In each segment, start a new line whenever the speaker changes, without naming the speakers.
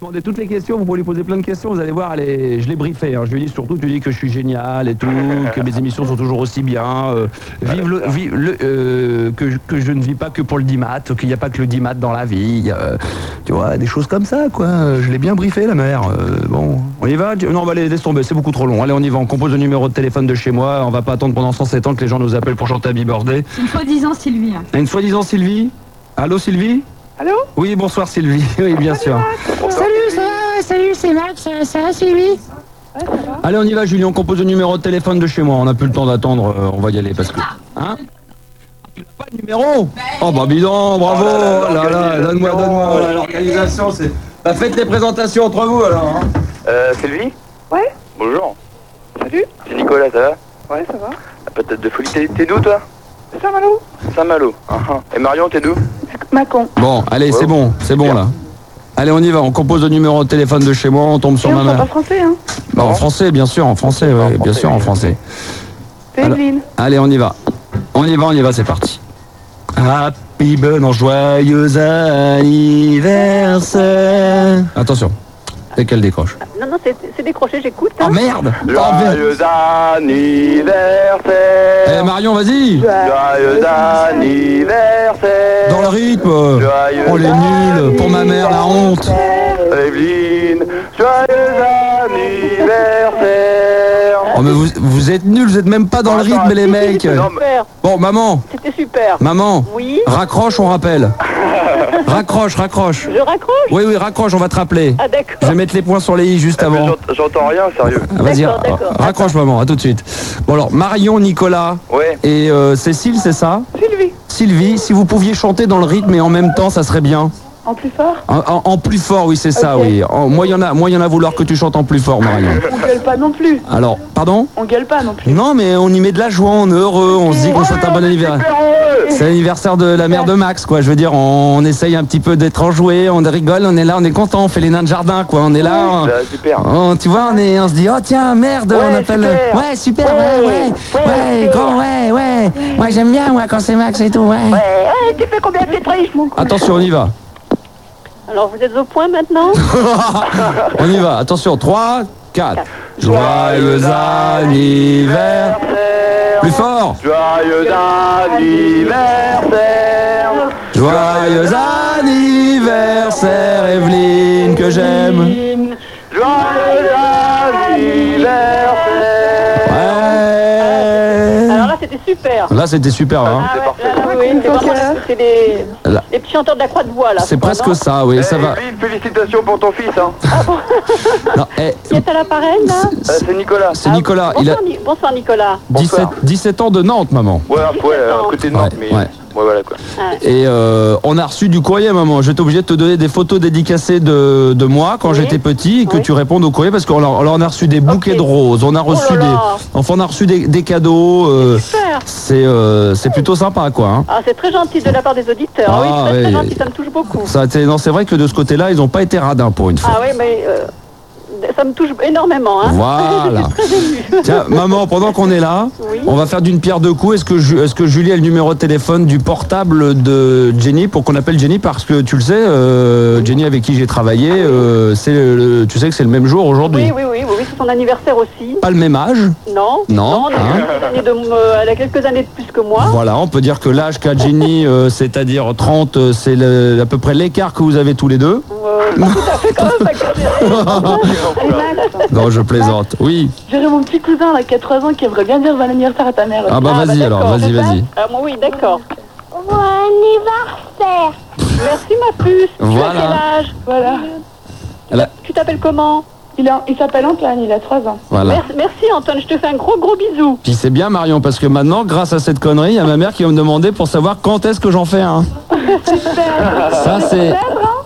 Demandez toutes les questions, vous pouvez lui poser plein de questions, vous allez voir, elle est- je l'ai briefé. hein. Je lui ai dit surtout, tu dis que je suis génial et tout, que mes émissions sont toujours aussi bien, euh, vive le, vive le- euh, que, je- que je ne vis pas que pour le dimat, qu'il n'y a pas que le dimat dans la vie, euh, tu vois, des choses comme ça, quoi. Euh, Je l'ai bien briefé, la mère. Euh, bon, on y va tu- Non, bah, allez, laisse tomber, c'est beaucoup trop long. Allez, on y va, on compose le numéro de téléphone de chez moi, on va pas attendre pendant 107 ans que les gens nous appellent pour chanter Happy Birthday.
C'est une soi-disant Sylvie. hein.
Une soi-disant Sylvie Allô Sylvie
Allô
Oui, bonsoir Sylvie, oui, bien sûr.
Salut, ça va Salut, c'est Max, ça, ça va, Sylvie
Allez, on y va, Julien. On compose le numéro de téléphone de chez moi. On n'a plus le temps d'attendre. euh, on va y aller parce que. Hein Pas de numéro Oh bah dis donc, bravo
Oh là là,
Oh là là,
l'organisation.
Donne-moi, donne-moi Oh là, L'organisation, c'est. Bah, faites les présentations entre vous alors. hein.
Euh, Sylvie
Ouais.
Bonjour.
Salut.
C'est Nicolas, ça va
Ouais, ça va.
La Patate de folie. T'es t'es d'où, toi
Saint-Malo
Saint-Malo. Ah, ah. Et Marion, t'es d'où
Macon.
Bon, allez, c'est bon, c'est bon là. Allez, on y va. On compose le numéro de téléphone de chez moi. On tombe sur
Et
ma
on parle pas
mère.
français, hein.
Bah, en français, bien sûr, en français, ouais, bien sûr, en français.
C'est
Alors-
Evelyne.
Allez, on y va. On y va, on y va, c'est parti. Happy bon an, joyeux anniversaire. Attention, dès qu'elle décroche.
Non, non, c'est c'est décroché, j'écoute.
hein.
Oh merde Oh, merde.
Joyeux anniversaire
Eh Marion, vas-y
Joyeux anniversaire
Dans le rythme Oh les nuls Pour ma mère, la honte
Evelyne, joyeux anniversaire
Oh mais vous, vous êtes nuls, vous êtes même pas dans le rythme les mecs
Non, mais-
Bon, maman,
C'était super.
maman
Oui,
Raccroche, on rappelle Raccroche, raccroche
je raccroche.
Oui, oui, raccroche, on va te rappeler
Ah,
Je
d'accord.
vais mettre les points sur les i juste
Eh, mais
avant. Ah,
j'ent- J'entends rien, sérieux.
Vas-y,
D'accord, d'accord.
raccroche maman, à tout de suite. Bon alors, Marion, Nicolas
Ouais.
et euh, Cécile, c'est ça
Sylvie,
Sylvie, si vous pouviez chanter dans le rythme et en même temps, ça serait bien.
en plus fort.
En, en- en plus fort, oui, c'est ça,
Ok.
oui. En- moi, il y en a, moi, il y en a vouloir que tu chantes en plus fort, Marion.
On gueule pas non plus.
Alors, pardon
On gueule pas non plus.
Non, mais on y met de la joie, on est heureux, on se dit qu'on souhaite un bon anniversaire.
euh,
C'est l'anniversaire de la mère de Max, quoi. Je veux dire, on, on essaye un petit peu d'être enjoué, on rigole, on est là, on est content, on fait les nains de jardin, quoi. On est là. on-
Bah, super.
Oh, tu vois, on, est, on se dit, oh tiens, merde, on appelle. euh, Ouais, super, ouais, ouais, ouais, grand, ouais, ouais. Moi, j'aime bien, moi, quand c'est Max et tout, ouais.
euh,
Eh, tu fais combien de pétriches, mon con
Attention, on y va.
Alors, vous êtes au point maintenant
on y va, attention, 3, 4. Joyeux anniversaire. Plus fort.
Joyeux
É, um-
anniversaire
Joyeux anniversaire, Evelyne, que j'aime.
Joyeux anniversaire
Ouais.
Alors là, c'était super.
Là, c'était super, hein.
Ah ouais,
parfait.
là, là, oui, c'est vraiment les- c'est des,
Là.
les petits chanteurs de la croix de bois là.
C'est presque
ça.
ça, oui,
Eh,
ça va.
Evelyne, félicitations pour ton fils, hein.
Non, eh,
Qui est à l'appareil là
Euh, c'est Nicolas.
c'est
Ah,
Nicolas, il a
bonsoir, Ni- bonsoir, Nicolas.
17,
Bonsoir.
17 ans de Nantes, maman.
Ouais, ouais, euh, à côté de Nantes,
Ouais,
mais.
ouais.
Ouais, voilà quoi.
Et euh, on a reçu du courrier, maman. J'étais obligé de te donner des photos dédicacées de, de moi quand
Oui.
j'étais petit et que
Oui.
tu répondes au courrier parce qu'on leur- alors on a reçu des bouquets
Ok. Oh
de roses, on a
là
reçu
là.
des. Enfin, on a reçu des, des cadeaux. euh,
Super.
c'est euh, c'est plutôt sympa, quoi. hein.
Ah, c'est très gentil de la part des auditeurs. Ah oui,
Ah,
très, très
oui.
gentil, ça me touche beaucoup.
Ça a été- non, c'est vrai que de ce côté-là, ils n'ont pas été radins pour une fois.
Ah oui, mais euh, ça me touche énormément. Hein.
Voilà.
Je suis très émue.
Tiens, maman, pendant qu'on est là,
Oui.
on va faire d'une pierre deux coups. Est-ce que, Ju- est-ce que Julie a le numéro de téléphone du portable de Jenny pour qu'on appelle Jenny Parce que tu le sais, euh, Jenny avec qui j'ai travaillé, euh, c'est le- tu sais que c'est le même jour aujourd'hui.
Oui, oui, oui, oui, oui, c'est son anniversaire aussi.
Pas le même âge.
Non,
Non,
non, elle a
hein.
quelques années de- euh, elle a quelques années de plus que moi.
Voilà, on peut dire que l'âge qu'a Jenny, euh, c'est-à-dire 30, euh, c'est le- à peu près l'écart que vous avez tous les deux.
Euh, pas tout à fait quand même. pas Eh ben, que-
Allez, Max,
Non, je plaisante. Oui.
j'aurais mon petit cousin là, qui a 3 ans, qui aimerait bien dire bon anniversaire à ta mère.
Ah bah
Ah, bah,
vas-y alors,
d'accord,
vas-y,
c'est ça
vas-y.
Ah bon, oui, d'accord.
Bon anniversaire
Merci ma puce. Tu as
Voilà.
quel âge
Voilà.
Tu t'appelles comment
Il, a- il s'appelle Antoine, il a 3 ans.
Voilà.
Merci, merci, Antoine, je te fais un gros gros bisou.
Puis c'est bien Marion, parce que maintenant, grâce à cette connerie, il y a ma mère qui va me demander pour savoir quand est-ce que j'en fais un. Ça c'est,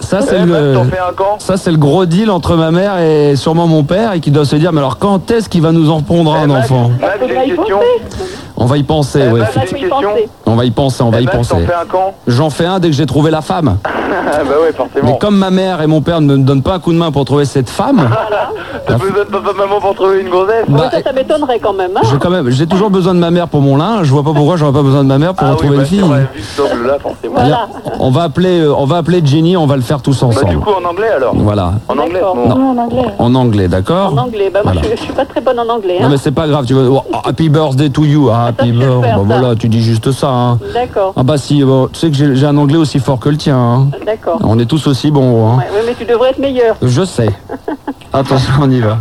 ça c'est
Eh, Max,
le.
T'en fais un camp
Ça, c'est le gros deal entre ma mère et
Eh
sûrement mon père, et qui doit se dire, mais alors quand est-ce qu'il va nous en prendre un enfant
Max, j'ai
Faudra y
une Bah, question.
penser.
On va y penser,
ben, Eh
ouais.
ben,
Là, faut
J'ai
effectivement.
y
une question.
penser.
On va y penser, on va
Eh
y
ben,
penser.
t'en fais un camp
J'en fais un dès que j'ai trouvé la femme.
Ah bah ouais, forcément.
Mais comme ma mère et mon père ne me donnent pas un coup de main pour trouver cette femme,
T'as besoin de papa-maman pour trouver une gonzesse
bah,
Ouais, ça, ça m'étonnerait quand même. Hein
j'ai quand même, j'ai toujours besoin de ma mère pour mon linge. Je vois pas pourquoi j'aurais pas besoin de ma mère pour
Ah oui,
retrouver
bah,
une fille.
c'est vrai, vu ce double-là, forcément.
Voilà.
Alors, on va appeler, euh, on va appeler Jenny. On va le faire tous
Bah, du
ensemble.
coup, en anglais alors
Voilà,
En anglais
D'accord.
bon.
Non, en anglais.
en anglais, d'accord
En anglais, bah, moi,
Voilà.
je, je suis pas très bonne en anglais.
Non
Hein.
mais c'est pas grave. Tu veux oh, Happy Birthday to you, ah,
Ça,
Happy
je vais
Birthday.
faire
Bah,
ça.
voilà, tu dis juste ça. hein.
D'accord,
Ah bah si, bon, tu sais que j'ai j'ai un anglais aussi fort que le tien. hein.
d'accord.
On est tous aussi bons. hein.
Ouais, ouais, mais tu devrais être meilleur.
Je sais. Attention, on y va.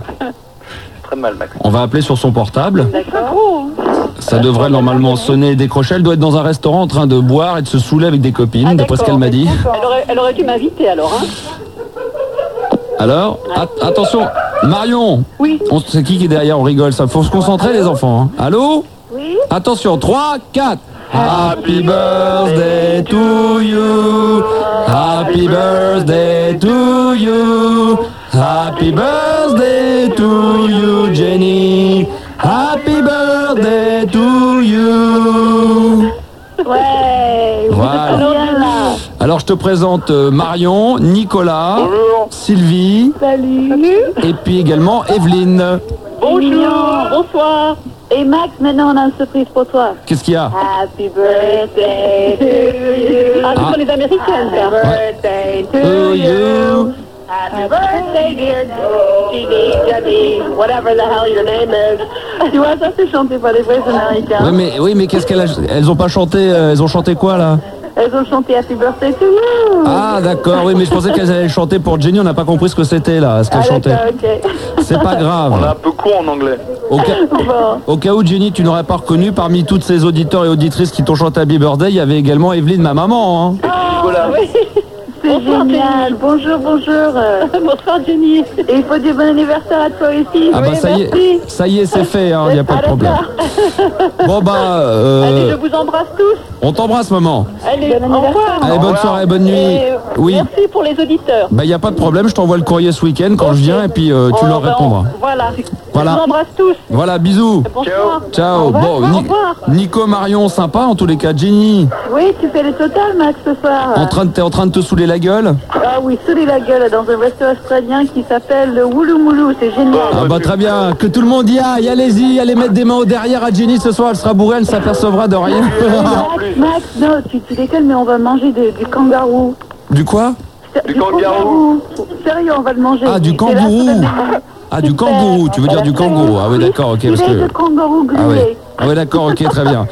Très mal, Max.
On va appeler sur son portable.
D'accord.
hein.
Ça devrait normalement sonner et décrocher. Elle doit être dans un restaurant en train de boire et de se saouler avec des copines,
Ah,
d'après ce qu'elle m'a dit.
Elle aurait, elle aurait dû m'inviter alors. Hein.
Alors, at- attention, Marion
Oui.
On- C'est qui qui est derrière On rigole, ça. Faut se concentrer, les enfants. hein. Allô
Oui.
Attention, 3, 4. Happy birthday to you. Ah, Happy birthday to you. Happy birthday to you, Jenny. Happy birthday to you.
Ouais.
Voilà.
Bien là.
Alors je te présente euh, Marion, Nicolas,
Bonjour
Sylvie
Salut.
et puis également Evelyne.
Bonjour, bonsoir.
Et Max, maintenant on a une surprise pour toi.
Qu'est-ce qu'il y a
Happy
Ah.
birthday to you.
Ah, ce sont les Américaines, ça.
birthday
To you.
Happy birthday, dear Judy, Debbie, whatever the hell your name is. Tu vois, ça c'est chanté par les vrais américains.
Oui mais, oui, mais qu'est-ce qu'elles elles ont pas chanté euh, Elles ont chanté quoi là
Elles ont chanté Happy birthday to you.
Ah d'accord, oui, mais je pensais qu'elles allaient chanter pour Jenny, on n'a pas compris ce que c'était là, ce qu'elles chantaient.
Ah, d'accord, ok.
C'est pas
On est
grave.
un peu con en anglais.
Au ca- au cas,
Bon,
où Jenny, tu n'aurais pas reconnu, parmi toutes ces auditeurs et auditrices qui t'ont chanté Happy Birthday, il y avait également Evelyne, ma maman.
Ah,
hein.
Nicolas
Ah, c'est génial. Bonjour, bonjour.
Bonsoir, Jenny.
Et il faut dire bon anniversaire à toi aussi.
Ah bah ça y est, ça y est, c'est fait, il n'y a pas de problème. Bon bah,
Allez, je
euh,
vous embrasse tous.
on t'embrasse maman.
Allez,
Bon
au revoir.
Allez, bonne soirée, bonne nuit.
Et, euh,
Oui,
Merci pour les auditeurs.
bah il n'y a pas de problème, je t'envoie le courrier ce week-end quand je viens et puis euh, tu
Oh,
leur
ben,
répondras.
on- Voilà.
Voilà.
Je vous embrasse tous.
Voilà, bisous.
Bonsoir. Au
Ciao.
revoir,
Bon,
au
Ni-
revoir.
Nico Marion, sympa en tous les cas. Jenny,
Oui, tu fais le total, Max, ce soir.
Ah.
en train de, t'es en train de te saouler la gueule
Ah oui, saoulez la gueule dans un restaurant australien qui s'appelle le Woulou Moulou, c'est génial.
Ah bah très bien, que tout le monde y aille, allez-y, allez mettre des mains au derrière à Jenny ce soir, elle sera bourrée, elle s'apercevra de rien.
Max, Max, non, tu, tu déconnes, mais on va manger de- du kangaroo.
du quoi
Du kangaroo.
Sérieux, on va le manger.
Ah du
C'est la
kangourou
semaine-
Ah du kangourou, tu veux dire du kangourou Ah oui d'accord, ok,
Filet
parce que...
de kangourou grillé.
Ah oui, ah, oui d'accord, ok, très bien.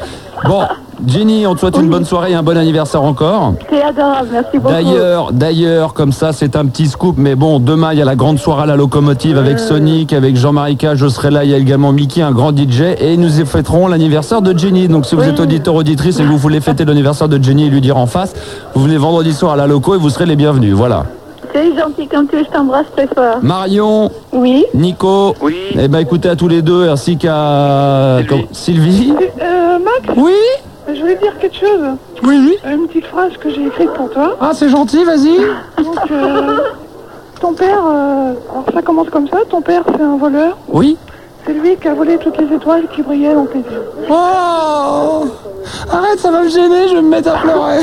Bon, Jenny, on te souhaite une bonne soirée et un bon anniversaire encore.
C'est adorable, merci beaucoup.
D'ailleurs, d'ailleurs, comme ça, c'est un petit scoop, mais bon, demain, il y a la grande soirée à la locomotive avec
Euh.
Sonic, avec Jean-Marie K, je serai là, il y a également Mickey, un grand DJ, et nous y fêterons l'anniversaire de Jenny. Donc, si vous êtes auditeur, auditrice, et que vous voulez fêter l'anniversaire de Jenny et lui dire en face, vous venez vendredi soir à la loco et vous serez les bienvenus. Voilà.
C'est gentil comme tu es, je t'embrasse très fort.
Marion,
Oui.
Nico,
Oui
eh ben, écoutez à tous les deux, ainsi qu'à
Sylvie.
comme- Sylvie.
Euh, Max,
Oui,
je voulais te dire quelque chose.
oui, oui.
Une petite phrase que j'ai écrite pour toi.
Ah, c'est gentil, vas-y.
Donc, euh, ton père, euh, alors ça commence comme ça, ton père c'est un voleur.
Oui.
C'est lui qui a volé toutes les étoiles qui brillaient dans tes yeux.
Oh Arrête, ça va me gêner, je vais me mettre à pleurer.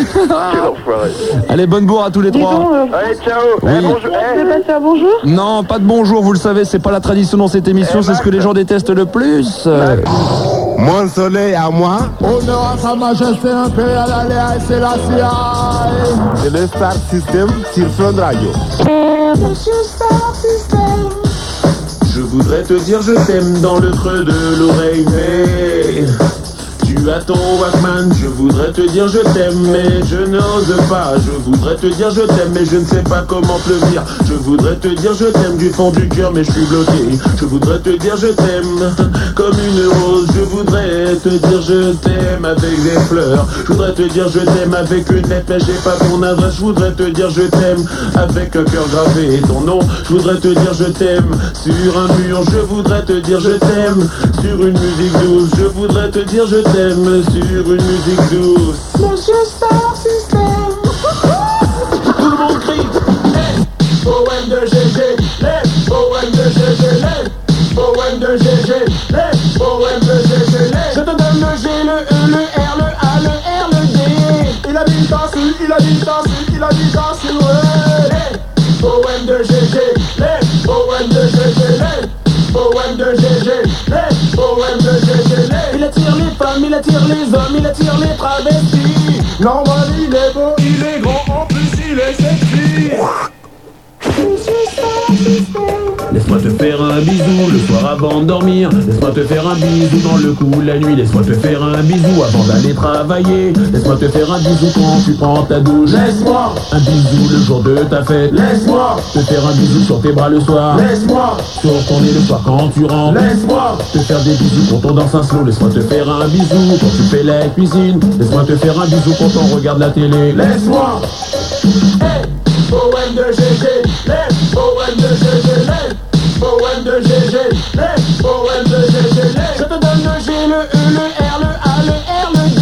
Quel enfoiré
Allez, bonne bourre à tous les
Dis
trois.
donc, euh,
Allez, ciao
Oui.
Eh, bonjour
je
Eh,
vais passer à bonjour.
Non, pas de bonjour, vous le savez, c'est pas la tradition dans cette émission, c'est ce que les gens détestent le plus. Euh,
Mon soleil à moi. Honneur à sa majesté impériale, Aléa et Selassie. C'est le Star System sur Fun Radio. Je voudrais te dire je t'aime dans le creux de l'oreille, mais tu as ton Walkman. Je voudrais te dire je t'aime, mais je n'ose pas. Je voudrais te dire je t'aime, mais je ne sais pas comment te le dire. Je voudrais te dire je t'aime du fond du cœur, mais je suis bloqué. Je voudrais te dire je t'aime comme une rose. Je voudrais te dire je t'aime avec des fleurs. Je voudrais te dire je t'aime avec une lettre, mais j'ai pas ton adresse. Je voudrais te dire je t'aime avec un cœur gravé ton nom. Je voudrais te dire je t'aime sur un mur. Je voudrais te dire je t'aime sur une musique douce. Je voudrais te dire je t'aime sur une musique douce. Tout le monde crie Hey, OM de GG Hey, OM de GG Hey, OM de GG Hey, OM de GG Hey, Je te donne le gilet
sensuel. eh. Poème de GG, eh. poème de GG, eh. poème de GG, eh. poème de GG. eh. Il attire les femmes, il attire les hommes, il attire les travestis. Normal, il est beau, il est grand, en plus il est sexy. Laisse-moi te faire un bisou le soir avant de dormir. Laisse-moi te faire un bisou dans le cou la nuit. Laisse-moi te faire un bisou avant d'aller travailler. Laisse-moi te faire un bisou quand tu prends ta douche. Laisse-moi un bisou le jour de ta fête. Laisse-moi te faire un bisou sur tes bras le soir.
hein.
Laisse-moi sur ton nez le soir quand tu rentres. Laisse-moi te faire des bisous quand on danse un slow. Laisse-moi te faire un bisou quand tu fais la cuisine. Laisse-moi te faire un bisou quand on regarde la télé. Laisse-moi. Hey, poème de GG, hey, poème de GG, hey, poème de GG, hey, poème de GG, hey. Je te donne le G, le E, le R, le A, le R, le D.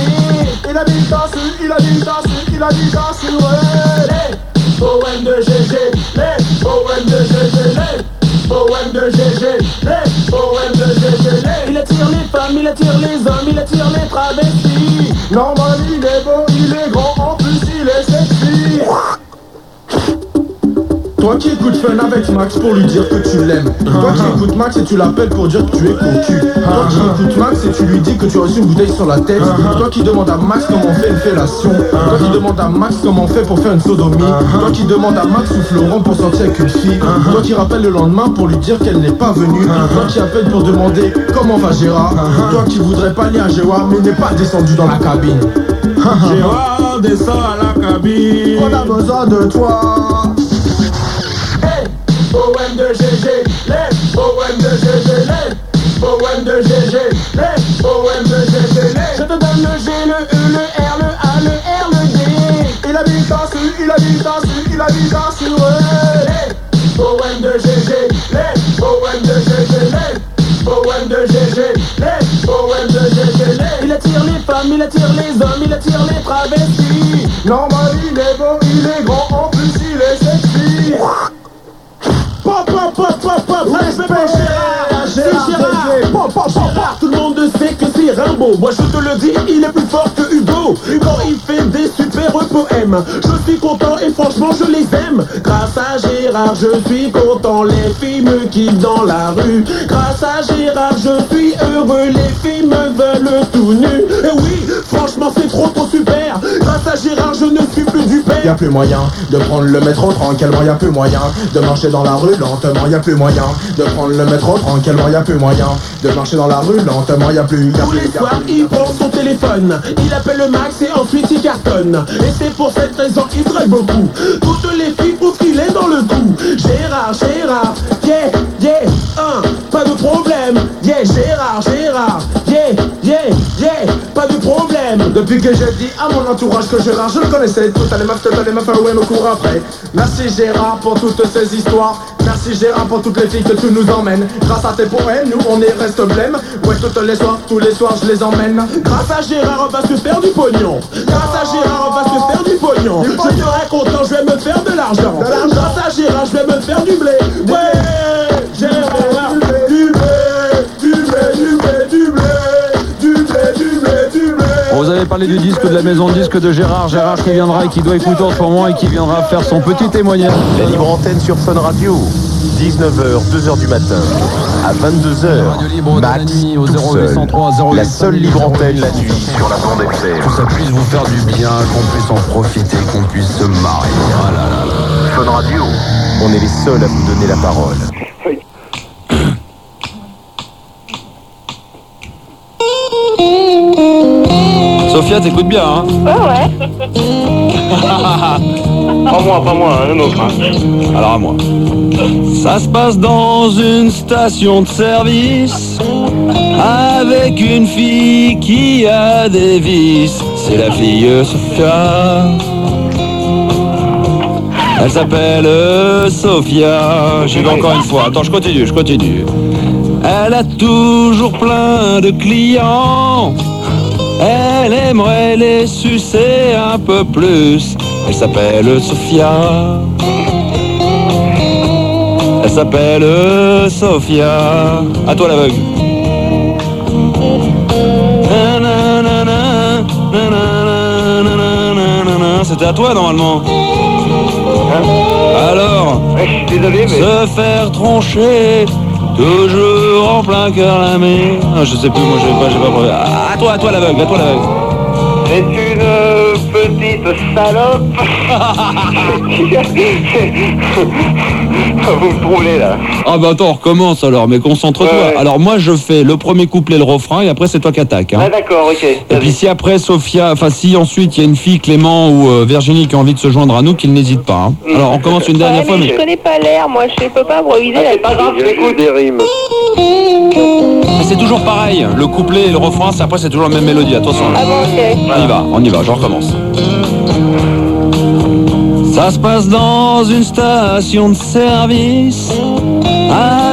Il a dit danse, il a dit danse, il a dit danse, ouais. Hey, poème de GG, hey, poème de GG, hey, poème de GG, hey, poème de GG, hey. Il attire les femmes, il attire les hommes, il attire les travestis. Normal, il est beau, il est grand, en plus il est sexy. Toi qui écoutes Fun avec Max pour lui dire que tu l'aimes. Toi qui écoutes Max et tu l'appelles pour dire que tu es con cul. Toi qui écoutes Max et tu lui dis que tu as reçu une bouteille sur la tête. Toi qui demande à Max comment on fait une fellation. Toi qui demande à Max comment on fait pour faire une sodomie. Toi qui demande à Max ou Florent pour sortir avec une fille. Toi qui rappelle le lendemain pour lui dire qu'elle n'est pas venue. Toi qui appelle pour demander comment va Gérard. Toi qui voudrais pas aller à Gérard mais n'est pas descendu dans la cabine. Gérard descend à la cabine. On a besoin de toi. Hey, poème de GG, hey, poème de GG, hey, poème de GG, hey, poème de GG, hey. Je te donne le G, le E, le R, le A, le R, le D. Il habite en Sud, il habite en Sud, il habite en Sud, ouais. Hey, poème de GG, hey, poème de GG, hey, poème de GG, hey, poème de GG, hey. Il attire les femmes, il attire les hommes, il attire les travestis. Normal, il est beau, il est grand, en plus il est sexy. Pop, pop, pop, pop, pop, respect, Gérard, c'est Gérard. Pop, pop, pop, pop. Tout le monde sait que c'est Rimbaud. Moi je te le dis, il est plus fort que Hugo. Quand il fait des super poèmes, je suis content et franchement je les aime. Grâce à Gérard, je suis content. Les filles me quittent dans la rue. Grâce à Gérard, je suis heureux. Les filles me veulent tout nu. Et oui, franchement c'est trop trop super. Grâce à Gérard, je ne suis plus du père. Y a plus moyen de prendre le métro tranquillement, y a plus moyen de marcher dans la rue lentement, y a plus moyen de prendre le métro tranquillement, y a plus moyen de marcher dans la rue lentement, y a plus. Tous les soirs, il prend son téléphone, il appelle le max et ensuite il cartonne. Et c'est pour cette raison qu'il traite beaucoup. Toutes les filles trouvent qu'il est dans le coup. Gérard, Gérard, yeah, yeah, un, pas de problème, yeah, Gérard, Gérard, yeah, yeah, yeah, pas de problème. Depuis que j'ai dit à mon entourage que Gérard, je le connaissais, tout à les meufs, tout à les meufs, ouais, me court après. Merci Gérard pour toutes ces histoires, merci Gérard pour toutes les filles que tu nous emmènes. Grâce à tes poèmes, nous on est reste blême, ouais, toutes les soirs, tous les soirs, je les emmène. Grâce à Gérard, on va se faire du pognon. Grâce à Gérard, on va se faire du pognon. Je serai content, je vais me faire de l'argent. Grâce à Gérard, je vais me faire du blé. Ouais, Gérard, du blé, du blé, du blé, du blé, du blé, du blé, du blé.
On vous avait parlé du disque de la maison de disque de Gérard. Gérard qui viendra et qui doit écouter en ce moment et qui viendra faire son petit témoignage.
La libre antenne sur Fun Radio. 19h, 2h du matin. À 22h, Max
au
tout seul.
0803
La seule libre antenne la nuit sur la bande FM.
ça puisse vous faire du bien, qu'on puisse en profiter, qu'on puisse se marrer. Ah
Fun Radio. On est les seuls à vous donner la parole.
Sophia, t'écoutes bien, hein
Pas moi, pas moi, un autre. hein.
Alors à moi. Ça se passe dans une station de service avec une fille qui a des vices. C'est la fille Sophia. Elle s'appelle Euh, Sophia. J'y vais encore une fois. Attends, je continue, je continue. Elle a toujours plein de clients. Elle aimerait les sucer un peu plus. Elle s'appelle Sophia. Elle s'appelle Sophia. À toi l'aveugle. Nanana, nanana, nanana, nanana. C'était à toi normalement. Hein Alors
Ouais, je suis désolé, mais.
Se faire troncher, toujours en plein cœur la mer. Ah, Je sais plus, moi je pas, j'ai pas prévu. Ah, À toi, à toi l'aveugle, à toi l'aveugle.
C'est une euh, petite salope. Vous me trouvez là.
Ah bah attends, on recommence alors, mais concentre-toi.
Ouais, ouais.
Alors moi je fais le premier couplet, le refrain, et après c'est toi qui attaques. hein.
Ah d'accord, ok.
Et puis si après Sophia, enfin si ensuite il y a une fille, Clément ou euh, Virginie qui a envie de se joindre à nous, qu'il n'hésite pas. hein. Alors on commence une dernière
Ouais,
fois,
mais je
mais...
connais pas l'air, moi, je peux pas improviser
Ah,
la
c'est pas grave, je l'écoute.
des rimes.
Mais Ah, c'est toujours pareil, le couplet et le refrain, c'est après c'est toujours la même mélodie, attention.
Ah bon, ok.
On y va, on y va, je recommence. Ça se passe dans une station de service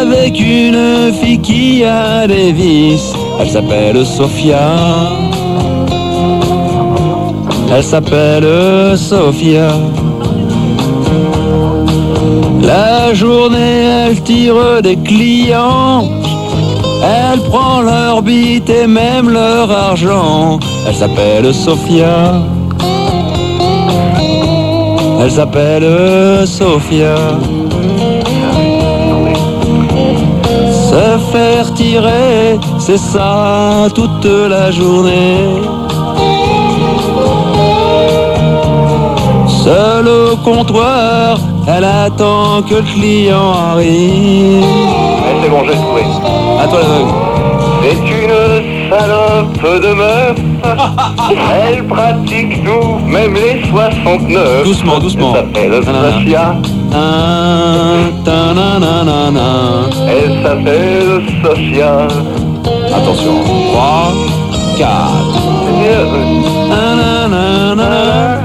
avec une fille qui a des vices. Elle s'appelle Sophia. Elle s'appelle Sophia. La journée, elle tire des clients. Elle prend leur bite et même leur argent. Elle s'appelle Sophia. Elle s'appelle Sophia. Se faire tirer, c'est ça toute la journée. Seule au comptoir, elle attend que le client arrive.
Ouais, Eh, c'est bon, j'ai trouvé.
À toi l'aveugle.
C'est une salope de meuf. Elle pratique tout, même les 69.
Doucement, doucement.
Elle s'appelle
Nanana.
Sophia.
Ta-na-na-na-na.
Elle s'appelle Sophia.
Attention, 3, 4.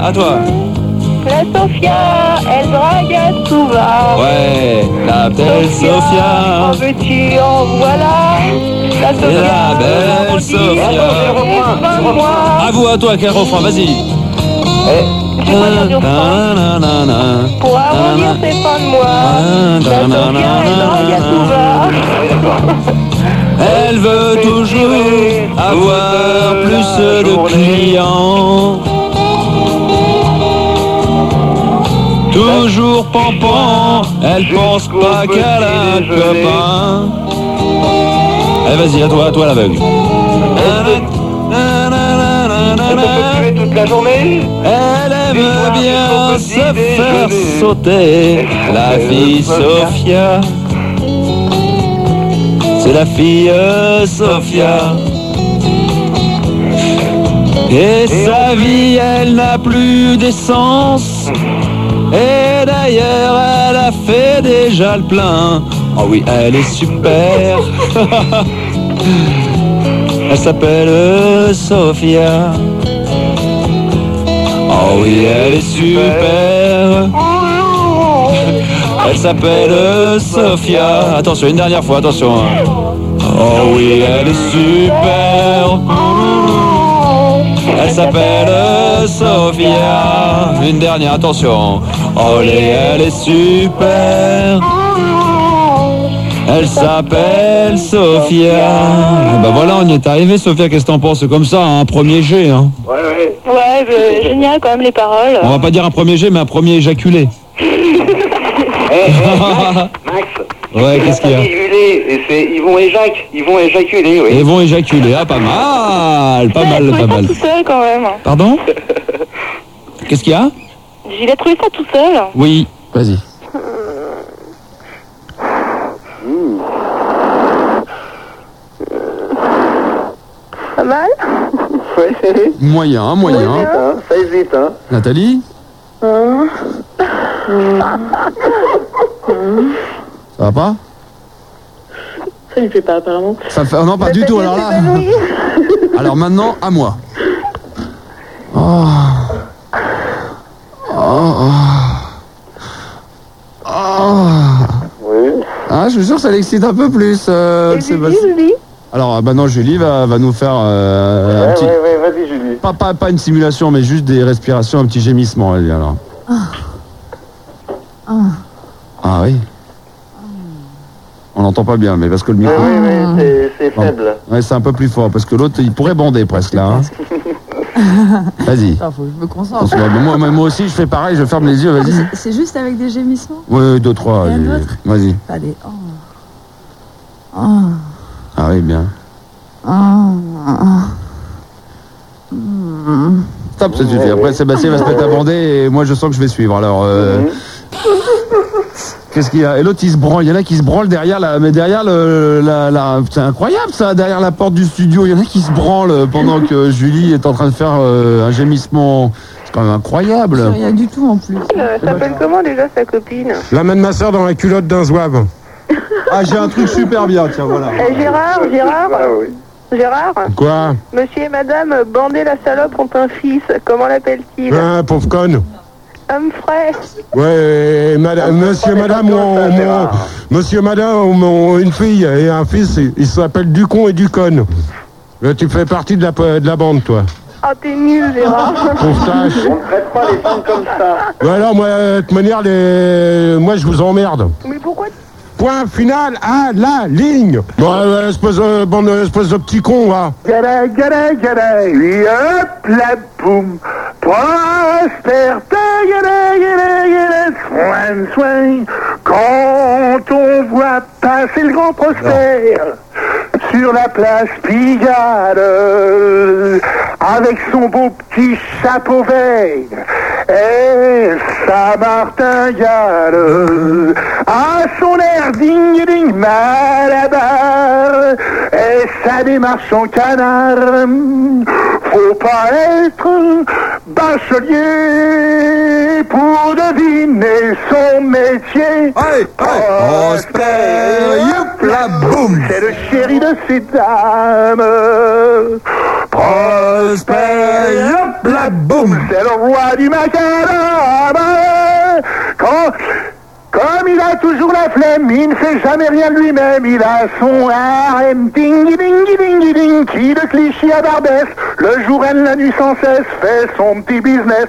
À toi.
La Sofia, elle drague à tout va.
Ouais, la belle
En Oh,
Sophia.
veux-tu, en voilà. La
Et
Sofia.
la belle
Attends,
Sophia.
j'ai reprends, je reprends.
À vous, à toi, quel refrain, vas-y.
Eh. J'ai pas entendu le refrain.
Ta-na-na-na-na.
Pour
Ah,
arrondir, c'est fin de mois. La Sofia, elle drague à tout
Ah,
va.
Elle veut toujours avoir plus de clients. Toujours pampant, elle pense pas qu'elle a un copain. Allez, vas-y, à toi, à toi l'aveugle.
Elle peut tuer toute la journée.
Elle aime bien se faire sauter. La fille Euh, Sophia. C'est la fille euh, Sophia. Et sa vie, elle n'a plus d'essence. Et d'ailleurs, elle a fait déjà le plein. Oh oui, elle est super. elle s'appelle euh, Sophia. Oh oui, elle est super. Elle s'appelle euh, Sophia. Attention, une dernière fois, attention. hein. Oh oui, elle est super. Elle s'appelle euh, Sophia. Une dernière, attention. Oh les, elle est super. Elle s'appelle Sophia. Ben voilà, on y est arrivé, Sophia. Qu'est-ce que t'en penses C'est comme ça, un premier G. Hein.
Ouais, ouais.
Ouais, je- génial quand même les paroles.
On va pas dire un premier G, mais un premier éjaculé.
Eh, eh, Max,
Ouais, qu'est-ce qu'il y a
Éjaculer, et c'est ils vont éjac, ils vont éjaculer, oui.
Et vont éjaculer. Ah, pas mal, pas
Ouais,
mal,
je trouvais
pas
ça
mal.
tout seul quand même.
Pardon Qu'est-ce qu'il y a
J'ai trouvé ça tout seul.
Oui. Vas-y.
Pas mal
Ouais,
Moyen, moyen.
hein, ça hésite, hein.
Nathalie Ça va pas
Ça lui plaît pas apparemment.
Ça fait... Ah Non, pas du tout, alors là. Alors maintenant, à moi. Oh. Oh. Oh. Oh.
Oui.
Ah, je suis sûr que ça l'excite un peu plus, euh, Sébastien. Alors, euh, maintenant, Julie va, va nous faire euh, un
Ouais,
petit...
ouais, ouais, vas-y, Julie.
Pas, pas, pas une simulation, mais juste des respirations, un petit gémissement, elle dit alors. Ah oui On n'entend pas bien, mais parce que le
Oui,
micro...
oui, oui, c'est- c'est
Bon.
faible.
Ouais, c'est un peu plus fort, parce que l'autre, il pourrait bander presque, là. hein.
Vas-y.
Enfin, faut que je me
Parce
concentre.
que Moi, moi- moi aussi, je fais pareil, je ferme les yeux, vas-y.
C'est- C'est juste avec des gémissements
Ouais, deux, trois.
Et un
allez,
autre
Vas-y.
Allez. Oh. Oh.
Ah oui, bien.
Eh,
Ah, ah. Mm.
Stop, ça suffit. Après, Sébastien va se mettre à bander et moi, je sens que je vais suivre. Alors, euh,
Mhm.
qu'est-ce qu'il y a Et l'autre, il se branle. Il y en a qui se branlent derrière la. Mais derrière le. La, la- c'est incroyable, ça. Derrière la porte du studio, il y en a qui se branlent pendant que Julie est en train de faire euh, un gémissement. C'est quand même incroyable.
C'est rien du tout en plus.
Elle Euh, s'appelle comment déjà sa copine
La main de ma soeur dans la culotte d'un zouave. Ah, j'ai un truc super bien, tiens, voilà.
Eh, Gérard, Gérard
Ah,
Gérard
Quoi
Monsieur et madame Bandé la salope ont un fils. Comment l'appelle-t-il
Hein, pauvre conne
Homme frais.
Ouais, et madame, monsieur,
hein,
madame, on- on- monsieur, madame, on- on- une fille et un fils, il- il s'appelle Ducon et Ducon. Là, tu fais partie de la, de la bande, toi.
Ah, t'es nul, Gérard.
Pauvre tâche.
On ne traite pas les femmes comme ça.
Ouais, alors, moi, de toute manière, les... moi, je vous emmerde.
Mais pourquoi
Point final à la ligne. Bon, euh, espèce de, bande, espèce de petit con, là.
Gala, gala, gala, et hop, la poum. Prospère, ta gala, gala, gala, soin, soin. Quand on voit passer le grand Prosper sur la place Pigalle, avec son beau petit chapeau vert et sa martingale, à son air ding-ding malabar et sa démarche en canard, faut pas être bachelier pour deviner son métier. Prospère, youpla, boum, c'est le chéri de ces dames. Prosper, youpla, boum, c'est le roi du macadam. Quand, comme il a toujours la flemme, il ne fait jamais rien de lui-même. Il a son harem, ding ding ding ding qui de Clichy à Barbès, le jour et la nuit sans cesse, fait son petit business.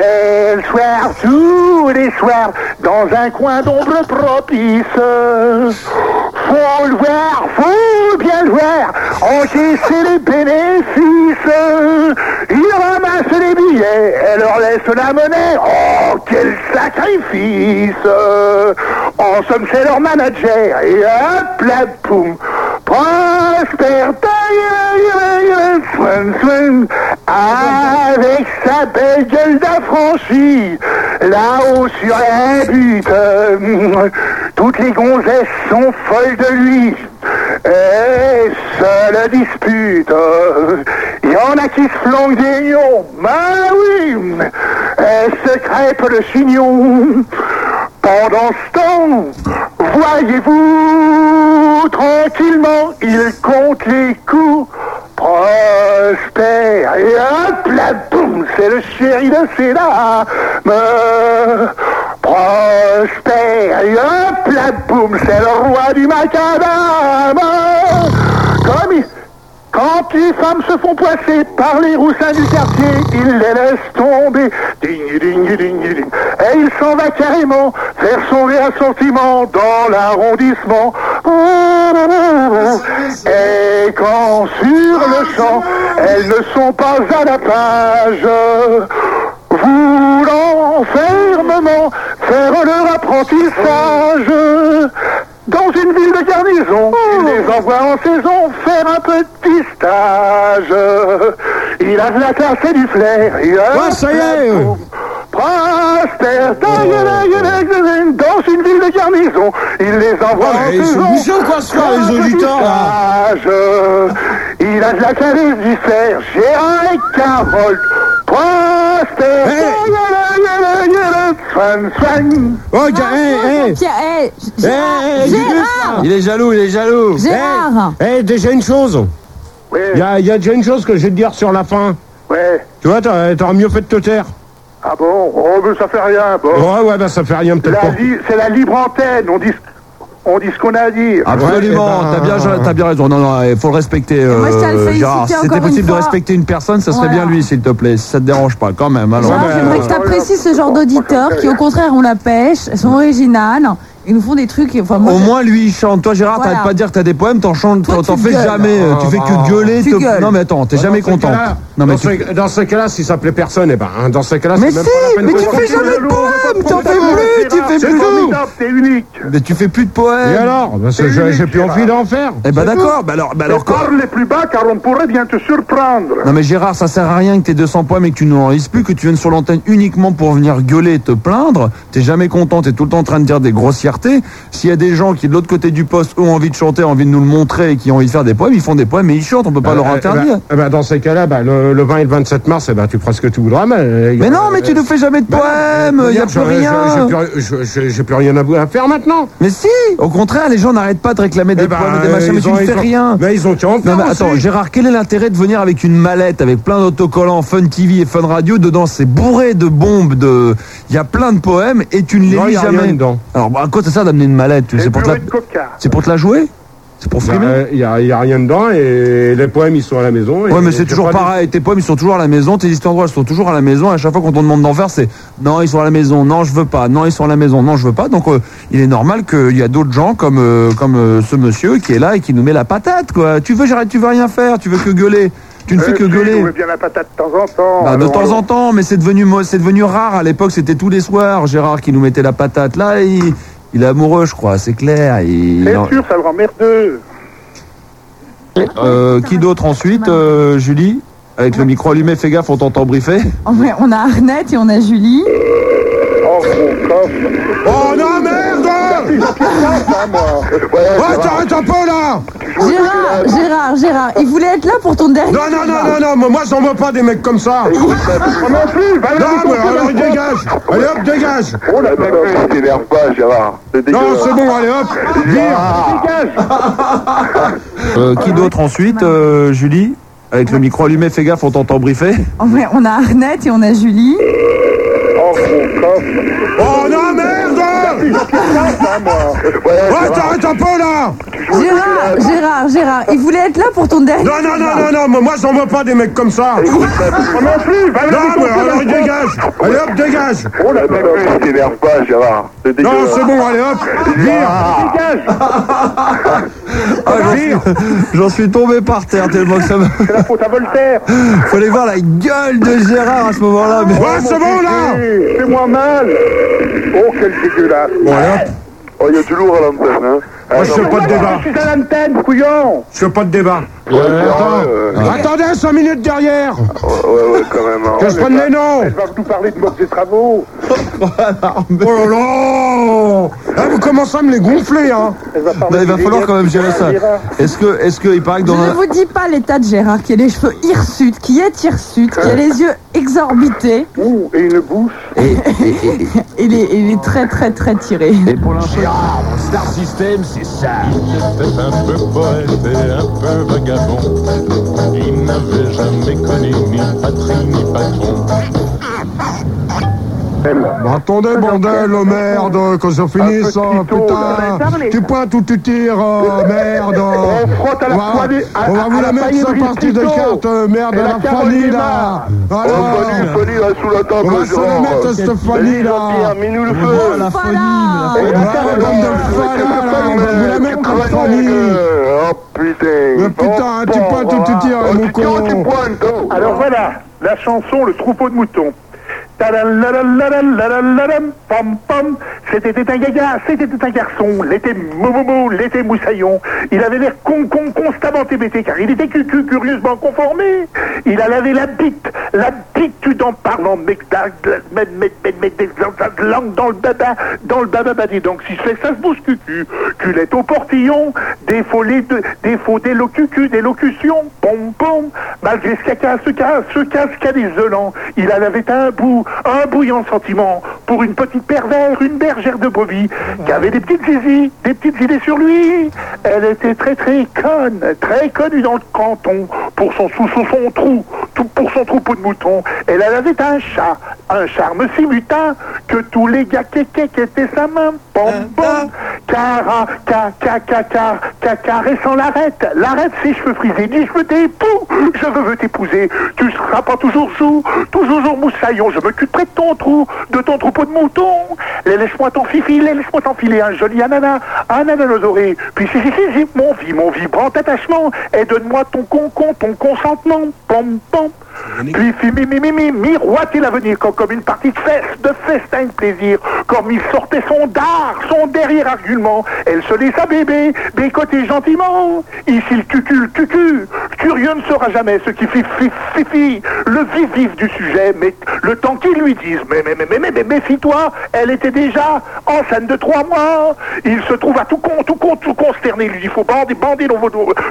Et le soir, tous les soirs, dans un coin d'ombre propice, faut le voir, faut bien le voir, encaisser les bénéfices. Il ramasse les billets et leur laisse la monnaie. Oh, quel sacrifice En somme, c'est leur manager. Et hop, la poum Prosper, taille, swing, swing, avec sa belle gueule d'affranchi, là-haut sur un butte, euh, toutes les gonzesses sont folles de lui, et se le disputent. Il y en a qui se flanquent des lions, ben oui, et se crêpent le chignon. Pendant ce temps, voyez-vous, tranquillement, il compte les coups. Prosper, et hop là, boum, c'est le chéri de ses dames. Prosper, et hop là, boum, c'est le roi du macadam. Comme il- quand les femmes se font poisser par les roussins du quartier, il les laisse tomber. Ding, ding, ding, ding. Et il s'en va carrément faire son réassentiment dans l'arrondissement. Et quand sur le champ, elles ne sont pas à la page, voulant fermement faire leur apprentissage. Dans une ville de garnison, il les envoie en saison faire un petit stage. Il a de la classe et du flair. Ouais, ça y est Prosper,
Oh.
dans une ville de garnison, il les envoie en
Oh, ils sont
saison
bougés ou quoi, ce soir,
faire
les
un petit
auditeurs, là
stage. Il a de la calèche du fer, Gérard et Carole. Prosper, Swan, Swan.
Ok,
Ah,
Pierre, eh, Gérard,
Hey,
Gérard
Il est jaloux, il est jaloux.
Gérard
Eh, eh, déjà une chose. Il y, a, il y a déjà une chose que je vais te dire sur la fin.
Ouais.
Tu vois, t'aurais t'aurais mieux fait de te taire.
Ah bon Oh, mais ça fait rien. Bon.
Ouais, ouais, bah ça fait rien peut-être
La
pas.
vie- C'est la libre antenne, on dit, on dit ce qu'on a à dire.
Ah,
Absolument, t'as bien, t'as bien raison. Non, non, il faut le respecter.
eh ben, moi, je tiens à le
euh,
féliciter
Gérard, si
encore
c'était
une
possible de
fois.
respecter une personne, ça serait
Voilà.
bien lui, s'il te plaît. Si ça te dérange pas, quand même. Alors,
Gérard, j'aimerais que tu apprécies ce genre d'auditeurs qui, au contraire, on la pêche, sont originales hein. Ils nous font des trucs. Enfin, moi,
Au
je-
moins, lui, il chante. Toi, Gérard,
Voilà.
t'arrêtes pas de dire que t'as des poèmes, t'en chantes,
Toi,
t'en t'en
tu
fais
gueules.
jamais. euh, tu fais que gueuler.
Tu
te-
gueules.
Non, mais attends, t'es
Ah, Bah,
jamais
dans ces
content.
cas-là-
Non, mais
dans,
tu-
ce, dans ce cas-là, si ça plaît personne, eh ben, hein, dans ce cas-là,
Mais
c'est même
si,
pas la peine
mais
de
tu
continuer
fais jamais de
le lourd, on
poèmes,
va
t'en
pas
fais
prendre
plus,
le
tu
Gérard,
fais
c'est
plus.
tout.
C'est unique.
Mais tu fais plus de poèmes.
Et alors Parce que Ben, j'ai- j'ai plus envie d'en faire.
Eh ben
C'est
d'accord,
tout.
bah alors, bah alors quoi
Parle plus bas car on pourrait bien te surprendre.
Non mais Gérard, ça sert à rien que t'aies 200 poèmes et que tu nous en lises plus, que tu viennes sur l'antenne uniquement pour venir gueuler et te plaindre. T'es jamais content, t'es tout le temps en train de dire des grossièretés. S'il y a des gens qui de l'autre côté du poste ont envie de chanter, ont envie de nous le montrer et qui ont envie de faire des poèmes, ils font des poèmes et ils chantent, on peut pas
Bah,
leur
eh ben,
interdire.
eh ben, dans ces cas-là, bah, le, le 20 et le 27 mars, eh ben, tu feras ce que tu voudras. Mais,
mais non, mais tu ne fais jamais de
Bah,
poèmes, il y a plus rien.
J'ai plus rien à bou- à faire maintenant.
Mais si, au contraire, les gens n'arrêtent pas de réclamer des
Eh ben,
poèmes et des machins,
ils
mais tu
ont-
ne
ils
fais
ont-
rien.
Mais ils ont qu'à en
Non
faire
mais
aussi.
attends, Gérard, quel est l'intérêt de venir avec une mallette avec plein d'autocollants Fun TV et Fun Radio Dedans, c'est bourré de bombes, de... Il y a plein de poèmes et tu ne les
Non,
lis
il y a rien
jamais.
dedans.
Alors, bah, à quoi ça sert d'amener une mallette tu- C'est pour, te la... c'est pour te la jouer C'est pour frimer
Il n'y a, il y a rien dedans et les poèmes, ils sont à la maison. et
Ouais, mais
j'ai
c'est toujours
pas de-
pareil. Tes poèmes, ils sont toujours à la maison. Tes histoires drôles sont toujours à la maison. À chaque fois, quand on demande d'en faire, c'est non, ils sont à la maison. Non, je veux pas. Non, ils sont à la maison. Non, je veux pas. Donc, euh, il est normal qu'il y a d'autres gens comme euh, comme euh, ce monsieur qui est là et qui nous met la patate. Quoi Tu veux, j'arrête. Tu veux rien faire. Tu veux que gueuler. Tu
Euh,
ne fais que gueuler.
On veut bien la patate de temps en temps.
Bah, de
allons,
temps
allons.
en temps, mais c'est devenu mo- c'est devenu rare. À l'époque, c'était tous les soirs. Gérard qui nous mettait la patate. Là, il, il est amoureux, je crois. C'est clair. Il-
C'est
il en-
sûr, ça le rend merdeux.
Euh, qui d'autre ensuite euh, Julie, avec le micro allumé, fais gaffe, on t'entend briefer.
En vrai, on a Arnette et on a Julie.
Oh non, merde Ouais, t'arrêtes un peu là
Gérard, Gérard, Gérard, il voulait être là pour ton dernier.
Non, non, non, non, non, moi, moi j'en veux pas des mecs comme ça Non,
plus, va
mais alors dégage Allez hop, dégage
Oh la vache, t'énerve pas, Gérard.
Non, c'est bon, allez hop
Euh, qui d'autre ensuite euh, Julie, avec le micro allumé, fais gaffe, on t'entend briefer.
En vrai, on a Arnette et on a Julie.
Oh non, merde Ouais, t'arrêtes un peu là
Gérard, Gérard, Gérard, il voulait être là pour ton dernier.
Non, non, non, non, non, moi, moi j'en veux pas des mecs comme ça Non,
Non plus, va
mais alors dégage Allez hop, dégage
Oh la vache, t'énerve pas, Gérard.
Non, c'est bon, allez hop Vire
Dégage
Ah, j'en suis- J'en suis tombé par terre tellement que ça me.
C'est la faute à Voltaire
Faut aller voir la gueule de Gérard à ce moment-là. mais-
Ouais, c'est bon là
Fais-moi mal Oh, quel dégueulasse
Bon, allez hop
Oh, il y a du lourd à l'antenne, hein.
Moi, je fais pas de débat
Je suis à l'antenne, couillon
Je fais pas de débat
Ouais,
attends.
euh,
Attendez 5 minutes derrière
ouais, ouais, ouais, quand même. hein.
Que je prenne les noms
Ah, Elle va nous parler de mode des travaux
Oh là là Ah, Vous commencez à me les gonfler, hein
Elle va parler
Non, Bah, il va
des
falloir
dégâts
quand même gérer
du
ça.
Gérard.
Est-ce que, est-ce que, il paraît que
Je
dans
ne
un-
vous dis pas l'état de Gérard, qui a les cheveux hirsutes, qui est hirsute, qui a les yeux exorbités.
Ouh, et une bouche
Et, et- et-
Il est, il est très très très tiré.
Et pour l'instant,
Star System, c'est ça. Il était un peu poète et un peu vagabond. Il n'avait jamais connu ni patrie ni patron.
Bah, attendez, bordel, oh, merde, que ça finisse,
petit
hein,
taux,
putain
là.
Tu pointes ou tu tires, euh, merde
On frotte à la
Voilà.
poignée- à-
On va
à-
vous
à
la
la
mettre,
paille
sa
de
partie de
Christo.
cartes, euh, merde,
Et
à
la
la
Carole
Fanny, là
Guémard.
Oh,
Voilà.
Fanny, Fanny, reste sous la
On va
table,
se la
Gérard.
mettre,
Vas-y,
cette Fanny, là
Jean-Pierre, Mets-nous le feu.
la folie,
Eh,
la
Ouais,
folie.
bande de Fanny, Ah, là, on va vous la mettre, la Fanny
Euh, Ah, Oh putain
Mais putain, tu pointes ou tu tires,
Oh,
mon
tu tires ou tu
con
pointes oh.
Alors voilà, la chanson Le troupeau de moutons. Tadalalalalalam, pam, pam. C'était un gaga, c'était un garçon, l'été momomo, l'été moussaillon. Il avait l'air con, con, constamment hébété, car il était cucu, curieusement conformé. Il a lavé la bite, l'habitude en parlant, mec, da- da- mec, mec, mec, mec, des- dans- dans- langue dans le baba, dans le baba, bah dis donc, si je fais ça, je bouge cucu. Culette au portillon, défaut, les deux, défaut des lo- cucu, d'élocution, pom, pom, malgré ce caca, ce casse, ce casse isolant. Il en avait un bout, un bouillant sentiment pour une petite pervers, une bergère de bovie, qui avait des petites zizi, des petites idées sur lui. Elle était très très conne, très connue dans le canton pour son sous sous son trou, tout pour son troupeau de moutons. Elle en avait un chat, un charme si mutin que tous les gars kékés qui étaient sa main, pom pom, car car car car car car caressant l'arête, l'arête ses cheveux frisés, dis je veux t'époux, je veux t'épouser, tu seras pas toujours chou, toujours moussaillon, je me cuterai de ton trou, de ton troupeau de moutons. Laisse-moi ton fifi, laisse-moi t'enfiler un joli ananas, un ananas aux oreilles. Puis si, si, si, si, mon vie, mon vibrant attachement, et donne-moi ton concon, ton consentement, pom, pom. Puis fi, mi, mi, mi, mi, miroiter l'avenir comme, comme une partie de fesse, de festin de plaisir, comme il sortait son dard, son derrière argument. Elle se laissa bébé, bécoter gentiment. Ici le cucul, cucu, curieux ne saura jamais ce qui fit, fit, fit, fit, le vif, vif du sujet, mais le temps qu'ils lui disent, mais, mais, mais, mais, mais, mais, méfie-toi, elle était déjà enceinte de trois mois. Il se trouva tout con, tout con, tout consterné. Il lui dit, faut bander, bander long,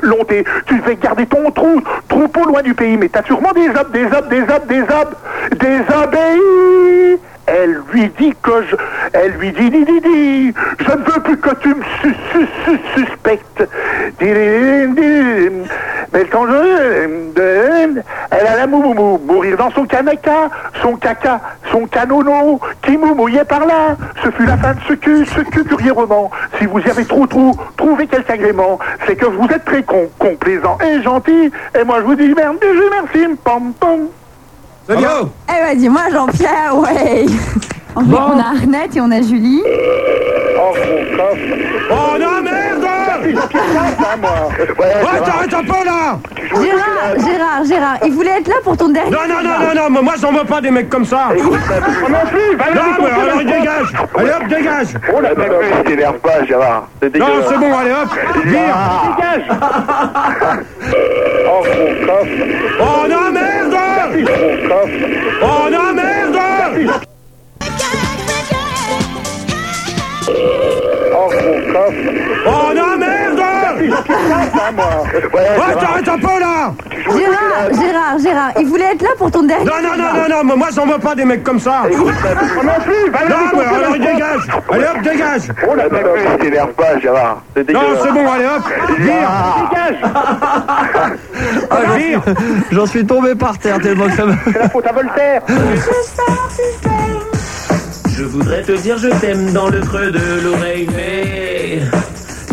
long tes- tu devais garder ton trou, troupeau loin du pays, mais t'as sûrement des hommes, des hommes, des hommes, des hommes, désobéis. Elle lui dit que je... Elle lui dit, dit, dit, dit, je ne veux plus que tu me sus, sus, sus, suspectes. Di- di- di- di- di- Mais quand je... de- Elle alla mou, mou, mou, mourir dans son canaka, son caca, son canono, qui mou mouillait par là. Ce fut la fin de ce cul, ce cul curieusement. Si vous y avez trop, trop, trouvé quelque agrément, c'est que vous êtes très con, complaisant et gentil. Et moi, je vous dis merde, je merci, pam, pam.
Eh ben dis-moi Jean-Pierre, ouais En fait, On a Arnette et on a Julie.
Oh non, merde
Ouais, t'arrêtes un peu là
Gérard, Gérard, Gérard, il voulait être là pour ton dernier.
Non, non, non, non, non, mais moi j'en veux pas des mecs comme ça Non, mais alors dégage Allez hop, dégage
On l'a pas vu, t'énerve pas, Gérard. C'est
Non, c'est bon, allez hop Vire
Dégage
Oh non, merde Oh non, merde Oh non, merde Ouais, t'arrêtes un peu là
Gérard, Gérard, Gérard, il voulait être là pour ton dernier.
Non, non, non, non, non, mais moi j'en veux pas des mecs comme ça Non, mais alors dégage Allez hop, dégage
On l'a pas vu, t'énerve pas, Gérard. C'est
Non,
dégueulasse.
Euh, c'est bon, allez hop Vire
Ah, j'en suis- J'en suis tombé par terre tellement que ça me...
C'est la faute à Voltaire
Je voudrais te dire je t'aime dans le creux de l'oreille, mais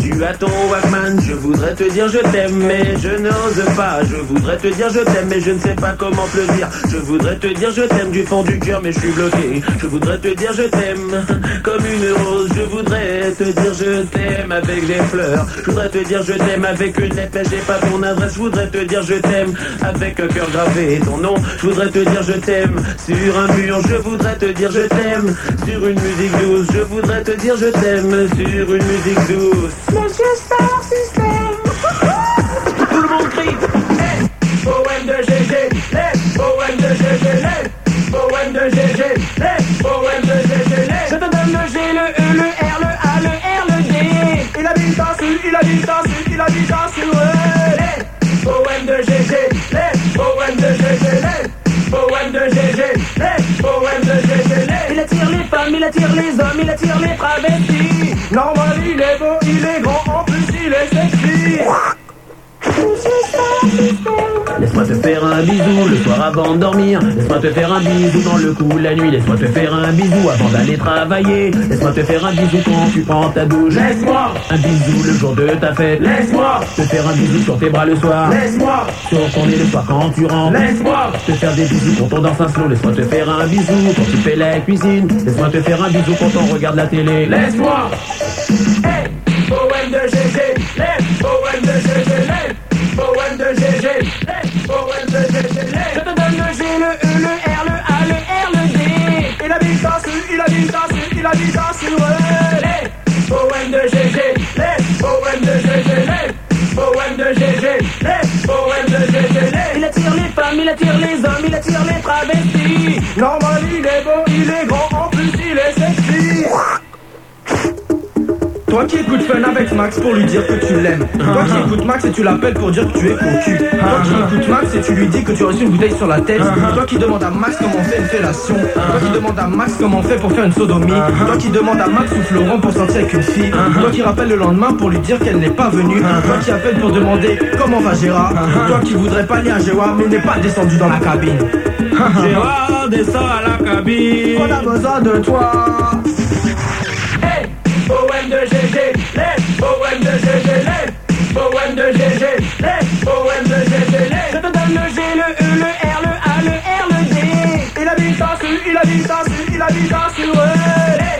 tu as ton Walkman. Je voudrais te dire je t'aime, mais je n'ose pas. Je voudrais te dire je t'aime, mais je ne sais pas comment te le dire. Je voudrais te dire je t'aime du fond du cœur, mais je suis bloqué. Je voudrais te dire je t'aime comme une rose. Je voudrais te dire je t'aime avec des fleurs. Je voudrais te dire je t'aime avec une lettre, mais j'ai pas ton adresse. Je voudrais te dire je t'aime avec un cœur gravé ton nom. Je voudrais te dire je t'aime sur un mur. Je voudrais te dire je t'aime sur une musique douce. Je voudrais te dire je t'aime sur une musique douce.
Monsieur Star System
Tout le monde crie. Hey, poème de GG. Hey, poème de GG. Hey, poème de GG. Hey, poème de GG. Hey.
Je te donne le G, le E, le R, le A, le R, le D.
Il a dit danser, il a dit danser, il a dit danser. Ouais. Hey, poème de GG. Hey, poème de GG. Hey, poème de GG. Hey, poème de GG. Hey.
Il attire les femmes, il attire les hommes, il attire les travestis. Normal, il est beau, il est grand, en plus il est sexy.
Laisse-moi te faire un bisou le soir avant de dormir. Laisse-moi te faire un bisou dans le cou la nuit. Laisse-moi te faire un bisou avant d'aller travailler. Laisse-moi te faire un bisou quand tu prends ta douche. Laisse-moi un bisou le jour de ta fête. Laisse-moi te faire un bisou sur tes bras le soir. Laisse-moi sur ton nez le soir quand tu rentres. Laisse-moi te faire des bisous quand on danse un slow. Laisse-moi te faire un bisou quand tu fais la cuisine. Laisse-moi te faire un bisou quand on regarde la télé. Laisse-moi Poème de GG, lève, poème de GG, lève, poème de GG, lève, poème de GG, lève.
Je te donne le G, le E, le R, le A, le R, le D. Il a mis dans sur, il a mis dans sur, il a mis dans sur.
Hey, poème de GG, hey, poème de GG, hey, poème de GG, hey, poème de GG, hey.
Il attire les femmes, il attire les hommes, il attire les travestis. Normal, il est beau, il est grand, en plus il est sexy.
Toi qui écoutes Fun avec Max pour lui dire que tu l'aimes. Toi qui écoutes Max et tu l'appelles pour dire que tu es concu. Toi qui écoutes Max et tu lui dis que tu as reçu une bouteille sur la tête. Toi qui demande à Max comment on fait une fellation. Toi qui demande à Max comment on fait pour faire une sodomie. Toi qui demande à Max ou Florent pour sortir avec une fille. Toi qui rappelle le lendemain pour lui dire qu'elle n'est pas venue. Toi qui appelle pour demander comment va Gérard. Toi qui voudrais pas aller à Gérard mais n'est pas descendu dans la cabine.
Gérard descend à la cabine.
On a besoin de toi.
Hey, poème de GG, hey, poème de GG, hey, poème de GG, hey, poème de GG, hey.
Je te donne le G, le E, le R, le A, le R, le D. Il a mis dans sur, il a mis dans sur, il a mis dans sur. Hey,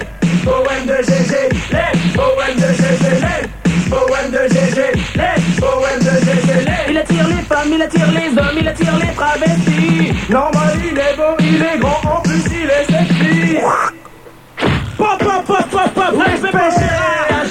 attire les femmes, il attire les hommes, il attire les travestis. Normal, bah, il est beau, il est grand, en plus il est sexy. Pop, pop, pop, pop, pop, respect pour Gérard,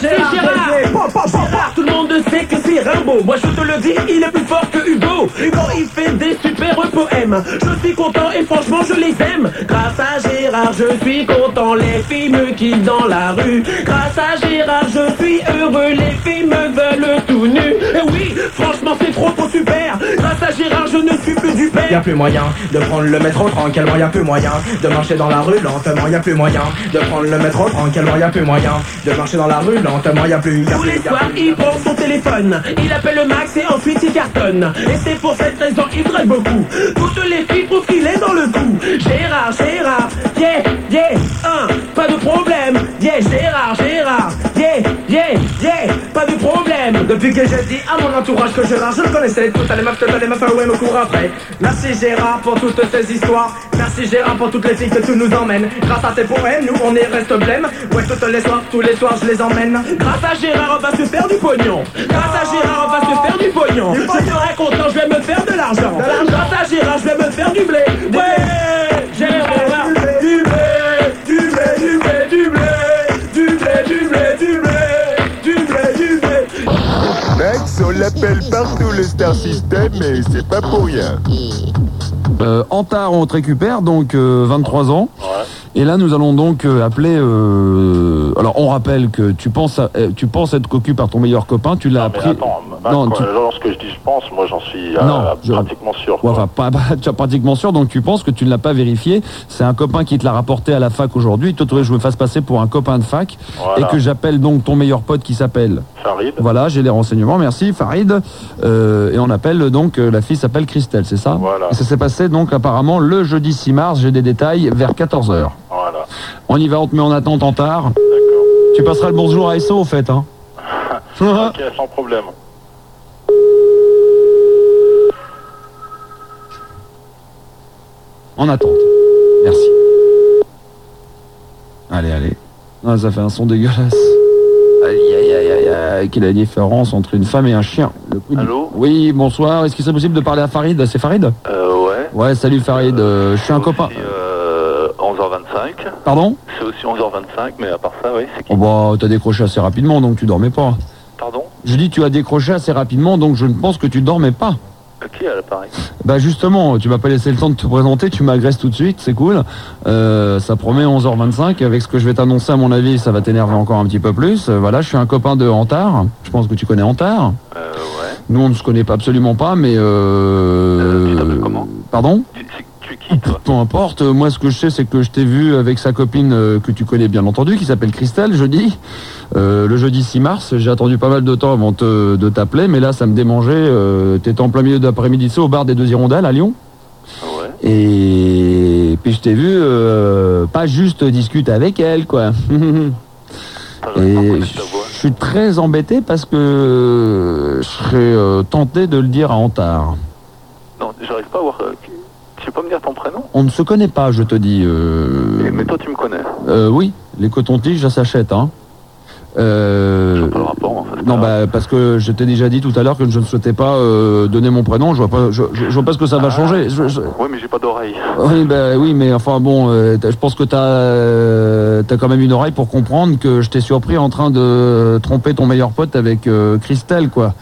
C'est
Gérard,
Gérard.
Bézier. Pop, pop, pop, pop. Tout le monde sait que c'est Rimbaud. Moi je te le dis, il est plus fort que Hugo. Hugo, il fait des super poèmes. Je suis content et franchement je les aime. Grâce à Gérard, je suis content. Les filles me quittent dans la rue. Grâce à Gérard, je suis heureux. Les filles me veulent tout nu. Et oui, franchement c'est trop trop super. Grâce à Gérard, je ne suis plus du père.
Y a plus moyen de prendre le métro tranquillement, y a plus moyen de marcher dans la rue lentement, y a plus moyen de prendre le métro tranquillement, y a plus moyen de marcher dans la rue lentement, y a plus. y a
Tous
plus,
les
y a
soirs,
plus.
il prend son téléphone. Il appelle le max et ensuite il cartonne. Et c'est pour cette raison qu'il traite beaucoup. Toutes les filles trouvent qu'il est dans le coup. Gérard, Gérard, yeah, yeah, hein, pas de problème. Yeah, Gérard, Gérard, yeah, yeah, yeah, pas de problème.
Depuis que j'ai dit à mon entourage que Gérard, je le connaissais, tout allait meufs, tout allait meufs, ouais, me court après. Merci Gérard pour toutes ces histoires, merci Gérard pour toutes les filles que tu nous emmènes. Grâce à tes poèmes, nous on est reste blême, ouais, toutes les soirs, tous les soirs, je les emmène.
Grâce à Gérard, on va se faire du pognon. Grâce à Gérard, on va se faire du pognon. Je serai content, je vais me faire de l'argent. Grâce à Gérard, je vais me faire du blé. Ouais, Gérard, du blé, du blé, du blé, du blé, du blé, du blé, du blé, du blé, du blé.
Max, on l'appelle partout le Star System et c'est pas pour rien.
Euh, Antar, on te récupère, donc euh, 23 ans. Et là, nous allons donc euh, appeler. euh, alors, on rappelle que tu penses, à- euh, tu penses être cocu par ton meilleur copain, tu l'as
Mais
appris.
attends, bah,
non,
quoi,
tu-
lorsque je dis je pense, moi j'en suis euh,
Non, je-
pratiquement sûr.
Ouais, enfin, pas, pas- tu as pratiquement sûr, donc tu penses que tu ne l'as pas vérifié. C'est un copain qui te l'a rapporté à la fac aujourd'hui. Toi, tu voudrais que je me fasse passer pour un copain de fac
Voilà.
et que j'appelle donc ton meilleur pote qui s'appelle.
Farid.
Voilà, j'ai les renseignements, merci Farid. Euh, et on appelle donc, euh, la fille s'appelle Christelle, c'est ça
Voilà.
Et ça s'est passé donc apparemment le jeudi 6 mars, j'ai des détails, vers 14h.
Voilà.
On y va, on te met en attente en tard. Tu passeras le bonjour à SO au fait, hein
ok, sans problème.
En attente. Merci. Allez, allez. Ah, ça fait un son dégueulasse. Aïe, aïe, aïe, aïe, aïe. Quelle est la différence entre une femme et un chien Le prix du- Oui, bonsoir. Est-ce qu'il serait possible de parler à Farid C'est Farid
Euh, ouais,
Ouais, salut Farid. Euh, je suis un copain.
euh, 11h25.
Pardon
C'est aussi 11h25, mais à part ça, oui, c'est
Oh, bah, t'as décroché assez rapidement, donc tu dormais pas.
Pardon
Je dis, tu as décroché assez rapidement, donc je ne pense que tu dormais pas.
qui à l'appareil
Bah justement, tu m'as pas laissé le temps de te présenter, tu m'agresses tout de suite, c'est cool. Euh, ça promet 11h25, avec ce que je vais t'annoncer à mon avis, ça va t'énerver encore un petit peu plus. Euh, voilà, je suis un copain de Antar, je pense que tu connais Antar. Nous on ne se connaît pas absolument pas, mais... Euh... Pardon peu importe, euh, moi ce que je sais c'est que je t'ai vu avec sa copine euh, que tu connais bien entendu, qui s'appelle Christelle, jeudi, Euh, le jeudi 6 mars, j'ai attendu pas mal de temps avant te- de t'appeler, mais là ça me démangeait, euh, t'étais en plein milieu d'après-midi, tu sais, au bar des deux hirondelles à Lyon et puis je t'ai vu euh, pas juste discuter avec elle, quoi. Et je suis très embêté parce que je serais euh, tenté de le dire à Antard.
Non, j'arrive pas à voir. euh, tu peux pas me dire ton prénom
On ne se connaît pas, je te dis. euh,
Mais toi, tu me connais.
Euh, oui, les cotons-tiges, ça s'achète. Hein. Euh, non, bah, parce que je t'ai déjà dit tout à l'heure que je ne souhaitais pas euh, donner mon prénom. Je vois pas, je, je- je vois pas ce que ça va changer. Je- je-
Ouais, mais j'ai pas d'oreille.
Oui, bah, oui, mais enfin bon, euh, t'as- je pense que t'as euh, t'as quand même une oreille pour comprendre que je t'ai surpris en train de tromper ton meilleur pote avec euh, Christelle, quoi.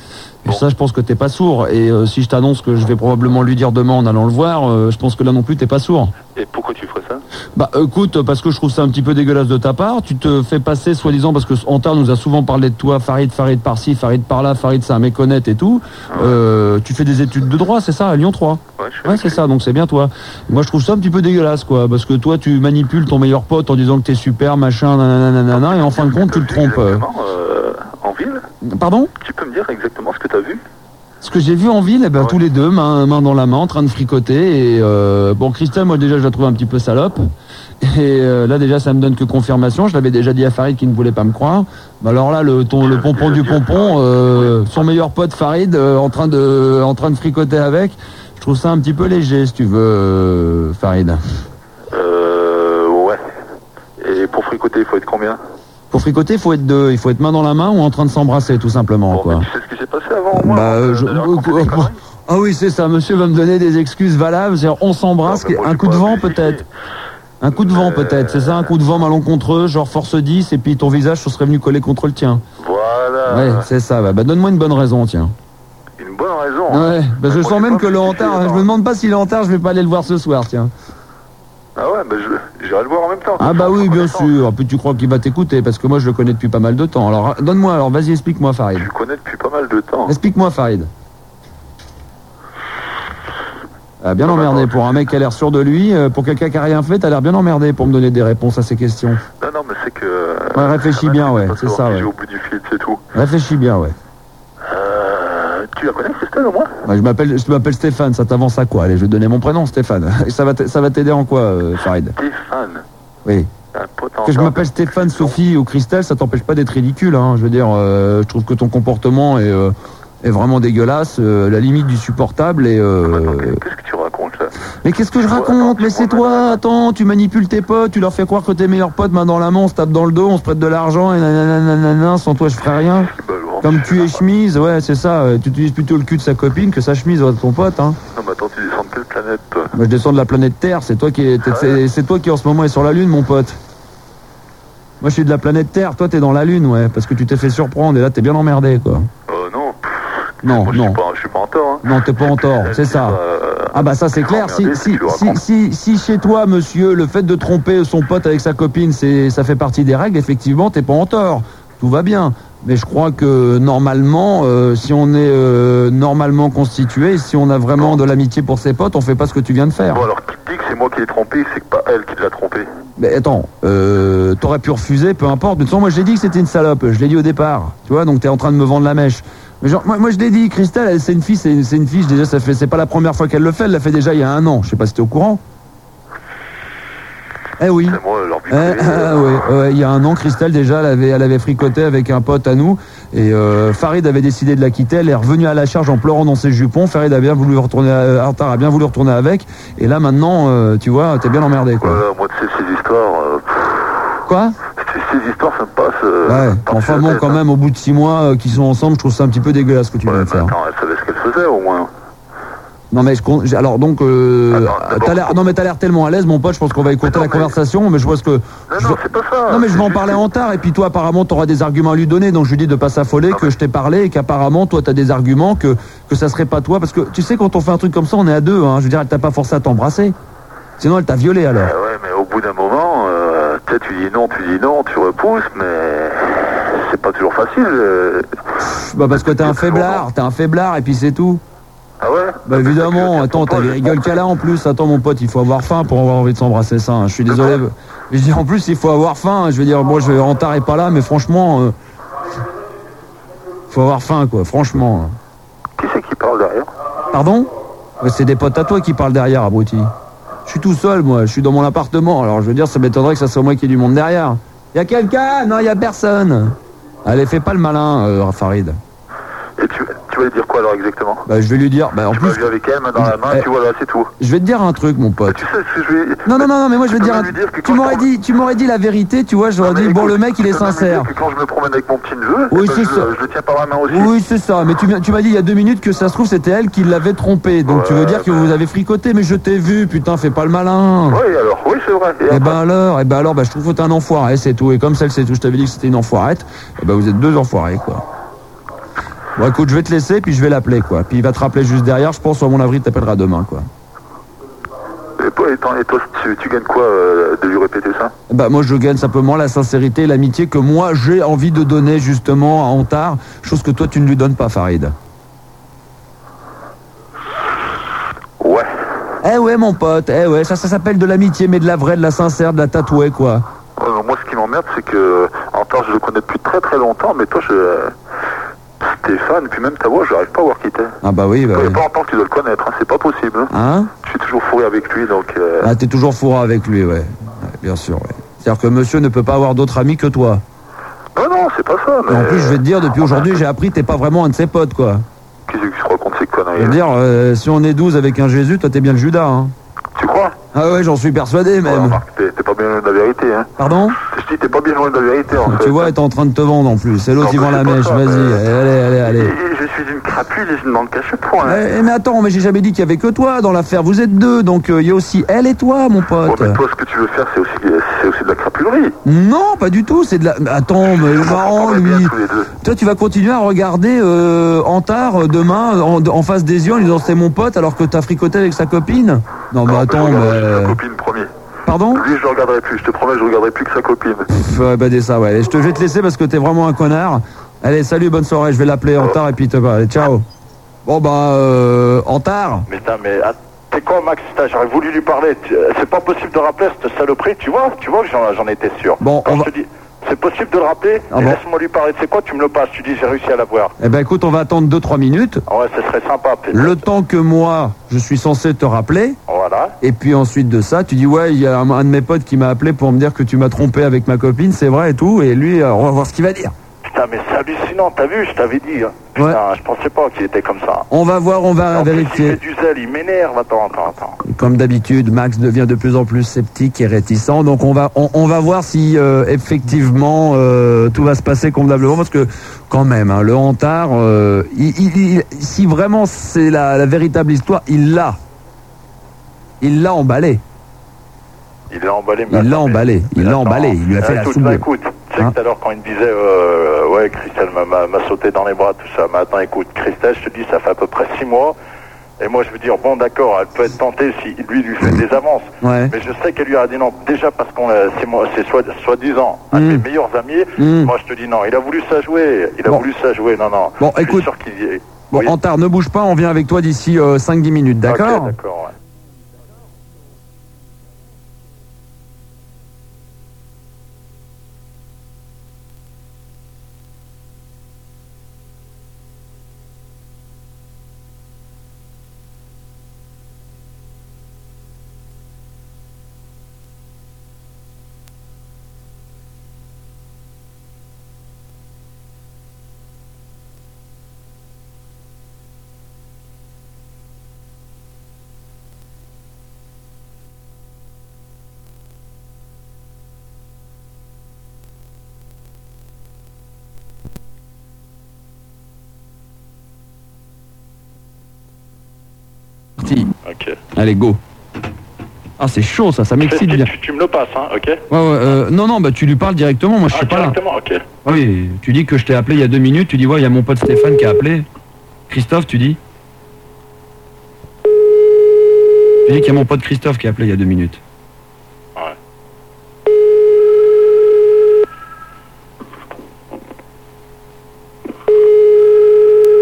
Et ça, je pense que t'es pas sourd. Et euh, si je t'annonce que je vais probablement lui dire demain en allant le voir, euh, je pense que là non plus t'es pas sourd.
Et pourquoi tu ferais ça
Bah écoute, parce que je trouve ça un petit peu dégueulasse de ta part, tu te fais passer soi-disant parce que Antar nous a souvent parlé de toi, Farid, Farid par-ci, Farid par-là, Farid c'est un méconnette et tout. Euh, tu fais des études de droit, c'est ça, à Lyon 3 Ouais, c'est ça, donc c'est bien toi. Moi je trouve ça un petit peu dégueulasse quoi, parce que toi tu manipules ton meilleur pote en disant que t'es super, machin, nanana, nanana, et en fin de compte tu le trompes. euh.
Euh, en ville
Pardon
Tu peux me dire exactement ce que t'as vu
ce que j'ai vu en ville, eh ben, tous les deux, main, main dans la main, en train de fricoter. Et euh, bon, Christelle, moi déjà, je la trouve un petit peu salope. Et euh, là, déjà, ça me donne que confirmation. Je l'avais déjà dit à Farid qui ne voulait pas me croire. Mais alors là, le, ton, le pompon du pompon, euh, son meilleur pote Farid, euh, en train de, en train de fricoter avec. Je trouve ça un petit peu léger, si tu veux, euh, Farid.
Euh, ouais. Et pour fricoter, il faut être combien
Pour fricoter, il faut être deux. Il faut être main dans la main ou en train de s'embrasser, tout simplement. quoi.
C'est ce qui s'est passé avant,
Bah, euh, je- euh, euh, Ah oui, c'est ça. Monsieur va me donner des excuses valables. C'est-à-dire, on s'embrasse. qui- un coup de vent, peut-être. Un coup de vent,
Euh,
peut-être. C'est ça, un coup de vent malencontreux, genre force 10, et puis ton visage se serait venu coller contre le tien.
Voilà.
Ouais, c'est ça. Bah, bah, donne-moi une bonne raison, tiens.
Une bonne raison.
Ouais,
hein.
bah, je sens même que le hantard, je me demande pas s'il est en retard, je vais pas aller le voir ce soir, tiens.
Ah ouais, bah je- j'irai le voir en même temps.
Ah bah oui, bien sûr. Puis tu crois qu'il va t'écouter, parce que moi je le connais depuis pas mal de temps. Alors donne-moi, alors vas-y, explique-moi Farid.
Je le connais depuis pas mal de temps.
Explique-moi Farid. Ah, bien emmerdé pour un mec qui a l'air sûr de lui, euh, pour quelqu'un qui a rien fait, t'as l'air bien emmerdé pour me donner des réponses à ces questions.
Non, non, mais c'est que. euh,
Ouais, réfléchis bien, ouais, c'est ça, ouais.
J'ai au bout du fil, c'est tout.
Réfléchis bien, ouais.
Euh, tu la connais, Christelle, au moins
Bah, je m'appelle, je m'appelle Stéphane, ça t'avance à quoi Allez, je vais te donner mon prénom, Stéphane. Et ça va, t- ça va t'aider en quoi, euh, Farid
Stéphane.
Oui.
Un pote en
Que je
or.
m'appelle Stéphane, Sophie ou Christelle, ça t'empêche pas d'être ridicule. Hein. Je veux dire, euh, je trouve que ton comportement est, euh, est vraiment dégueulasse, euh, à la limite du supportable et. qu'est-ce
que tu racontes là
Mais qu'est-ce que je raconte Mais c'est toi, attends, tu manipules tes potes, tu leur fais croire que t'es meilleurs potes, main dans la main, on se tape dans le dos, on se prête de l'argent et nananana, sans toi je ferais rien. Comme tu es chemise, ouais, c'est ça. euh, Tu utilises plutôt le cul de sa copine que sa chemise ouais, de ton pote. Hein.
Non, bah, mais attends, tu descends de quelle planète, toi
Moi, Bah, je descends de la planète Terre, c'est toi qui est- t'es- c'est- c'est toi qui en ce moment est sur la Lune, mon pote. Moi, je suis de la planète Terre, toi, t'es dans la Lune, ouais, parce que tu t'es fait surprendre et là, t'es bien emmerdé, quoi.
Oh non,
Non,
je
non,
suis pas- je suis pas en tort. hein.
non, t'es pas en tort, c'est ça. Ah bah ça c'est clair, si,
emmerdé,
si,
euh, tu le
si,
racontes.
si, si chez toi monsieur le fait de tromper son pote avec sa copine c'est ça fait partie des règles, effectivement t'es pas en tort, tout va bien. Mais je crois que normalement, euh, si on est euh, normalement constitué, si on a vraiment de l'amitié pour ses potes, on fait pas ce que tu viens de faire.
Bon, alors, qui te dit que c'est moi qui l'ai trompé, c'est que pas elle qui l'a trompé.
Mais attends, euh, t'aurais pu refuser, peu importe. Mais de toute façon, moi, je l'ai dit que c'était une salope. Je l'ai dit au départ. Tu vois, donc t'es en train de me vendre la mèche. Mais genre, moi, moi je l'ai dit, Christelle, elle, c'est une fille, c'est c'est une fille. Déjà, ça fait, c'est pas la première fois qu'elle le fait. Elle l'a fait déjà il y a un an. Je sais pas si t'es au courant. Eh oui. Eh, ah, ouais, ouais, il y a un an, Christelle, déjà, elle avait, elle avait fricoté avec un pote à nous. Et euh, Farid avait décidé de la quitter. Elle est revenue à la charge en pleurant dans ses jupons. Farid a bien voulu retourner, à- Artar a bien voulu retourner avec. Et là, maintenant, euh, tu vois, t'es bien emmerdé, quoi.
Voilà, moi, tu sais, ces histoires. euh,
Quoi
ces, ces histoires, ça me passe. euh,
Ouais, enfin bon, quand même, au bout de six mois euh, qu'ils sont ensemble, je trouve ça un petit peu dégueulasse ce que tu viens de faire.
Attends, elle savait ce qu'elle faisait, au moins.
Non mais je con- j'ai- alors donc euh, t'as l'air non mais t'as l'air tellement à l'aise mon pote je pense qu'on va écouter la conversation mais je vois ce que je- non mais je vais en parler en tard et puis toi apparemment t'auras des arguments à lui donner donc je lui dis de pas s'affoler que je t'ai parlé et qu'apparemment toi t'as des arguments que que ça serait pas toi parce que tu sais quand on fait un truc comme ça on est à deux hein je veux dire elle t'a pas forcé à t'embrasser sinon elle t'a violé alors
Ah ouais, mais au bout d'un moment, euh, tu sais, tu dis non, tu dis non, tu repousses, mais c'est pas toujours facile. euh.
bah parce que t'es un faiblard t'es un faiblard et puis c'est tout
Ah ouais
Bah évidemment, attends, t'as les gueules qu'elle a en plus. Attends mon pote, il faut avoir faim pour avoir envie de s'embrasser ça. hein. Je suis désolé. Je dis en plus, il faut avoir faim. hein. Je veux dire, moi, je Antard est pas là, mais franchement, euh, faut avoir faim quoi. Franchement. hein.
Qui parle derrière
Pardon Ouais, C'est des potes à toi qui parlent derrière, abruti. Je suis tout seul, moi. Je suis dans mon appartement. Alors, je veux dire, ça m'étonnerait que ça soit moi qui ai du monde derrière. Y a quelqu'un Non, y a personne. Allez, fais pas le malin, euh, Farid.
Tu vas lui dire quoi alors exactement
Bah, je vais lui dire. Bah, en
Tu
plus,
vas lui avec elle, main dans la main,
Eh.
tu vois là, c'est tout.
je vais te dire un truc, mon pote.
Tu sais ce que je vais.
Non, non, non, non, mais moi je veux
peux
dire,
même lui dire que
tu
quand
m'aurais
je
dit, tu m'aurais dit la vérité, eh, tu vois, j'aurais dit, bon, le mec, il est sincère.
que quand je me promène avec mon petit neveu,
Oui,
eh ben,
c'est
je,
ça.
je le tiens par la main aussi.
Oui, c'est ça, mais tu, viens- tu m'as dit il y a deux minutes que ça se trouve, c'était elle qui l'avait trompé. Donc tu veux dire que vous avez fricoté, mais je t'ai vu, putain, fais pas le malin.
Oui, alors, oui, c'est vrai.
Et ben alors, et ben alors, bah, je trouve que t'es un enfoiré, c'est tout. Et comme celle, c'est tout, je t'avais dit que c'était une enfoirette, et ben vous êtes deux enfoirés, quoi. Bon, écoute, je vais te laisser, puis je vais l'appeler, quoi. Puis il va te rappeler juste derrière, je pense, ou à mon avis, il t'appellera demain, quoi.
Et toi, et toi- et toi, tu, tu gagnes quoi euh, de lui répéter ça
Bah moi je gagne simplement la sincérité et l'amitié que moi j'ai envie de donner justement à Antar, chose que toi tu ne lui donnes pas Farid.
Ouais.
Eh ouais mon pote, eh ouais, ça ça s'appelle de l'amitié mais de la vraie, de la sincère, de la tatouée quoi.
Euh, Moi, ce qui m'emmerde, c'est que encore, je le connais depuis très très longtemps, mais toi, je. Stéphane, puis même ta voix, j'arrive pas à voir qui t'es.
Ah bah oui, bah
Ça fait
oui.
pas longtemps que tu dois le connaître, hein, c'est pas possible. hein.
Hein
Je suis toujours fourré avec lui, donc. euh,
Ah t'es toujours fourra avec lui, ouais. Ouais, bien sûr, ouais. C'est-à-dire que monsieur ne peut pas avoir d'autres amis que toi.
Non, Oh non, c'est pas ça, Ah, bah,
Et en plus je vais te
euh,
dire, depuis aujourd'hui j'ai appris que t'es pas vraiment un de ses potes quoi.
Qu'est-ce que tu racontes ces
Je
conneries
veux
là
dire, euh, si on est 12 avec un Jésus, toi t'es bien le Judas hein.
Tu crois
Ah ouais j'en suis persuadé même.
T'es t'es pas bien loin de la vérité.
vérité. Hein.
Pardon
Je dis, t'es pas bien loin de la vérité en fait.
Tu vois, elle est en train de te vendre en plus. Et l'autre,
Non,
il vend
mais
la
c'est pas
mèche.
ça,
Vas-y,
mais-
allez, allez, allez.
Et- et je suis une crapule et je ne m'en cache point. hein.
Eh, eh, mais attends, mais j'ai jamais dit qu'il y avait que toi dans l'affaire. Vous êtes deux, donc euh, il y a aussi elle et toi, mon pote.
Ouais, mais toi, ce que tu veux faire, c'est aussi, euh, c'est aussi de la crapulerie. Ah,
Non, pas du tout. C'est de la. mais Attends, mais marrant, lui. Toi, tu vas continuer à regarder euh, Antar euh, demain en, en face des yeux en lui disant c'est mon pote alors que t'as fricoté avec sa copine. Non,
Ah,
bah attends, mais.
Copine, promis.
Pardon
Lui, je le regarderai plus. Je te promets, je regarderai plus que sa copine.
Pff, ouais, bah, dis ça, ouais. Je, te, je vais te laisser parce que t'es vraiment un connard. Allez, salut, bonne soirée. Je vais l'appeler Antar et puis te. Allez, ciao. Bon, bah, euh, Antar.
Mais putain, mais ah, t'es quoi, Max Putain, J'aurais voulu lui parler. Tu- euh, C'est pas possible de rappeler cette saloperie, tu vois Tu vois que j'en j'en étais sûr.
Bon,
Quand je te dis, c'est possible de le rappeler
Ah
Et
bon
Laisse-moi lui parler. C'est quoi Tu me le passes. Tu dis, j'ai réussi à l'avoir.
Eh ben, écoute, on va attendre 2-3 minutes.
Ah Ouais, ce serait sympa. peut-être.
Le temps que moi, je suis censé te rappeler.
Voilà.
Et puis ensuite de ça, tu dis ouais, il y a un, un de mes potes qui m'a appelé pour me dire que tu m'as trompé avec ma copine, c'est vrai et tout. Et lui, euh, on va voir ce qu'il va dire.
Putain, mais c'est hallucinant. T'as vu Je t'avais dit. hein. Putain, je pensais pas qu'il était comme ça.
On va voir, on va
Il fait
vérifier.
du zèle, il m'énerve. Attends, attends, attends.
Comme d'habitude, Max devient de plus en plus sceptique et réticent. Donc on va, on, on va voir si euh, effectivement euh, tout va se passer convenablement. Parce que quand même, hein, le hantard, euh, il- il- il- si vraiment c'est la, la véritable histoire, il l'a. Il l'a emballé.
Il l'a emballé, mais
Il l'a
attends, mais-
emballé. Il l'a emballé. Il lui a fait la
écoute,
soupe. Hein
bah, écoute, tu sais que tout à l'heure quand il me disait, euh, ouais, Christelle m'a- m'a m'a sauté dans les bras, tout ça, mais attends, écoute, Christelle, je te dis, ça fait à peu près six mois, et moi je veux dire, bon, d'accord, elle peut être tentée si lui lui fait des avances,
Ouais.
mais je sais qu'elle lui a dit non, déjà parce qu'on l'a- c'est moi, c'est soi- soi-disant un de mes
Hmm.
meilleurs amis,
Mm.
moi je te dis non, il a voulu ça jouer, il a voulu ça jouer, non, non.
Bon,
Je suis
écoute.
sûr qu'il y est.
Bon, Antard, ne bouge pas, on vient avec toi d'ici euh, 5-10 minutes, d'accord
Ok, D'accord, ouais.
Parti.
Ok.
Allez, go. Ah, c'est chaud ça, ça m'excite bien.
Tu, tu me le passes, hein, ok
Ouais, ouais, euh, non, non, bah tu lui parles directement, moi je suis pas là. Ah
Exactement, Ah, ok.
Oui, tu dis que je t'ai appelé il y a deux minutes, tu dis ouais, il y a mon pote Stéphane qui a appelé. Christophe, tu dis Tu dis qu'il y a mon pote Christophe qui a appelé il y a deux minutes.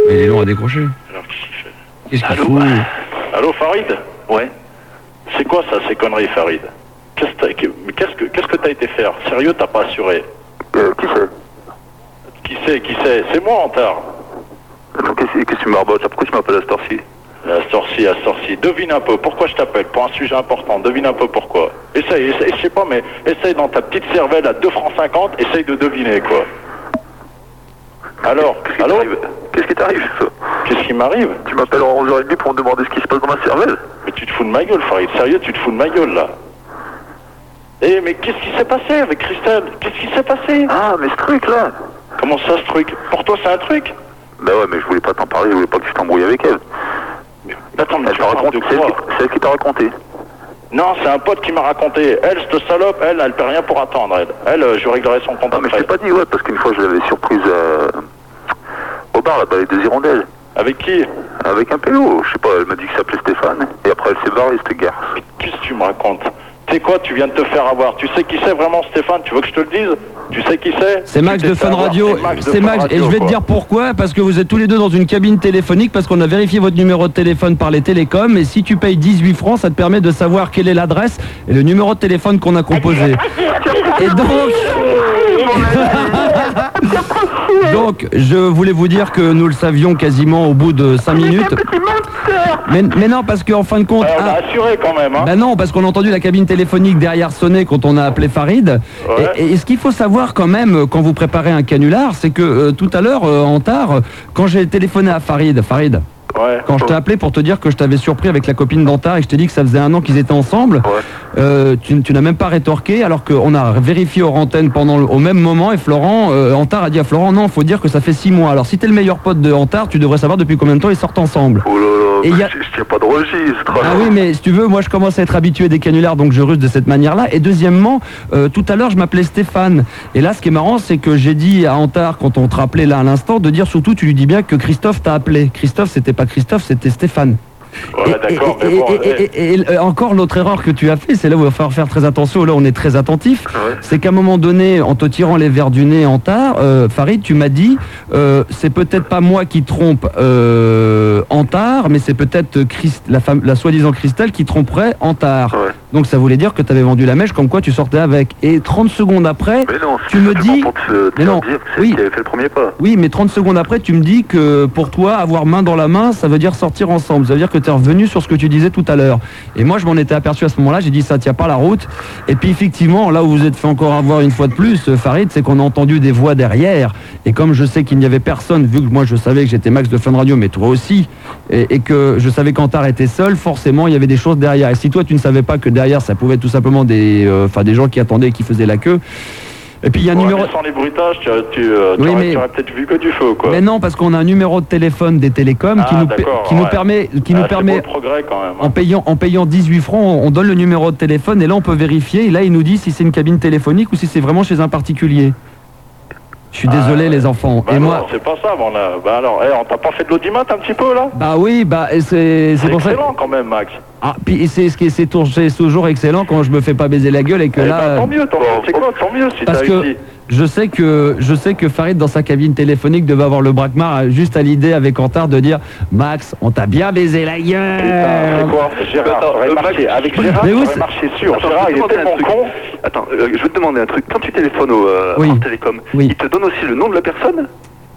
Mais il est long à décrocher.
Alors, qu'est-ce qu'il fait
Qu'est-ce qu'il
Allô
fout
Allô, Farid Ouais. C'est quoi ça, ces conneries, Farid Qu'est-ce que t'as- que- mais qu'est-ce que qu'est-ce que t'as été faire Sérieux, t'as pas assuré
Euh,
Qui c'est Qui c'est C'est moi, Antard.
Qu'est-ce que tu me rabotes là Pourquoi tu m'appelles à cette heure-ci
La sorcière, la sorcière. Devine un peu pourquoi je t'appelle pour un sujet important. Devine un peu pourquoi. Essaye, essaye, je sais pas, mais essaye dans ta petite cervelle à 2 francs 50, essaye de deviner quoi. Alors, allô Qu'est-ce qui t'arrive Qu'est-ce qui m'arrive Tu m'appelles en 11h30 pour me demander ce qui se passe dans ma cervelle Mais tu te fous de ma gueule, Farid. Sérieux, tu te fous de ma gueule là. Eh, mais qu'est-ce qui s'est passé avec Christelle Qu'est-ce qui s'est passé Ah, mais ce truc là Comment ça, ce truc Pour toi, c'est un truc
Bah ouais, mais je voulais pas t'en parler, je voulais pas que tu t'embrouilles avec elle.
Attends, mais tu racontes de quoi
C'est elle qui t'a raconté.
Non, c'est un pote qui m'a raconté. Elle, cette salope, elle, elle paie rien pour attendre. Elle, elle euh, je réglerai son compte après.
Ah, Je t'ai pas dit, ouais, parce qu'une fois je l'avais surprise euh, au bar là-bas avec deux hirondelles.
Avec qui
Avec un pélo, je sais pas, elle m'a dit qu'il s'appelait Stéphane, et après elle s'est barrée, cette garce.
Qu'est-ce que tu me racontes Tu sais quoi, tu viens de te faire avoir. Tu sais qui c'est vraiment, Stéphane Tu veux que je te le dise Tu sais qui c'est
C'est
Tu
Max
t'es
de
fait
Fun
avoir.
Radio.
de Fun
C'est Max. Et je
Radio,
vais te
quoi.
dire pourquoi. Parce que vous êtes tous les deux dans une cabine téléphonique. Parce qu'on a vérifié votre numéro de téléphone par les télécoms. Et si tu payes 18 francs, ça te permet de savoir quelle est l'adresse et le numéro de téléphone qu'on a composé. Et donc. donc, je voulais vous dire que nous le savions quasiment au bout de 5 minutes. Mais, mais non, parce qu'en fin de compte.
Ouais, on a assuré quand même. Hein.
Bah non, parce qu'on a entendu la cabine téléphonique derrière sonner quand on a appelé Farid. Et, et ce qu'il faut savoir quand même euh, quand vous préparez un canular, c'est que euh, tout à l'heure, euh, en tard, euh, quand j'ai téléphoné à Farid, Farid,
Ouais.
Quand je t'ai appelé pour te dire que je t'avais surpris avec la copine d'Antard et que je t'ai dit que ça faisait un an qu'ils étaient ensemble, euh, tu, tu n'as même pas rétorqué alors qu'on a vérifié hors antenne pendant le- au même moment et Florent, euh, Antard a dit à Florent non, faut dire que ça fait six mois. Alors si t'es le meilleur pote de Antard, tu devrais savoir depuis combien de temps ils sortent ensemble.
Oh là là, je, je tiens pas de registre.
Ah oui, mais si tu veux, moi je commence à être habitué des canulars, donc je ruse de cette manière-là. Et deuxièmement, euh, tout à l'heure, je m'appelais Stéphane. Et là, ce qui est marrant, c'est que j'ai dit à Antard, quand on te rappelait là à l'instant, de dire surtout, tu lui dis bien que Christophe t'a appelé. Christophe, c'était pas Christophe, c'était Stéphane.
Ouais, d'accord, mais
Et,
bon.
et-
eh.
et- et, euh, encore l'autre erreur que tu as fait, c'est là où il va falloir faire très attention, là on est très attentif, c'est qu'à un moment donné, en te tirant les verres du nez en tard, euh, Farid, tu m'as dit, euh, c'est peut-être pas moi qui trompe euh, en tard, mais c'est peut-être Christ- la, femme- la soi-disant Christelle qui tromperait en tard. Donc ça voulait dire que tu avais vendu la mèche comme quoi tu sortais avec. Et 30 secondes après, tu me dis... Mais non, oui,
J'avais fait le premier pas.
oui, mais 30 secondes après, tu me dis que pour toi, avoir main dans la main, ça veut dire sortir ensemble. Ça veut dire que tu es revenu sur ce que tu disais tout à l'heure. Et moi, je m'en étais aperçu à ce moment-là. J'ai dit, ça tient pas la route. Et puis, effectivement, là où vous êtes fait encore avoir une fois de plus, euh, Farid, c'est qu'on a entendu des voix derrière. Et comme je sais qu'il n'y avait personne, vu que moi, je savais que j'étais Max de Fun Radio, mais toi aussi, et, et que je savais qu'Antar était seul, forcément, il y avait des choses derrière. Et si toi, tu ne savais pas que derrière, ça pouvait être tout simplement des, euh, enfin, des gens qui attendaient et qui faisaient la queue. Et puis, il y a un
Ouais,
numéro.
mais Sans les bruitages, tu, tu, euh,
Oui,
t'aurais-
mais-
t'aurais peut-être vu que du feu, quoi.
Mais non, parce qu'on a un numéro de téléphone des télécoms qui,
Ah,
nous, per-
d'accord,
qui nous
ouais.
permet, qui
Ah,
nous
c'est
permet
beau le progrès, quand même.
en payant, en payant 18 francs, on donne le numéro de téléphone et là on peut vérifier. Et là, il nous dit si c'est une cabine téléphonique ou si c'est vraiment chez un particulier. Je suis désolé, les enfants.
Ah, Bah
et
non,
moi,
c'est pas ça, mais on a- Bah alors, eh, on t'a pas fait de l'audimat un petit peu, là
bah oui, bah et c'est c'est
C'est
pour ça.
excellent, quand même, Max.
Ah, puis c'est ce qui est- c'est tour- c'est toujours excellent quand je me fais pas baiser la gueule et que
Eh
là.
ben, tant mieux, tant mieux. C'est quoi Tant mieux si t'as
Parce que
réussi.
je sais que je sais que Farid dans sa cabine téléphonique devait avoir le braquemar euh, juste à l'idée avec Antard de dire Max, on t'a bien baisé la
Euh,
Putain,
gueule.
c'est quoi Gérard, j'aurais marché. Avec Gérard,
Mais oui,
j'aurais
c'est-
marché sûr.
Attends,
Gérard,
je
il
vais
est
te demander
tellement
un
con.
Attends, euh, je vais te demander un truc. Quand tu téléphones au euh,
Oui.
Art Télécom, il te donne aussi le nom de la personne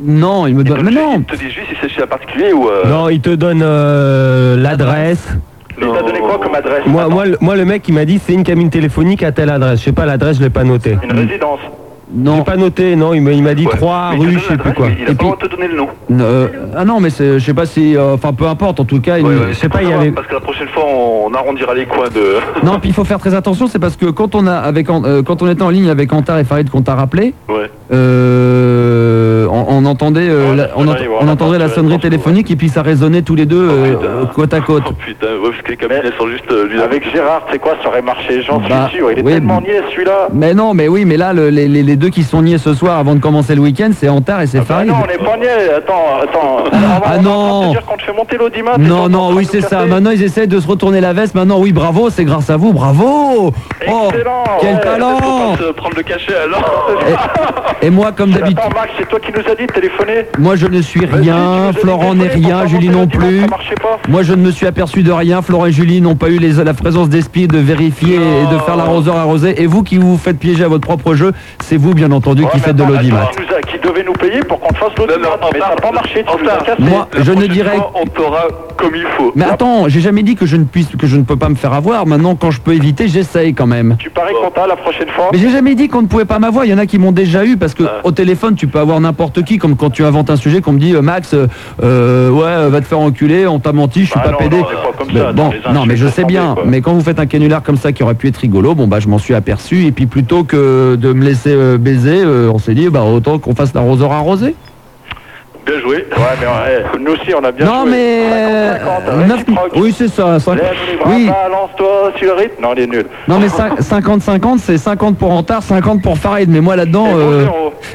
Non, il me donne. Mais non.
Il te dit juste si c'est chez un particulier ou. euh,
Non, il te donne euh, l'adresse.
Il t'a donné quoi comme adresse
Moi, moi, le, moi, le mec, il m'a dit c'est une cabine téléphonique à telle adresse. Je sais pas l'adresse, je l'ai pas noté.
Une résidence.
Non.
J'ai pas noté, non. Il m'a, il m'a dit
Ouais.
trois
Mais il te
rues,
donne
je sais plus quoi.
mais il a Et pas le droit
de te donner le nom.
Euh, ah non, mais c'est- je sais pas si. euh, Enfin, peu importe, en tout cas. il-
Ouais, ouais,
je sais
c'est
pas,
pour
il y
savoir,
avait.
Parce que la prochaine fois, on on arrondira les coins de.
Non, puis il faut faire très attention, c'est parce que quand on a avec An- euh, quand on était en ligne avec Antar et Farid qu'on t'a rappelé,
Ouais.
euh, on, on entendait euh, la, on, ent- on entendait la sonnerie téléphonique et puis ça résonnait tous les deux
Oh,
euh, euh, côte à côte.
Putain, ouais, parce que les cabines, elles sont juste. euh, lui-
Avec Gérard, c'est quoi Ça aurait marché, j'en
Bah,
suis sûr. Il est
oui,
tellement niais, celui-là.
Mais non, mais oui, mais là le- les, les- les deux qui sont niés ce soir avant de commencer le week-end, c'est Antar et c'est Farid.
Ah bah Non, on est pas niais. Attends, attends.
ah non
Quand tu fais monter l'audimat, t'es
Non,
en train
non,
de
oui,
nous
c'est
casser.
ça. Maintenant, ils essaient de se retourner la veste. Maintenant, oui, bravo, c'est grâce à vous, bravo Oh, quel
ouais,
talent
faut pas se prendre le cachet alors.
Et moi, comme d'habitude,
Attends, Oh, Max, c'est toi qui nous as dit de téléphoner.
Moi je ne suis rien, Florent n'est rien, Julie non plus. Moi je ne me suis aperçu de rien, Florent et Julie n'ont pas eu les- la présence d'esprit de vérifier et de faire l'arroseur arrosé. Et vous qui vous faites piéger à votre propre jeu, c'est vous bien entendu qui faites de l'audimat.
Qui, nous a- qui devait nous payer pour qu'on te fasse l'audimat. Mais ça n'a pas marché, tu nous as cassé.
Moi je ne dirais...
On t'aura comme il faut. Ah,
Mais attends, j'ai jamais dit que je ne puisse, que je ne peux pas me faire avoir. Maintenant quand je peux éviter, j'essaye quand même.
Tu paries qu'on t'a la prochaine fois.
Mais j'ai jamais dit qu'on ne pouvait pas m'avoir. Il y en a qui m'ont déjà eu parce que au téléphone, tu peux avoir n'importe qui, comme quand tu inventes un sujet, qu'on me dit euh, Max, euh, euh, ouais, euh, va te faire enculer, on t'a menti, je suis pas pédé. Mais bon, non, mais je sais bien. Mais quand vous faites un canular comme ça qui aurait pu être rigolo, bon bah je m'en suis aperçu. Et puis plutôt que de me laisser euh, baiser, euh, on s'est dit bah autant qu'on fasse l'arroseur arrosé.
Bien joué. Ouais, mais ouais, nous aussi, on a bien
Non
joué. Ah,
mais euh, neuf- oui c'est ça. cinq- Oui.
Balance-toi Ah, bah, sur le rythme. Non, il est nul.
Non mais cin- 50-50 c'est 50 pour Antard, 50 pour Farid mais moi là-dedans euh,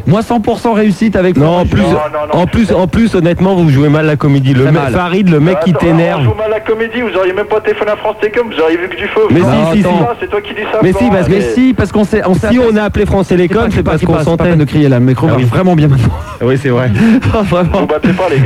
moi 100% réussite avec
Non, en plus, en plus, en plus, honnêtement, vous jouez mal la comédie. Le
Très
mec,
mal.
Farid, le mec qui
Bah, Attends,
t'énerve.
on joue mal à la comédie, vous auriez même pas téléphoné à France Télécom, vous auriez vu que du feu.
Mais
Non,
si, si,
c'est
si.
ça, C'est toi qui dis ça.
Mais si,
Florent,
parce que-
mais-
mais
Si parce qu'on s'est on s'est
Si
aperçu-
on a appelé France Télécom, c'est parce qu'on
pas la
s'entend.
peine de crier là, le micro
Ah
va
oui.
vraiment bien maintenant.
Oui, c'est vrai.
Vraiment.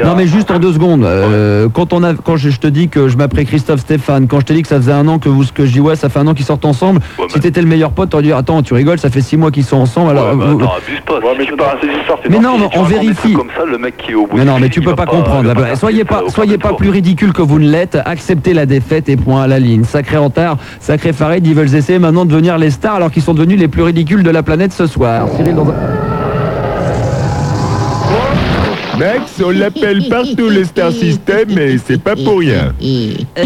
Non mais juste en deux secondes. euh, quand on a, quand je, je te dis que je m'appelais Christophe Stéphane, quand je te dis que ça faisait un an que vous, ce que je dis ouais, ça fait un an qu'ils sortent ensemble. si t'étais le meilleur pote, t'aurais dit attends, tu rigoles, ça fait six mois qu'ils sont ensemble. Alors,
Ouais, bah,
vous-
attends, abuse pas. si tu parles à ces histoires, c'est
Mais
dans-
non,
si
mais
tu
on
racontes des
vérifie.
trucs Comme ça, le mec qui est au bout
mais
du
non,
fil,
mais tu
il
peux
va
pas comprendre.
il va
là-bas. soyez pas, soyez pas plus ridicule que vous ne l'êtes. Acceptez la défaite et point à la ligne. Sacré Antard, sacré Farid, ils veulent essayer maintenant de devenir les stars alors qu'ils sont devenus les plus ridicules de la planète ce soir. Cyril, dans un-
Max, on l'appelle partout le Star System et c'est pas pour rien.
Euh,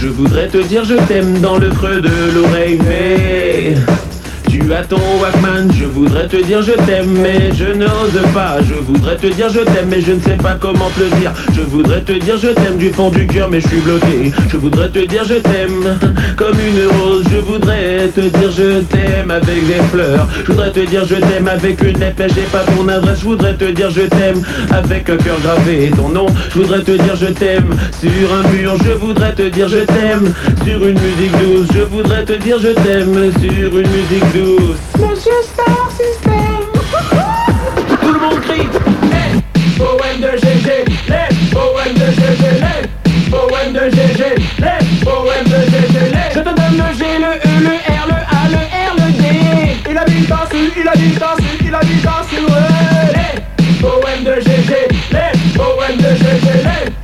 Je voudrais te dire je t'aime dans le creux de l'oreille, mais tu as ton Walkman. Je voudrais te dire je t'aime, mais je n'ose pas. Je voudrais te dire je t'aime, mais je ne sais pas comment te le dire. Je voudrais te dire je t'aime du fond du cœur, mais je suis bloqué. Je voudrais te dire je t'aime comme une rose. Je voudrais te dire je t'aime avec des fleurs. Je voudrais te dire je t'aime avec une lettre, j'ai pas ton adresse. Je voudrais te dire je t'aime avec un cœur gravé ton nom. Je voudrais te dire je t'aime sur un mur. Je voudrais te dire je t'aime sur une musique douce. Je voudrais te dire je t'aime sur une musique douce.
Monsieur Star System. Tout le monde crie. Les poèmes de GG. Les poèmes de GG. Les poèmes de GG. Les poèmes de GG. Les. Je te donne le G, le E, le R, le A, le R, le D. Il a dit dessus, il a dit dessus, il a dit dessus. ouais. Les poèmes de GG. Les poèmes de GG.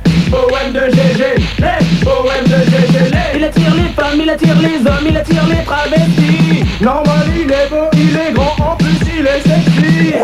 Les poèmes de GG. Les poèmes de GG. Les. Il attire les femmes, il attire les hommes, il attire les travestis. Normal, il est beau, il est grand, en plus il est sexy.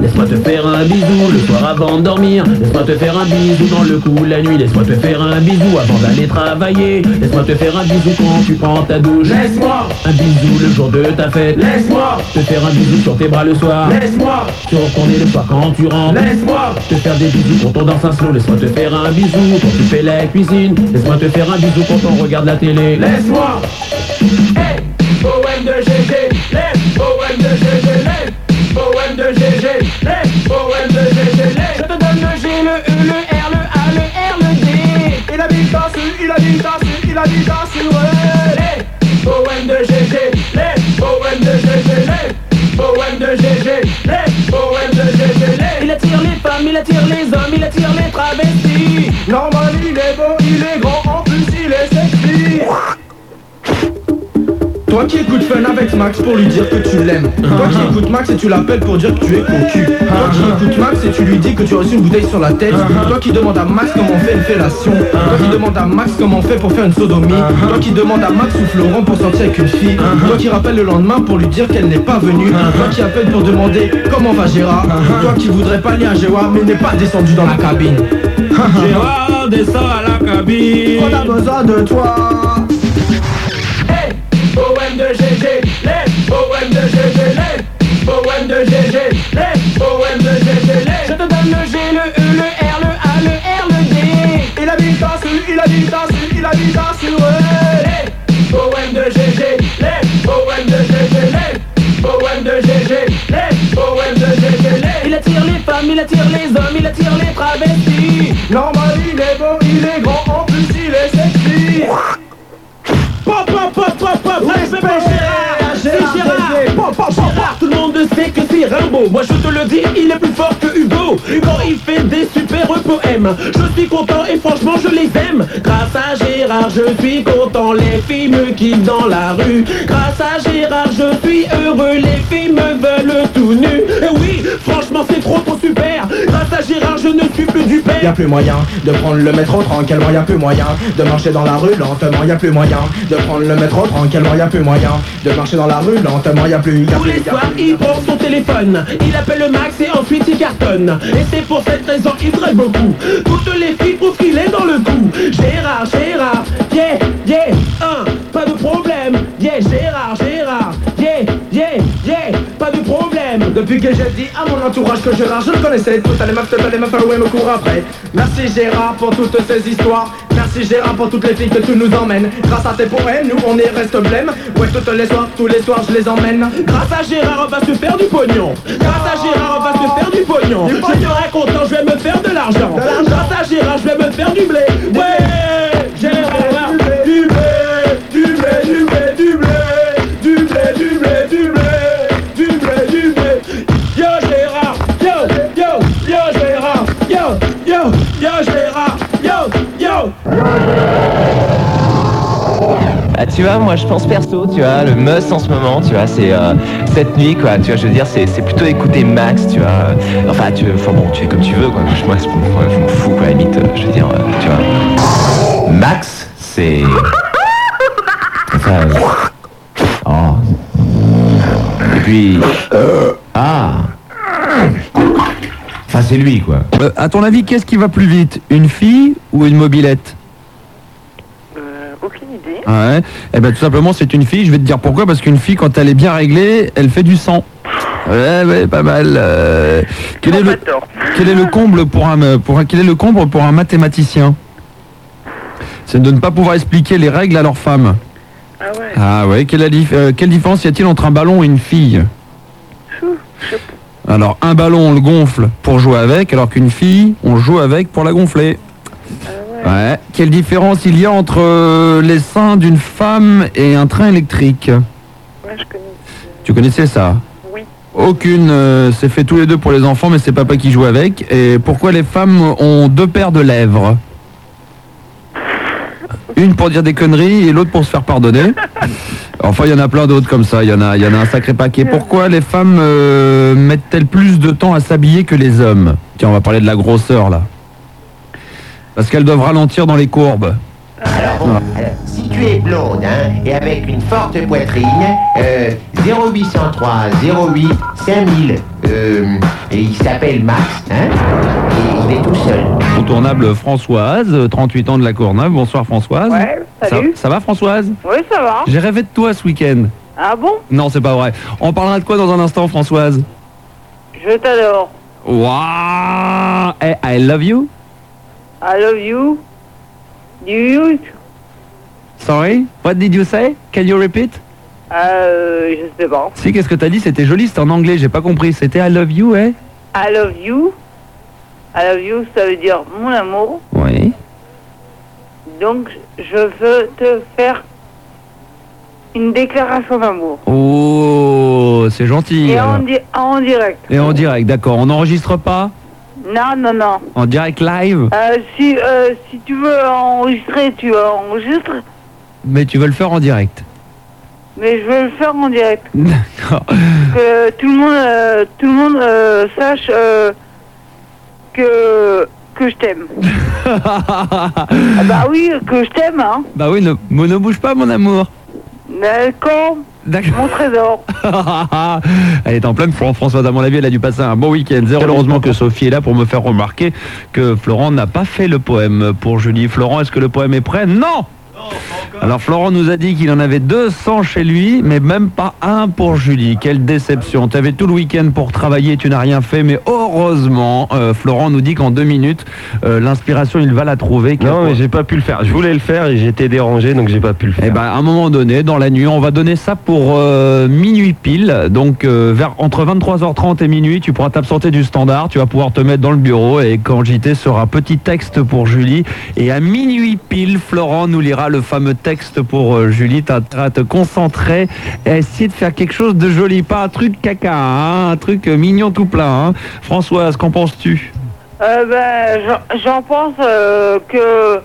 Laisse-moi te faire un bisou le soir avant de dormir. Laisse-moi te faire un bisou dans le cou la nuit. Laisse-moi te faire un bisou avant d'aller travailler. Laisse-moi te faire un bisou quand tu prends ta douche.
Laisse-moi.
un bisou le jour de ta fête.
Laisse-moi.
te faire un bisou sur tes bras le soir.
Laisse-moi.
te retourner le soir quand tu rentres.
Laisse-moi.
te faire des bisous quand on danse un slow. Laisse-moi te faire un bisou quand tu fais la cuisine. Laisse-moi te faire un bisou quand on regarde la télé.
Laisse-moi Hey Poème de GG Les poèmes de GG Les poèmes de GG Les poèmes de GG Les Je te donne le G, le E, le R, le A, le R, le D Il a dit dessus, il a dit dessus, il a dit dessus ouais. Les poèmes de GG Les poèmes de GG Les poèmes de GG Les poèmes de GG les. Il attire les femmes, il attire les hommes, il attire les travestis Normal, il est beau, il est grand, en plus il est sexy
Toi qui écoutes Fun avec Max pour lui dire que tu l'aimes. Toi qui écoutes Max et tu l'appelles pour dire que tu es cocu. Toi qui écoutes Max et tu lui dis que tu as reçu une bouteille sur la tête. Toi qui demande à Max comment on fait une fellation. Toi qui demande à Max comment on fait pour faire une sodomie. Toi qui demande à Max ou Florent pour sortir avec une fille. Toi qui rappelle le lendemain pour lui dire qu'elle n'est pas venue. Toi qui appelle pour demander comment va Gérard. Toi qui voudrais pas aller à Gérard mais n'est pas descendu dans la cabine.
Gérard descend à la cabine.
On a besoin de toi.
Hey, poème de GG, les poèmes de GG, les poèmes de GG, les poèmes de GG, les. Je te donne le G, le E, le R, le A, le R, le D. Il a dit dessus, il a dit dessus, il a dit dessus, ouais. Les poèmes de GG, les poèmes de GG, les poèmes de GG, les poèmes de GG, les. Il attire les femmes, il attire les hommes, il attire les travestis. Normal, il est beau, il est grand, en plus il est sexy. Pop, pop, pop, pop, pop, respect pour Gérard, c'est Gérard, pop, pop, pop, pop. tout le monde sait que c'est Rimbaud, moi je te le dis, il est plus fort que Hugo, Hugo il fait des super poèmes, je suis content et franchement je les aime, grâce à Gérard je suis content, les filles me quittent dans la rue, grâce à Gérard je suis heureux, les filles me veulent tout nu, et oui, franchement c'est trop trop super, grâce à Gérard je ne suis plus du père.
Y a plus moyen de prendre le métro tranquillement, y a plus moyen de marcher dans la rue lentement, y a plus moyen de prendre le métro tranquillement, y a plus moyen de marcher dans la rue lentement, y a plus. y a
Tous
plus-
les
y a
soirs,
plus-
il prend son téléphone. Il appelle le max et ensuite il cartonne. Et c'est pour cette raison qu'il traite beaucoup. Toutes les filles trouvent qu'il est dans le coup. Gérard, Gérard, yeah, yeah, un, pas de problème. Yeah, Gérard, Gérard, yeah, yeah, yeah, pas de problème.
Depuis que j'ai dit à mon entourage que Gérard, je le connaissais tout à les meufs, tout à les meufs, allouer me cours après. Merci Gérard pour toutes ces histoires. Merci Gérard pour toutes les filles que tu nous emmènes. Grâce à tes poèmes, nous on est reste blême. Ouais, toutes les soirs, tous les soirs, je les emmène.
Grâce à Gérard, on va se faire du pognon. Grâce à Gérard, hein, on va se faire du pognon. Je serai content, je vais me faire de l'argent. Grâce à Gérard, je vais me faire du blé. Ouais, Gérard, du blé, du blé, du blé, du blé, du blé, du blé, du blé, du blé, du blé. Yo Gérard, yo, yo, yo Gérard, yo, yo, yo Gérard, yo, yo.
Bah, tu vois, moi je pense perso, tu vois, le must en ce moment, tu vois, c'est euh, cette nuit, quoi, tu vois, je veux dire, c'est c'est plutôt écouter Max, tu vois. euh, Enfin, tu, enfin bon, tu fais comme tu veux, quoi. Je, moi, c'est- moi, je m'en fous, quoi, limite, euh, je veux dire, euh, tu vois. Max, c'est.
Ah.
Enfin, euh, Oh. Et
puis. Ah Enfin, c'est lui, quoi.
Euh, à ton avis, qu'est-ce qui va plus vite Une fille ou une mobilette Euh, Aucune idée. Ouais. Eh ben, tout simplement, c'est une fille. Je vais te dire pourquoi. Parce qu'une fille, quand elle est bien réglée, elle fait du sang. Ouais, ouais, pas mal. euh. quel, est le, quel est le comble pour un, euh, pour un- quel est le comble pour un mathématicien C'est de ne pas pouvoir expliquer les règles à leur femme. Ah ouais. Quelle, est la dif- euh, quelle différence y a-t-il entre un ballon et une fille alors un ballon on le gonfle pour jouer avec, alors qu'une fille on joue avec pour la gonfler. Ah ouais. Quelle différence il y a entre euh, les seins d'une femme et un train électrique Tu connaissais ça Oui. Aucune. euh, c'est fait tous les deux pour les enfants, mais c'est papa qui joue avec. Et pourquoi les femmes ont deux paires de lèvres une pour dire des conneries et l'autre pour se faire pardonner. Enfin, il y en a plein d'autres comme ça. Il y en a, il y en a un sacré paquet. Pourquoi les femmes euh, mettent-elles plus de temps à s'habiller que les hommes Tiens, on va parler de la grosseur là. Parce qu'elles doivent ralentir dans les courbes.
Alors, euh, si tu es blonde hein, et avec une forte poitrine, euh, 0803 08 5000. Euh, et il s'appelle Max, hein, et il est tout seul.
Contournable Françoise, euh, 38 ans de la Courneuve. Bonsoir Françoise. Ouais,
salut. Ah.
Ça, ça va Françoise
Oui, ça va.
J'ai rêvé de toi ce week-end.
Ah bon
Non, c'est pas vrai. On parlera de quoi dans un instant Françoise
Je t'adore.
Waouh Hey, I love you
I love you. Do you?
Sorry What did you say Can you repeat
Euh, je sais pas.
Si, qu'est-ce que t'as dit C'était joli, c'était en anglais, j'ai pas compris. C'était I love you, eh
I love you. I love you, ça veut dire mon amour.
Oui.
Donc, je veux te faire une déclaration d'amour.
Oh, c'est gentil.
Et en,
alors.
di- en direct.
Et en direct, d'accord. On n'enregistre pas
Non, non, non.
En direct live
Euh, si, euh, si tu veux enregistrer, tu enregistres.
Mais tu veux le faire en direct.
Mais je veux le faire en direct.
D'accord.
que tout le monde, euh, tout le monde euh, sache euh, que que je t'aime. Ah bah oui, que je t'aime, hein.
Bah oui, ne, mais ne bouge pas, mon amour.
D'accord. Mon trésor.
elle est en pleine Florent Françoise, à mon avis, elle a dû passer un bon week-end. Zéro, Heureusement que Sophie est là pour me faire remarquer que Florent n'a pas fait le poème pour Julie. Florent, est-ce que le poème est prêt Non alors Florent nous a dit qu'il en avait 200 chez lui, mais même pas un pour Julie. Quelle déception. Tu avais tout le week-end pour travailler, tu n'as rien fait, mais heureusement, euh, Florent nous dit qu'en deux minutes, euh, l'inspiration, il va la trouver. Non, mais j'ai pas pu le faire. Je voulais le faire et j'étais dérangé, donc j'ai pas pu le faire. Eh ben, à un moment donné, dans la nuit, on va donner ça pour euh, minuit pile. Donc, euh, vers entre 23h30 et minuit, tu pourras t'absenter du standard, tu vas pouvoir te mettre dans le bureau et quand JT sera petit texte pour Julie. Et à minuit pile, Florent nous lira le fameux texte pour euh, Julie. T'as t'as à te concentrer et à essayer de faire quelque chose de joli, pas un truc caca, hein, un truc euh, mignon tout plein. hein. Françoise, qu'en penses-tu
Euh, ben, j'en- j'en pense euh, que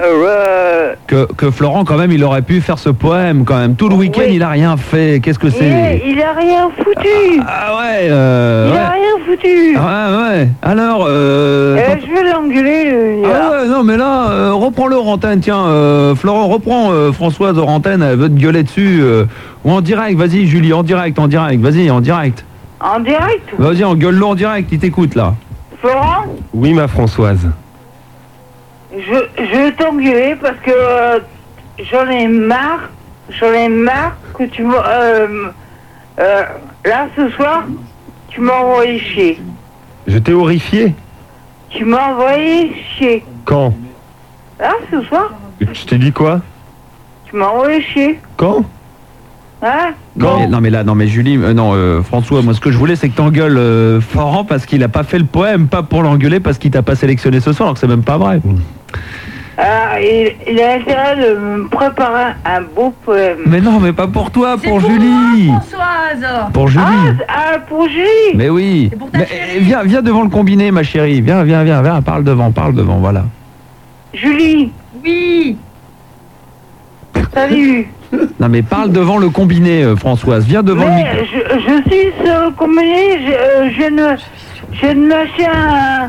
euh,
que, que Florent, quand même, il aurait pu faire ce poème quand même.
Oh,
Tout le week-end, il a rien fait. Qu'est-ce que c'est
euh, il, il a rien foutu.
Ah ouais. Euh,
il
ouais.
a rien foutu.
Ah ouais. Alors, euh,
Eh,
t'en-
je vais l'engueuler. lui,
Ah
là.
ouais, non mais là, euh, reprends-le hors antenne, tiens, euh, Florent, reprends euh, Françoise hors antenne, elle veut te gueuler dessus. euh, ou en direct, vas-y Julie, en direct, en direct, vas-y, en direct.
En direct,
Vas-y, engueule-le en direct, il t'écoute là.
Florent,
Oui, ma Françoise.
je, je vais t'engueuler parce que euh, j'en ai marre. J'en ai marre que tu me. euh, euh, là, ce soir, tu m'as envoyé chier.
Je t'ai horrifié
Tu m'as envoyé chier.
Quand
Là, ce soir,
Je t'ai dit quoi
tu m'as envoyé chier.
Quand
Hein
Non mais, non, mais là, non mais Julie, euh, non euh, François, moi ce que je voulais c'est que t'engueules euh, Florent parce qu'il a pas fait le poème, pas pour l'engueuler parce qu'il t'a pas sélectionné ce soir, alors que c'est même pas vrai.
Ah, il, il a intérêt de me préparer un beau poème.
Mais non, mais pas pour toi, Ah, pour, Julie.
Françoise
Pour Julie.
Ah, ah, pour Julie
Mais oui. Mais, eh, viens, viens devant le combiné, ma chérie. Viens, viens, viens, viens. Parle devant, parle devant, voilà.
Julie Oui Salut
Non mais parle devant le combiné, euh, Françoise. Viens devant le micro.
Mais je, je suis sur le combiné, je, euh, je ne... Je ne lâche
Ah,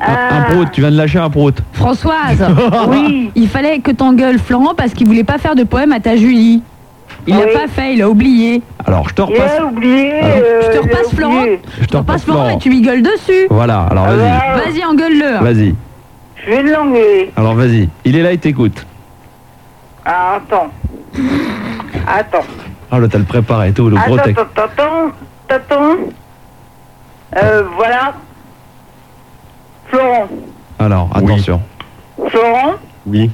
Euh,
un...
Un prout, tu viens de lâcher un prout.
Françoise,
Oui.
il fallait que t'engueules Florent parce qu'il voulait pas faire de poème à ta Julie.
Il l'a pas fait, il a oublié.
Alors, je te
Il
repasse. Ah
a oublié.
je te repasse Florent.
Je te repasse
Passe Florent
Florent.
et tu lui gueules dessus.
Voilà, alors
Ah
vas-y.
Vas-y, engueule-le.
Vas-y.
Je vais l'engueuler.
Alors, vas-y. Il est là, il t'écoute.
Ah, attends. Attends.
Ah, le t'as le préparé et tout, le gros
attends,
texte.
attends, attends, attends. Euh, voilà. Florent.
Alors, attention.
Florent,
Oui.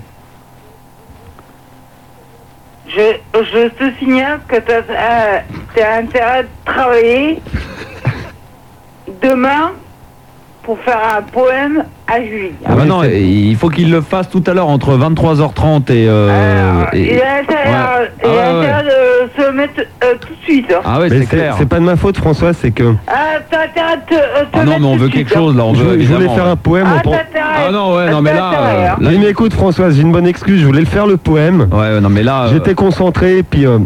je, je te signale que t'as euh, t'as intérêt de travailler demain pour faire un poème à Julie.
Ah bah non, il faut qu'il le fasse tout à l'heure entre 23h30 et. euh, et-
Ah, Il euh, a intérêt,
Ouais.
il a
Ah ouais, ouais.
intérêt de se mettre euh, tout de suite. hein.
Ah ouais,
Mais
c'est clair.
C'est pas de ma faute, François, c'est que.
Ah, t'as intérêt de te, euh, te
Ah non,
mettre
mais on
tout de
veut
suite,
quelque chose là, on
Je-
veut.
je voulais
évidemment.
faire un poème. on
Ah,
prend-
t'as intérêt.
Ah non, ouais, non, mais là. euh, là,
Oui, mais écoute, Françoise, j'ai une bonne excuse. Je voulais le faire le poème.
Ouais, non, mais là.
J'étais concentré, puis euh,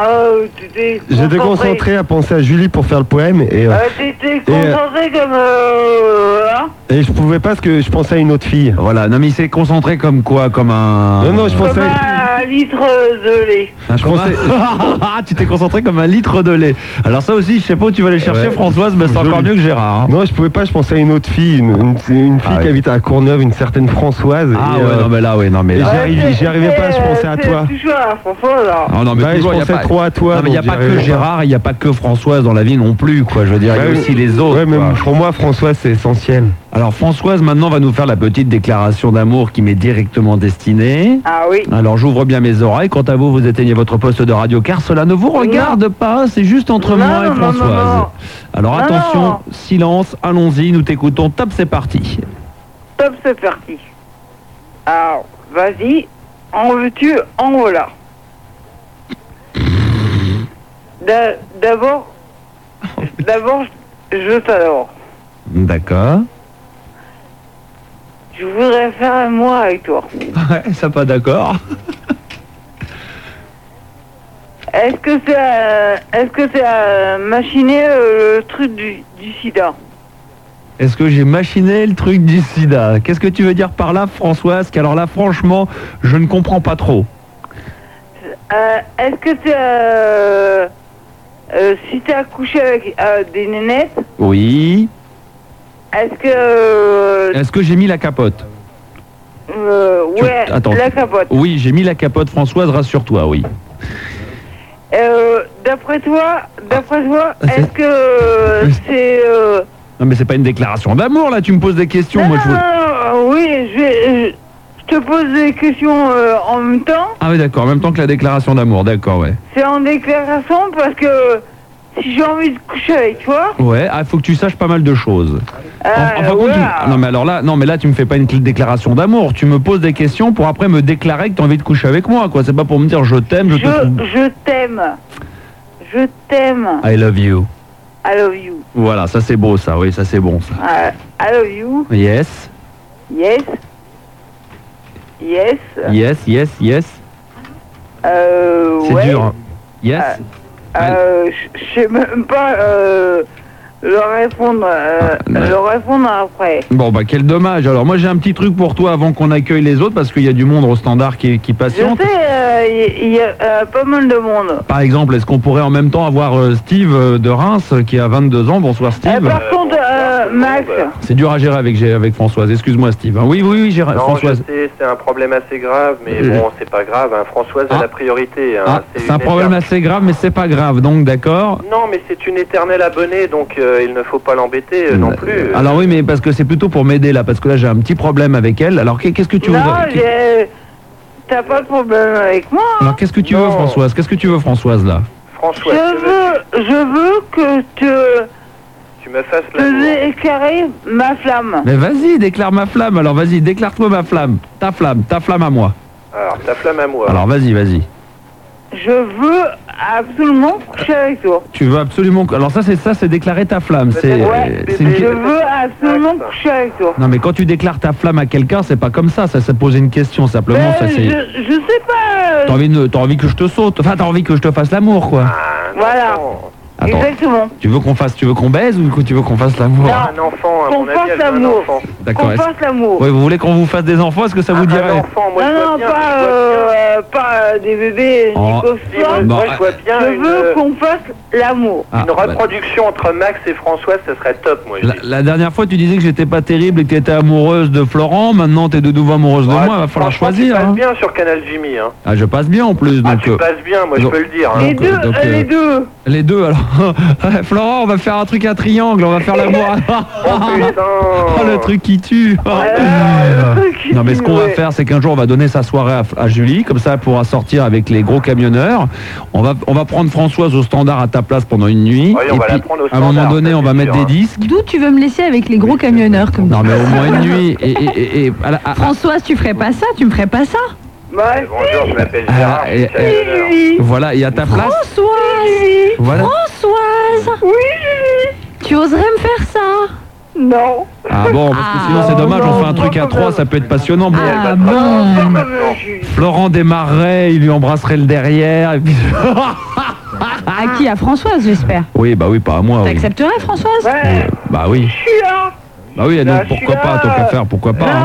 Euh, t'étais
j'étais concentré à penser à Julie pour faire le poème, et, euh,
Euh, t'étais
euh,
concentré comme... Euh, hein
et je pouvais pas parce que je pensais à une autre fille.
Voilà, non, mais il s'est concentré comme quoi Comme un.
Non, non, je
comme
pensais.
un litre euh, de lait.
Ah, je pensais- Ah, tu t'es concentré comme un litre de lait. Alors ça aussi, je sais pas où tu vas aller chercher,
Ouais.
Françoise, mais c'est encore
Joli.
mieux que Gérard. hein.
Non, je pouvais pas, je pensais à une autre fille, une, une- une fille qui habite à Courneuve, une certaine Françoise.
Ah
et,
ouais,
euh,
non mais là, ouais, non mais
et j'y
là.
arrivais, j'y arrivais pas, je pensais à
Eh, C'est
toi.
toujours à François, alors.
Ah, non, mais
Bah, je
toujours, il y a
pensais
pas-
trop à toi,
Non, mais il n'y a
donc j'y
pas que
arrivais pas.
Gérard, il n'y a pas que Françoise dans la vie non plus, quoi. Je veux dire, il y a
Ouais,
aussi les autres.
ouais, mais
quoi.
pour moi, Françoise, c'est essentiel.
Alors Françoise, maintenant, va nous faire la petite déclaration d'amour qui m'est directement destinée.
Ah oui.
Alors j'ouvre bien mes oreilles. Quant à vous, vous éteignez votre poste de radio car cela ne vous regarde pas. C'est juste entre
Non,
moi
non,
et
non,
Françoise.
non, non.
Alors
Non,
attention,
non.
silence, allons-y, nous t'écoutons. Top, c'est parti.
Top, c'est parti. Alors, vas-y, en veux-tu, en voilà. D'a- D'abord, d'abord, je t'adore.
D'accord.
Je voudrais faire un mois avec toi.
Ouais, ça pas d'accord.
Est-ce que c'est, euh, est-ce que c'est euh, machiné euh, le truc du, du sida
Est-ce que j'ai machiné le truc du sida Qu'est-ce que tu veux dire par là, Françoise Qu'alors là, franchement, je ne comprends pas trop.
Euh, Est-ce que c'est, euh, euh, si t'as couché avec euh, des nénettes,
Oui.
est-ce que euh,
Est-ce que j'ai mis la capote
euh, ouais,
Attends.
la capote.
Oui, j'ai mis la capote, Françoise, rassure-toi, oui.
Euh, d'après toi, d'après toi,
Ah,
est-ce que euh, c'est euh,
Non, mais c'est pas une déclaration d'amour, là, tu me poses des questions.
non,
moi, je
non,
vous-
non, non, oui, je, vais- je- je te pose des questions euh, en même temps.
Ah oui, d'accord, en même temps que la déclaration d'amour, d'accord, ouais.
C'est en déclaration parce que si j'ai envie de coucher avec toi,
Ouais, ah, faut que tu saches pas mal de choses.
euh,
En- enfin, quand tu- Non, mais alors là, non, mais là, tu me fais pas une cl- déclaration d'amour. Tu me poses des questions pour après me déclarer que t'as envie de coucher avec moi, quoi. C'est pas pour me dire je t'aime, je,
je,
te trouve.
je t'aime, je t'aime,
I love you.
I love you,
Voilà, ça c'est beau, ça, oui, ça c'est bon, ça.
Euh, I love you,
Yes,
yes, yes,
yes, yes, yes.
euh,
C'est
ouais.
dur. hein. Yes.
Euh, je- je sais même pas euh, leur répondre, euh,
Ah,
leur répondre après.
Bon, bah quel dommage. Alors moi j'ai un petit truc pour toi avant qu'on accueille les autres parce qu'il y a du monde au standard qui, qui
Je sais,
patiente.
euh, il y, a euh, pas mal de monde.
Par exemple, est-ce qu'on pourrait en même temps avoir euh, Steve euh, de Reims euh, qui a 22 ans Bonsoir
Euh,
Steve.
par contre, euh, Max,
C'est dur à gérer avec, Gé- avec Françoise. Excuse-moi Steve. hein. Oui, oui, oui, Gérard-
Non, je
Françoise.
sais, c'est un problème assez grave, mais
Euh.
bon, c'est pas grave. hein. Françoise a la priorité. hein.
Ah, c'est un
une
problème
éternelle-
assez grave, mais c'est pas grave, donc d'accord.
Non, mais c'est une éternelle abonnée, donc euh, il ne faut pas l'embêter euh, non plus.
Alors oui, mais parce que c'est plutôt pour m'aider là, parce que là j'ai un petit problème avec elle. Alors qu'est- qu'est-ce que tu
non,
voudrais
j'ai- t'as pas de problème avec moi.
Alors qu'est-ce que tu veux Françoise Qu'est-ce que tu veux Françoise là
Je veux, je veux que te,
Tu me fasses
te éclairer ma flamme.
Mais vas-y, déclare ma flamme. Alors vas-y, déclare-toi ma flamme. Ta flamme, ta flamme à moi.
Alors, ta flamme à moi.
Alors vas-y, vas-y.
Je veux absolument coucher avec toi.
Tu veux absolument. Alors ça, c'est ça, c'est déclarer ta flamme. C'est. euh,
Ouais,
c'est une-
je veux absolument coucher avec toi.
Non mais quand tu déclares ta flamme à quelqu'un, c'est pas comme ça. Ça, c'est poser une question simplement.
Euh,
Ça, c'est.
je, je sais pas. euh, Ah.
T'as envie, de... t'as envie que je te saute. Enfin, t'as envie que je te fasse l'amour, quoi.
Voilà.
Attends.
Exactement.
Tu veux qu'on fasse, tu veux qu'on baise ou tu veux qu'on fasse l'amour
Un enfant, à
Qu'on
mon avis,
fasse
elle veut un
l'amour.
enfant.
D'accord.
Qu'on
est-ce-
fasse l'amour.
Ouais, vous voulez qu'on vous fasse des enfants Est-ce que ça vous dirait
Ah, non, non, pas, euh, euh, pas euh, des bébés, ni
Oh.
quoi que ce soit.
Moi, je vois bien
Je
une-
veux qu'on fasse l'amour.
Ah,
Une
bah.
reproduction entre Max et Françoise, ça serait top, moi. je
la,
dis.
la dernière fois, tu disais que j'étais pas terrible et que tu étais amoureuse de Florent. Maintenant, tu es de nouveau amoureuse de moi. Il va
Franchement,
falloir choisir.
Tu passes
hein.
bien sur Canal Jimmy. Hein.
Ah, je passe bien en plus. Donc,
tu
euh,
passes bien, moi, je
donc-
peux le dire. hein.
donc, euh, donc, euh,
deux.
Les deux, alors. Florent, on va faire un truc à triangle. On va faire l'amour. à- Oh, le truc qui tue. non, mais ce qu'on va faire, c'est qu'un jour, on va donner sa soirée à, à Julie. Comme ça, elle pourra sortir avec les gros camionneurs. On va, on va prendre Françoise au standard à ta place pendant une nuit.
Oui, on
et
va la
puis,
prendre au
à un moment
standard,
donné,
ça,
on va
c'est
mettre
sûr,
des
hein.
disques. euh,
D'où tu veux me laisser avec les gros camionneurs comme
Non, mais au moins une nuit. Et, et, et- et- à la- à-
Françoise, tu ferais pas ça, tu me ferais pas ça
Bonjour, je m'appelle
à-
Gérard.
et- et- voilà, et à ta place.
Françoise
Voilà.
Françoise Oui Tu oserais me faire ça
Non.
Ah bon, parce que sinon, c'est dommage. On fait un truc à trois, ça peut être passionnant. Bon,
Ah bon
Florent démarrerait, il lui embrasserait le derrière. et puis-
À qui À Françoise, j'espère.
oui, bah oui, pas à moi. oui.
T'accepterais, Françoise
Bah oui.
Je suis là.
Bah oui, donc
je suis
pourquoi pas,
là,
tant qu'à faire, pourquoi pas.
Non,
hein.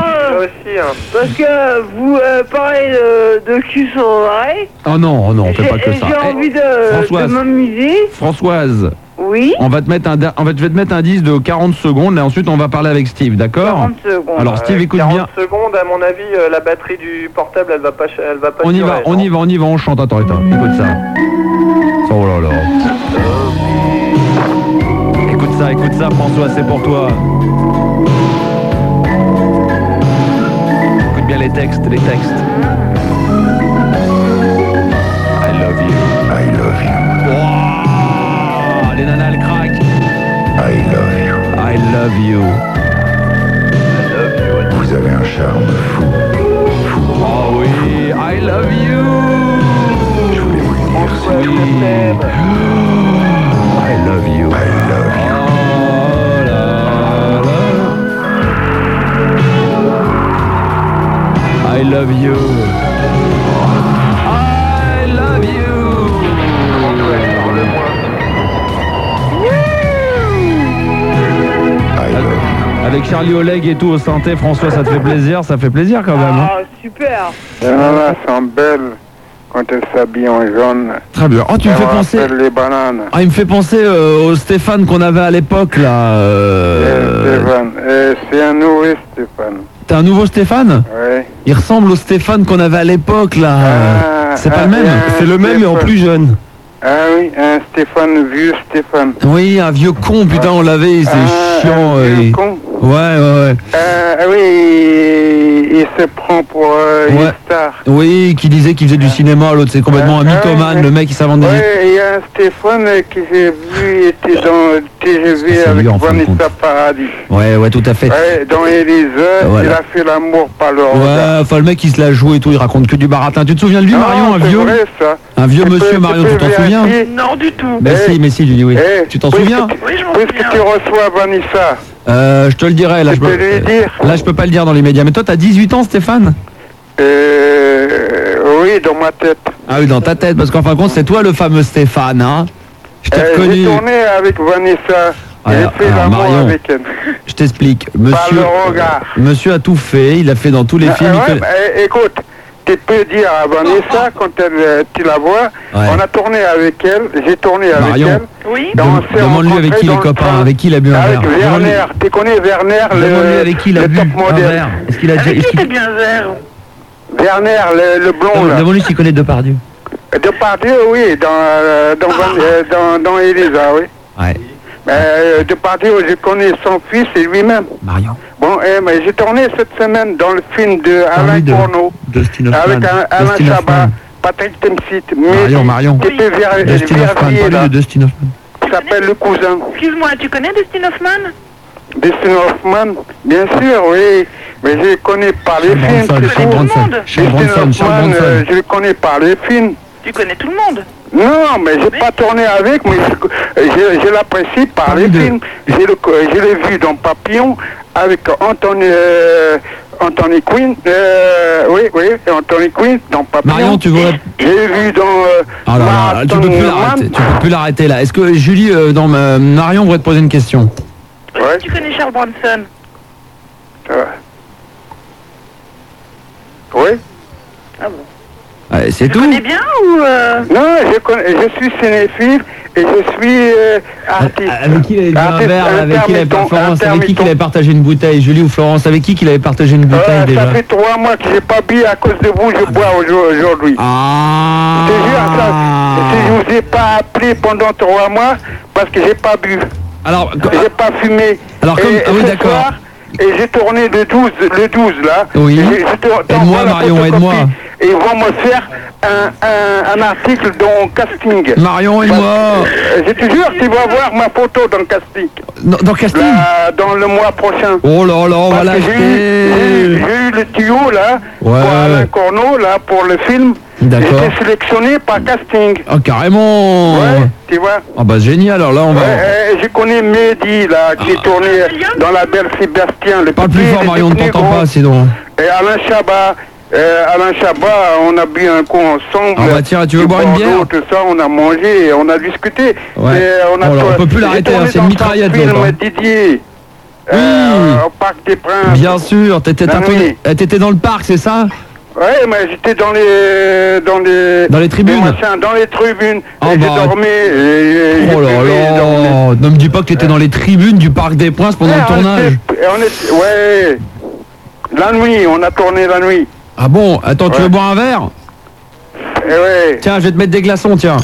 Parce que vous euh, parlez de, de cul sur l'oreille.
Oh non, oh non, on fait
J'ai- euh,
pas que ça.
J'ai
Eh,
envie de, de
Françoise.
m'amuser.
Françoise,
Oui.
on va te mettre un, da- en fait, je vais te mettre un 10 de 40 secondes et ensuite on va parler avec Steve, d'accord
40 secondes.
Alors Steve,
Euh,
écoute
40
bien.
secondes, à mon avis, euh, la batterie du portable, elle va pas, ch- elle va pas
On y va,
durer,
on
non
y va, on y va, on chante. Attends, attends, écoute ça. Oh là là. Écoute ça, écoute ça, François, c'est pour toi. Écoute bien les textes, les textes. I love you. I love you. Ah, les nanas, elles craquent. I love you. I love you. Vous avez un charme fou. Oh oui, I love you. Je voulais vous le dire. François, je t'aime. I love you. I love you. Oh là là. I love you. I love you. Avec Charlie Oleg et tout au synthé, François, ça te fait plaisir, ça fait plaisir quand même. hein.
Ah, super.
Les nanas sont belles quand elles s'habillent en jaune.
Très bien. Oh, tu me
Elles
fais
rappellent
penser.
les bananes.
Ah, il me fait penser euh, au Stéphane qu'on avait à l'époque là. euh,
Stéphane, euh, c'est un nourrice, Stéphane.
T'as un nouveau Stéphane
Ouais.
Il ressemble au Stéphane qu'on avait à l'époque là.
Ah,
c'est pas
ah,
le même.
bien, C'est le même, mais en Stéphane. plus
jeune.
Ah oui, un Stéphane, vieux Stéphane.
Oui, un vieux con, putain, on l'avait, c'est
Ah,
chiant.
un vieux
euh,
con.
Ouais, ouais, ouais.
Euh, ah oui, il, il se prend pour euh, une
Ouais.
star. Ah,
Oui, qui disait qu'il faisait du cinéma, l'autre c'est complètement un mythomane, le mec il s'invente des.
Ouais, il y a un Stéphane euh, qui j'ai vu il était dans le TGV
C'est
avec
lui, en fin de
Vanessa Paradis.
Ouais, ouais, tout à fait.
Ouais, dans Élise,
Voilà.
il a fait l'amour par le regard.
Ouais, enfin le mec il se la joue et tout, il raconte que du baratin. Tu te souviens de lui, Marion, un
Ah, c'est
vieux
vrai, ça.
Un vieux
Tu
monsieur, Marion, tu t'en
vérifier.
souviens
Non, du tout.
Mais Ben si, mais si, Julie, oui. Tu t'en souviens
Eh. Oui, je m'en souviens. Qu'est-ce que tu reçois, Vanessa
Euh, je te le dirai, là je,
Tu peux
peux...
lui dire
là je peux pas le dire dans les médias. Mais toi t'as 18 ans Stéphane
Euh, Oui, dans ma tête.
Ah oui, dans ta tête, parce qu'en fin de compte c'est toi le fameux Stéphane, hein Je t'ai
Euh,
reconnu.
J'ai tourné avec Vanessa.
Alors,
J'ai fait
alors,
l'amour
Marion,
avec elle.
Je t'explique,
Par
monsieur,
le regard.
monsieur a tout fait, il a fait dans tous les
Ah,
films. il
ouais,
conna-
bah, eh, écoute, tu peux dire à Vanessa, quand elle, euh, tu la vois, on a tourné avec elle, j'ai tourné avec
Marion.
elle. Oui.
Demande-lui avec qui il est copain, avec qui il a bu un verre.
Ah, Avec Werner,
Demande-lui-
tu connais Werner,
Demande-lui
le,
avec qui il a
le
bu
top
un
modèle.
verre. Est-ce qu'il a déjà- est-ce qu'il-
bien vert Werner, le, le blond, là.
Demande-lui s'il connaît Depardieu.
De Pardieu, oui, dans, euh, dans, Van- euh, dans, dans Elisa, oui.
Ouais.
Euh, de Pardieu, je connais son fils et lui-même.
Marion.
Bon, eh, mais j'ai tourné cette semaine dans le film de Alain
de-
Corneau.
Dustin
Avec
Hoffman,
un- Alain
Dustin
Chabat,
Hoffman.
Patrick Temsit,
Marion, Marion.
qui était ver-
Dustin Hoffman,
verrier,
parle
là,
de Dustin Hoffman.
qui s'appelle le cousin.
Excuse-moi, tu connais Dustin Hoffman
Dustin Hoffman, bien sûr, oui, mais je le connais par les films.
Charles
c'est tout.
Bronson, Charles
Dustin
Bronson, Charles
Hoffman,
Bronson.
euh, je le connais par les films.
Tu connais tout le monde.
Non, mais j'ai pas tourné avec, mais je, euh, je- je l'apprécie par les films. Je l'ai je l'ai vu dans Papillon avec Anthony, euh, Anthony Quinn, euh, oui, oui, Anthony Quinn dans Papillon.
Marion, tu veux rép-
J'ai vu dans. euh,
Ah là là, tu peux plus l'arrêter. Tu peux plus l'arrêter là. Est-ce que Julie, euh, non, ma- Marion voudrait te poser une question.
Est-ce que tu connais Charles Bronson
Oui.
Ouais, Ah, c'est tout.
Ah connais bien ou. euh, Non, je, connais, je suis cinéphile et je suis euh, artiste.
Ah, Avec qui il avait bu
Ah,
un verre Avec qui il avait Florence Avec qui qu'il avait partagé une bouteille Julie ou Florence Avec qui qu'il avait partagé une bouteille
Euh, Ça
déjà
fait trois mois que j'ai pas bu à cause de vous, je bois aujourd- aujourd'hui.
Ah.
Je te jure, ça, je ne vous ai pas appelé pendant trois mois parce que j'ai pas bu.
Alors, ah.
j'ai pas fumé.
Alors, comme-
et,
ah oui,
ce
d'accord.
soir, Et j'ai tourné le 12, le 12 là.
Oui.
Et je- je te- t'envoie
Aide-moi,
la
Marion,
photocopie
aide-moi.
Et ils vont me faire un, un, un article dans casting. euh,
Marion, aide-moi.
Je te jure, tu vas voir ma photo dans casting.
Dans, casting
euh, Dans le mois prochain.
Oh là là, on va
Parce que
l'acheter.
J'ai eu, j'ai eu- j'ai eu le tuyau là,
Ouais.
pour Alain Corneau là, pour le film.
D'accord.
J'étais sélectionné par casting.
Ah, carrément
Tu vois
Ah bah génial, alors là on va...
Euh, je connais Mehdi, là, qui est tourné dans la belle Sébastien. Le
Parle plus
petit,
fort
le
Marion, on ne
petit
t'entend
gros.
pas sinon.
Et Alain Chabat. euh, Alain Chabat, on a bu un coup ensemble.
Ah bah tiens, tu veux
Du
boire une bière
Bordeaux, Tout ça, on a mangé, et on a discuté.
Ouais.
Et on, a
Oh là, on peut plus
j'ai
l'arrêter,
tourné
hein, c'est une
dans
mitraillette,
un film,
l'autre, hein.
Didier. euh, au Parc des Princes.
Bien sûr, t'étais un peu-
Oui.
euh, t'étais dans le parc, c'est ça
Ouais, mais j'étais dans les dans les
Dans les tribunes.
les machins, dans les tribunes.
Ah
et
bah.
j'ai dormi. et- et-
Oh là là Ne me dis pas que t'étais dans les tribunes du Parc des Princes pendant
Ouais,
le
on
tournage.
était- et on était- ouais. La nuit, on a tourné la nuit.
Ah bon Attends, tu veux boire un verre
Et ouais.
Tiens, je vais te mettre des glaçons, tiens.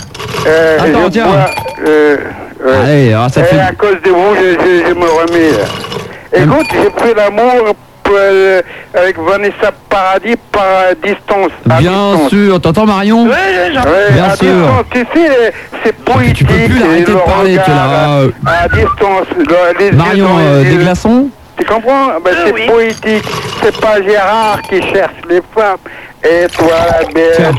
euh,
Attends,
je
tiens.
bois, euh, ouais.
Allez, alors ça
et
fait-
à cause de vous, je, je- je me remets. là. Écoute, j'ai pris l'amour euh, avec Vanessa Paradis par distance. à
Bien
distance.
sûr, t'entends Marion
Ouais,
Bien
à
sûr.
distance, tu sais, c'est politique. Tu peux plus
l'arrêter de parler, tu es là, euh.
À distance, le- les yeux
Marion,
dans les
euh, des
yeux.
glaçons
Tu comprends Ben, C'est politique. C'est pas Gérard qui cherche les femmes. Et toi, la belle.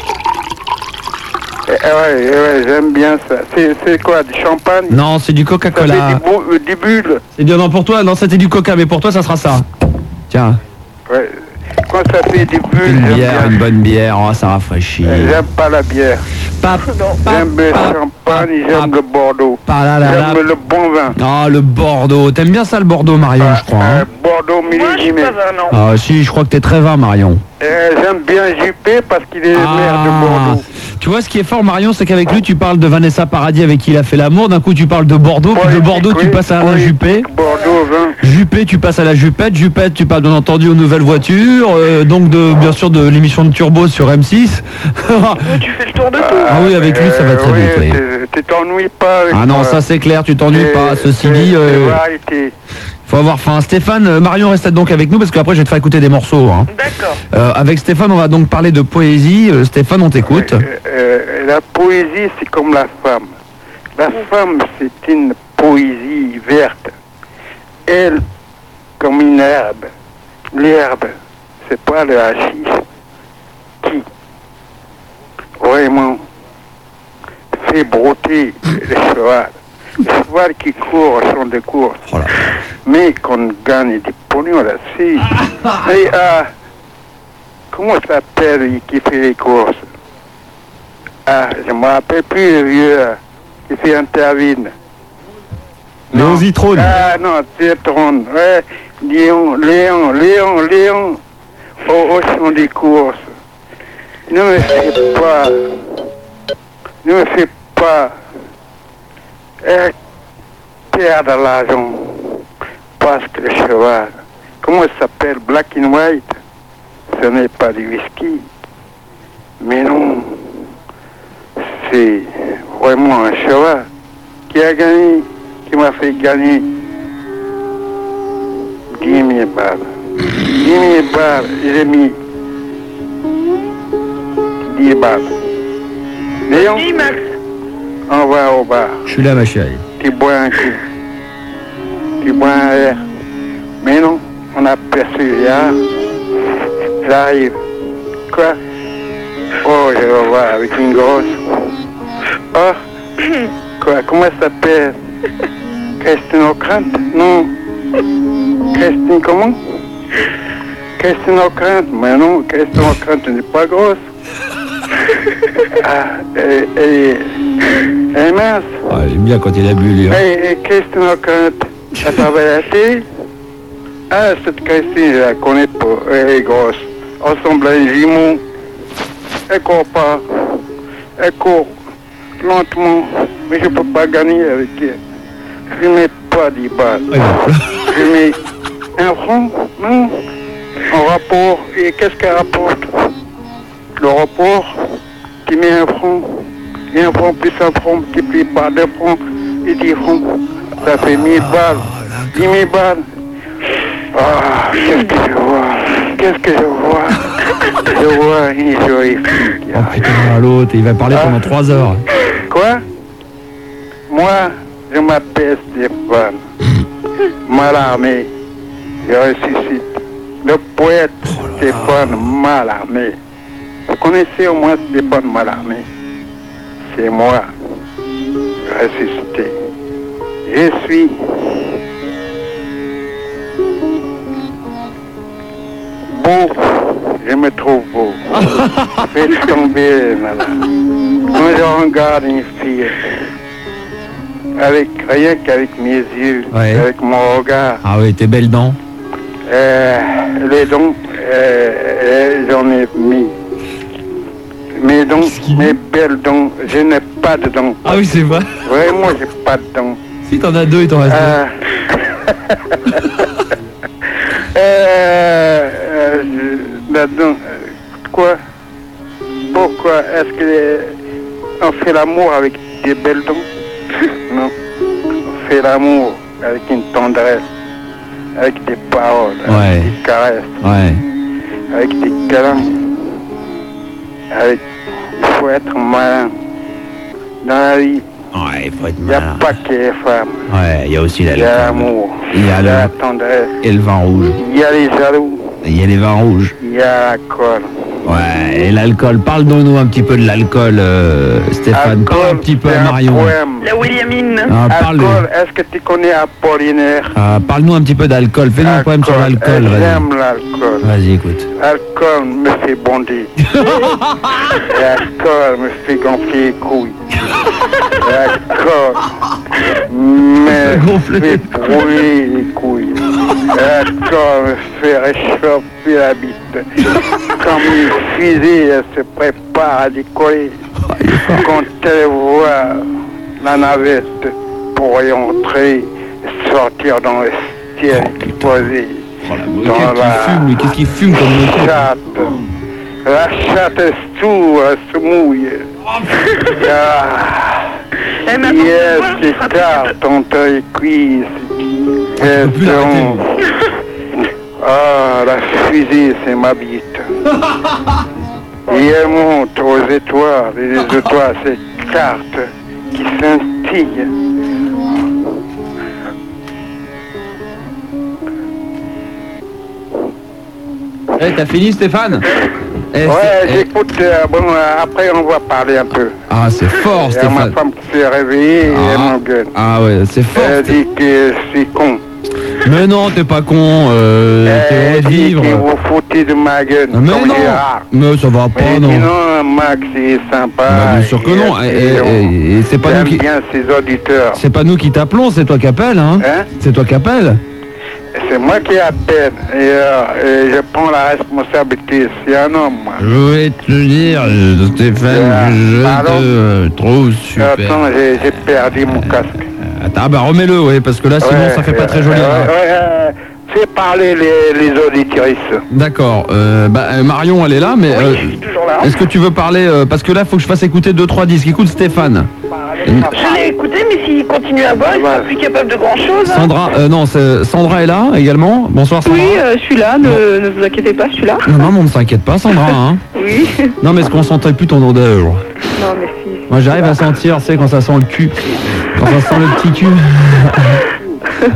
Eh, ouais, ouais, j'aime bien ça. C'est c'est quoi, du champagne euh,
Non, c'est du Coca-Cola.
Ou Des bulles
C'est bien, non, pour toi, non, c'était du Coca, mais pour toi, ça sera ça.
Ah,
Tiens,
Ouais. Quand ça fait des bulles,
une
j'aime
bière,
bien. Euh,
une bonne bière, oh, ça rafraîchit.
J'aime pas la bière. J'aime le champagne, et j'aime le Bordeaux.
Ah là là là.
J'aime le bon vin. Ah, euh,
Ah, le Bordeaux. T'aimes bien ça, le Bordeaux, Marion, je crois. hein
Bordeaux millésimé.
Ah, si, je crois que t'es très vin, Marion. Ah.
Euh, J'aime bien Juppé parce qu'il est maire de Bordeaux.
Tu vois, ce qui est fort, Marion, c'est qu'avec lui, tu parles de Vanessa Paradis avec qui il a fait l'amour. D'un coup, tu parles de Bordeaux. Puis de Bordeaux, tu passes à la Juppé.
Bordeaux, vin.
Juppé, tu passes à la Jupette. Jupette, tu parles bien entendu aux nouvelles voitures. euh, donc, de, bien sûr, de l'émission de Turbo sur M6. tu fais le tour de tout. Ah oui, avec lui, ça va très vite. oui.
Euh, Tu t'ennuies pas avec
Ah non,
moi.
ça c'est clair, tu t'ennuies
C'est-
pas. Ceci
c'est-
dit, euh,
c'est variété.
faut avoir faim. Stéphane, euh, Marion reste donc avec nous parce qu'après je vais te faire écouter des morceaux. D'accord. avec Stéphane, on va donc parler de poésie. Euh, Stéphane, on t'écoute.
Euh, la poésie, c'est comme la femme. La femme, c'est une poésie verte. Elle, comme une herbe. L'herbe, c'est pas le hashish. Qui, vraiment, fait broter le cheval. Le cheval qui court au champ de course. Mais qu'on gagne des pognons là-dessus. Et, euh, comment s'appelle lui qui fait les courses ah, je me rappelle plus le vieux là, qui fait intervine.
Léon Zitrone.
Ah non, Zitrone, ouais. Léon, Léon, Léon, Léon. Au, au champ des courses. Ne me fais pas. Ne me fais pas. euh, perdre l'argent. Parce que le cheval, comment il s'appelle Black and White Ce n'est pas du whisky. Mais non c'est vraiment un cheval qui a gagné, qui m'a fait gagner 10 000 balles. 10 000 balles, j'ai mis 10 balles. Léon, on va au bar,
Je suis là, ma chérie.
tu bois un coup, tu bois un verre. Mais non, on é, a persévéré. J'arrive. Quoi Oh, je vais voir avec une grosse. Oh, quoi, comment elle s'appelle Christine O'Krant Non. Christine, comment Question en crainte, mais non, question en crainte n'est pas grosse. ah, é, et, et, et mince.
Ah, J'aime bien quand il a bu, lui. hein.
Et, et question en crainte, à travailler à thé. Ah, cette Christine, je la connais pas, elle est grosse. Ensemble à un jumeau. Elle court pas. Elle court lentement, mais je peux pas gagner avec elle. Je mets pas 10 balles. Je mets un franc, non En rapport, et qu'est-ce qu'elle rapporte Le rapport, tu mets un franc, et un franc plus un franc, multiplié par deux francs, et 10 francs, ça fait 1000 balles. 10 000 balles. Ah, qu'est-ce que je vois Qu'est-ce que je vois Je vois une jolie fille.
Oh putain, à l'autre, il va parler
Ah.
pendant 3 heures.
Quoi Moi, je m'appelle Stéphane. Malarmé. Je ressuscite. Le poète Stéphane Malarmé. Vous connaissez au moins Stéphane Malarmé C'est moi. Ressuscité. Je suis. Beau. Je me trouve beau. Faites tomber, madame. Quand je regarde une fille, avec rien qu'avec mes yeux,
Ouais.
avec mon regard,
Ah oui, tes belles dents.
euh, les dons, j'en ai mis. Mes dons, mes belles dons, je n'ai pas de dons.
Ah oui, c'est vrai.
Vraiment, j'ai pas de dons.
Si t'en as deux, il t'en reste
Euh, euh, euh, je- là-dedans, euh, quoi Pourquoi est-ce qu'on fait l'amour avec des belles dents Non. On fait l'amour avec une tendresse, avec des paroles, avec des caresses,
Ouais.
avec des câlins. Avec... Il faut être malin. Dans la vie,
Ouais, Ah, il faut être
il n'y a pas que les femmes.
Ouais, il y a aussi la
Il y a l'amour,
Il y a
la
le...
tendresse,
Et le vin rouge.
il y a les jaloux,
Il y a les vins rouges.
il y a la colle.
Ouais, et l'alcool. Parle-nous un petit peu de l'alcool, euh, Stéphane. Parle un petit peu à Marion.
La Williamine.
Ah, parle.
Alcool, est-ce que tu connais Apollinaire
Ah, Parle-nous un petit peu d'alcool. Fais-nous un poème sur l'alcool.
Euh,
Vas-y,
J'aime l'alcool.
Vas-y, écoute.
Alcool me fait bondir. L'alcool me fait gonfler les couilles. L'alcool me fait brûler les couilles. L'alcool me fait réchauffer la bite. Comme une fusée, elle se prépare à décoller. Quand elle voit la navette pour y entrer, sortir dans le ciel exposé. Dans
bah.
la
Mais qu'est-ce qu'il fume comme
chatte. La chatte est sourde, elle se mouille. eh, Ah. Yes, c'est tard, ton œil cuisse. Ah, la fusée, c'est ma bite. Et elle monte aux étoiles, et les étoiles s'écartent, qui scintillent.
Eh, t'as fini, Stéphane Eh,
ouais, j'écoute. euh, bon, euh, après, on va parler un peu.
Ah, c'est fort,
Il y a ma
Stéphane.
femme qui s'est réveillée et elle m'engueule.
Ah ouais, c'est fort.
Elle dit que je suis con.
Mais non, t'es pas con. Euh, t'es heureux
Elle
de
dit
vivre.
que vous foutez de ma gueule.
Mais
comme
non
Gérard.
Mais ça va
Mais
pas, non.
sinon, Max, il est sympa.
Bah, bien sûr que
Il est
non. Et- et-
excellent.
et- et c'est pas nous
J'aime
qui-
bien ses auditeurs.
C'est pas nous qui t'appelons, c'est toi qui appelles, hein,
Hein
C'est toi qui appelles
C'est moi qui appelle et, euh, et je prends la responsabilité. C'est un homme. moi.
Je vais te dire, euh, Stéphane,
Euh,
que je
Ah,
pardon
te euh, trouve super.
Attends, j'ai j'ai perdu mon casque.
Ah bah remets-le, oui, parce que là sinon
Ouais,
ça fait
euh,
pas très joli. hein.
euh, ouais, euh, fais parler les, les auditrices.
D'accord. euh, bah, euh, Marion, elle est là, mais euh, est-ce que tu veux parler euh, Parce que là, faut que je fasse écouter deux trois disques. Écoute, Stéphane.
Je l'ai écouté, mais s'il continue à boire, il sera plus capable de hein. grand chose.
Sandra, euh, non, c'est- Sandra est là également. Bonsoir Sandra.
Oui, euh, je suis là, ne, ne vous inquiétez pas, je suis là.
Non, non, mais on ne s'inquiète pas, Sandra. Hein.
Oui.
Non, mais est-ce qu'on sentait plus ton odeur
Non, mais si.
Moi, j'arrive à sentir, c'est quand ça sent le cul, quand ça sent le petit cul.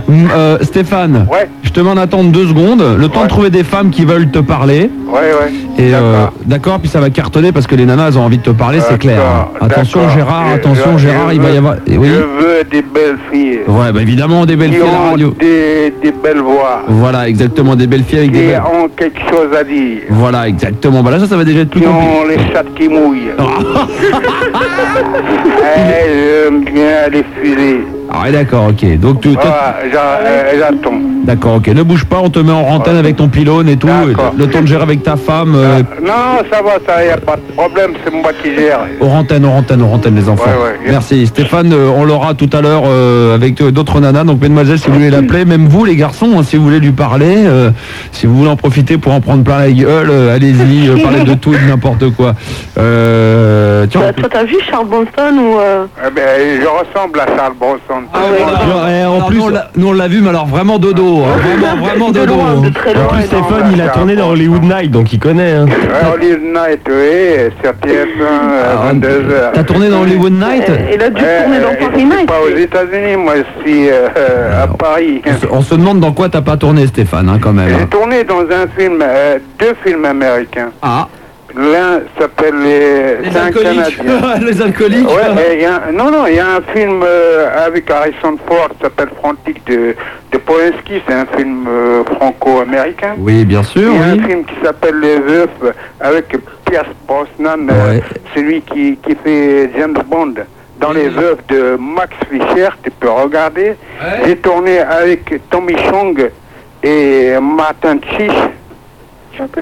Mm, euh, Stéphane, je te mets en attente deux secondes, le temps de trouver des femmes qui veulent te parler.
Ouais, ouais.
Et euh, d'accord, puis ça va cartonner parce que les nanas elles ont envie de te parler, c'est clair. Attention
D'accord.
Gérard,
Je-
attention
je-
Gérard,
je
il va y
veux-
avoir. eh Oui.
Je veux des belles filles.
Ouais, bah évidemment des belles
qui
filles à la
ont
radio.
Des, des belles voix.
Voilà, exactement des belles filles avec des
Qui
belles.
ont quelque chose à dire.
Voilà, exactement. Bah là ça, ça va déjà être plus
Qui ont
compliqué.
les chattes qui mouillent. Eh, J'aime bien les filles.
Ah ouais, d'accord, ok. Donc tu. toi-
Ah, j'a- euh, J'attends.
D'accord, ok. Ne bouge pas, on te met en rentaine avec ton pylône et tout. Le temps de gérer avec ta femme. euh,
Ah, Non, ça va, ça, y a pas de problème, c'est moi qui gère.
Orantane, Orantane, Orantane, les enfants.
Ouais, ouais.
Merci. Stéphane, euh, on l'aura tout à l'heure euh, avec euh, d'autres nanas. Donc, mesdemoiselles, si vous voulez l'appeler, même vous, les garçons, hein, si vous voulez lui parler, euh, si vous voulez en profiter pour en prendre plein la gueule, euh, allez-y, euh, parlez de tout et de n'importe quoi. Euh, tiens,
Bah, toi, t'as vu Charles Bronson ou. euh,
Eh ben, je ressemble à Charles Bronson.
Genre, eh, en plus, nous on l'a vu, mais alors vraiment dodo. hein, vraiment, vraiment dodo. hein.
En plus, Stéphane, il a tourné dans Hollywood Night, donc il connaît. hein.
Early Euh, Night, oui, sur TF1, 22h.
Ah, T'as tourné dans Hollywood Night
Eh, Il a dû tourner dans Paris Night. Euh, pas aux États-Unis, moi, je suis euh, à Paris.
On se demande dans quoi t'as pas tourné, Stéphane, hein, quand même.
J'ai tourné dans un film, euh, deux films américains.
Ah.
L'un s'appelle Les,
Les
Cinq
alcooliques.
Canadiens.
Les alcooliques.
Ouais, mais il y a un- non, non, il y a un film euh, avec Harrison Ford qui s'appelle Frantic de, de Polanski. C'est un film euh, franco-américain.
Oui, bien sûr.
Il y a
oui.
un film qui s'appelle Les Veufs avec Pierce Brosnan, euh, celui qui, qui fait James Bond. Dans Les Veufs de Max Fischer, tu peux regarder. J'ai tourné avec Tommy Chong et Martin Chich